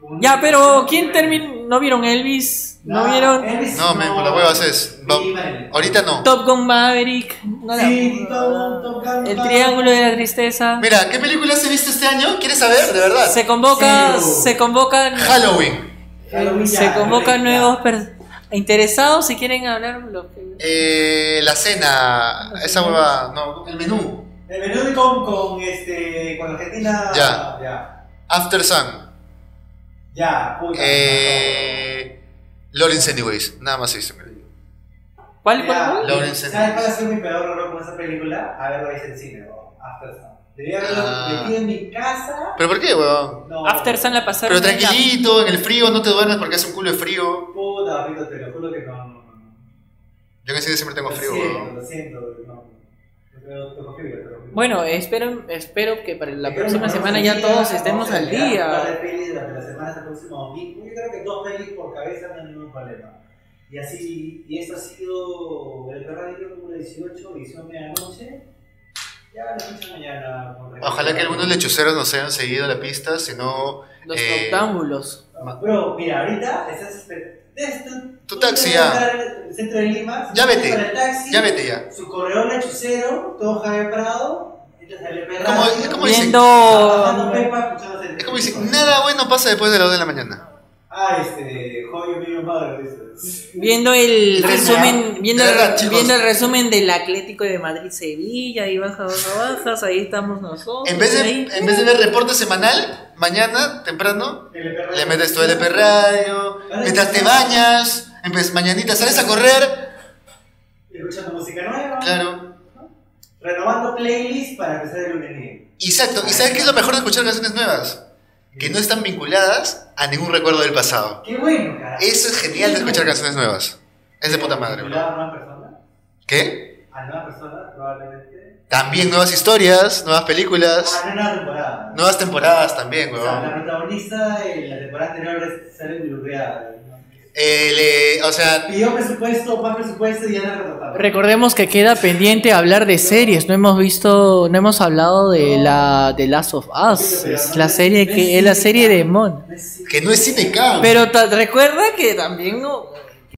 [SPEAKER 1] Un-
[SPEAKER 2] Ya, pero ¿quién terminó? ¿No vieron Elvis? ¿No, vieron
[SPEAKER 1] Elvis
[SPEAKER 3] No, men, por las huevas es. No.
[SPEAKER 1] Sí, vale.
[SPEAKER 3] Ahorita no.
[SPEAKER 2] Top Gun Maverick? No la-
[SPEAKER 1] Sí, Top- Top Gun
[SPEAKER 2] El
[SPEAKER 1] Maverick.
[SPEAKER 2] Triángulo de la Tristeza.
[SPEAKER 3] Mira, ¿qué películas he visto este año? ¿Quieres saber? De verdad.
[SPEAKER 2] Se convoca,
[SPEAKER 1] Cero.
[SPEAKER 2] se convocan,
[SPEAKER 3] Halloween.
[SPEAKER 1] oh. Halloween ya,
[SPEAKER 2] se convocan
[SPEAKER 1] ya.
[SPEAKER 2] nuevos per- interesados si quieren hablar. Lo que...
[SPEAKER 3] Eh, la cena. Esa hueva. No, el menú.
[SPEAKER 1] El menú de con, con, este, con Argentina.
[SPEAKER 3] Ya.
[SPEAKER 1] Ya,
[SPEAKER 3] After Sun.
[SPEAKER 1] ya puta.
[SPEAKER 3] Eh, Lawrence Anyways. Nada más eso.
[SPEAKER 2] ¿Cuál, cuál,
[SPEAKER 1] Ya.
[SPEAKER 2] cuál?
[SPEAKER 3] Lawrence
[SPEAKER 1] ¿Sabes cuál ha
[SPEAKER 3] Anyways.
[SPEAKER 1] sido mi peor error con esa película? Haberla visto en cine, ¿no? After Sun. Debía haberlo
[SPEAKER 3] Ah.
[SPEAKER 1] metido en mi casa.
[SPEAKER 3] ¿Pero por qué, huevón?
[SPEAKER 1] No.
[SPEAKER 2] After Sun la pasaron.
[SPEAKER 3] Pero
[SPEAKER 2] en la-
[SPEAKER 3] tranquilito, en el frío, no te duermes porque hace un culo de frío.
[SPEAKER 1] Puta, papito, te lo juro que no. no, no.
[SPEAKER 3] Yo que sí siempre tengo frío,
[SPEAKER 1] Lo siento,
[SPEAKER 3] huevón.
[SPEAKER 1] lo siento, no. Pero te confío, te confío.
[SPEAKER 2] Bueno, espero, espero que para la
[SPEAKER 1] Creo
[SPEAKER 2] próxima
[SPEAKER 1] que
[SPEAKER 2] semana
[SPEAKER 1] vamos
[SPEAKER 2] ya
[SPEAKER 1] al día,
[SPEAKER 2] todos estemos
[SPEAKER 1] vamos a
[SPEAKER 2] al
[SPEAKER 1] llegar a un par de
[SPEAKER 2] día.
[SPEAKER 1] pelis durante la semana, hasta el próximo domingo. Yo creo que dos pelis por cabeza no hay ningún problema. Y así, y esto ha sido el perradillo número 18, edición medianoche. Ya la escuchan mañana. por repetir.
[SPEAKER 3] Ojalá que algunos lechuceros nos hayan seguido la pista, si no.
[SPEAKER 2] Los
[SPEAKER 3] Eh,
[SPEAKER 2] noctámbulos.
[SPEAKER 1] Bro, mira, ahorita estás esperando.
[SPEAKER 3] Tu taxi ya.
[SPEAKER 1] Centro de Lima.
[SPEAKER 3] Ya vete,
[SPEAKER 1] Para el taxi,
[SPEAKER 3] Ya vete ya.
[SPEAKER 1] Su correo lechucero, todo Javier Prado. Entras al
[SPEAKER 3] Como, es como dicen,
[SPEAKER 1] Bajando
[SPEAKER 2] Viendo.
[SPEAKER 1] Pepa, escuchándose el-
[SPEAKER 3] es como dicen, nada bueno pasa después de las 2 de la mañana.
[SPEAKER 1] Ah, este, Joyo Million Mother, dices.
[SPEAKER 2] Viendo el
[SPEAKER 3] Ya,
[SPEAKER 2] resumen, viendo,
[SPEAKER 3] de
[SPEAKER 2] el-
[SPEAKER 3] verdad, chicos.
[SPEAKER 2] viendo el resumen del Atlético de Madrid Sevilla y baja, baja, bajas, ahí estamos nosotros.
[SPEAKER 3] En vez
[SPEAKER 2] ahí.
[SPEAKER 3] de, en vez de ver reporte semanal, mañana, temprano, le metes tu LP radio, mientras te bañas, empiezas mañanita, sales a correr.
[SPEAKER 1] Escuchando música nueva.
[SPEAKER 3] Claro.
[SPEAKER 1] Renovando playlists para empezar el lunes bien.
[SPEAKER 3] Exacto. ¿Y sabes qué es lo mejor de escuchar canciones nuevas? Que no están vinculadas a ningún recuerdo del pasado.
[SPEAKER 1] Qué bueno, carajo.
[SPEAKER 3] Eso es genial de escuchar canciones nuevas. Es de puta madre, bro.
[SPEAKER 1] Vinculado a nueva persona.
[SPEAKER 3] ¿Qué?
[SPEAKER 1] A nueva persona, probablemente.
[SPEAKER 3] También nuevas historias, nuevas películas,
[SPEAKER 1] A nueva temporada.
[SPEAKER 3] nuevas temporadas también,
[SPEAKER 1] O sea, la
[SPEAKER 3] weón.
[SPEAKER 1] protagonista de la temporada anterior es- sale blurreada. ¿no?
[SPEAKER 3] El, eh, o sea,
[SPEAKER 1] Pidió presupuesto, más presupuesto y ya la retotaron.
[SPEAKER 2] Recordemos que queda pendiente hablar de series. No hemos visto, no hemos hablado de la de Last of Us. Es la serie que es la serie de Mon.
[SPEAKER 1] No es-
[SPEAKER 3] que no es cine
[SPEAKER 2] Pero ta- recuerda que también no-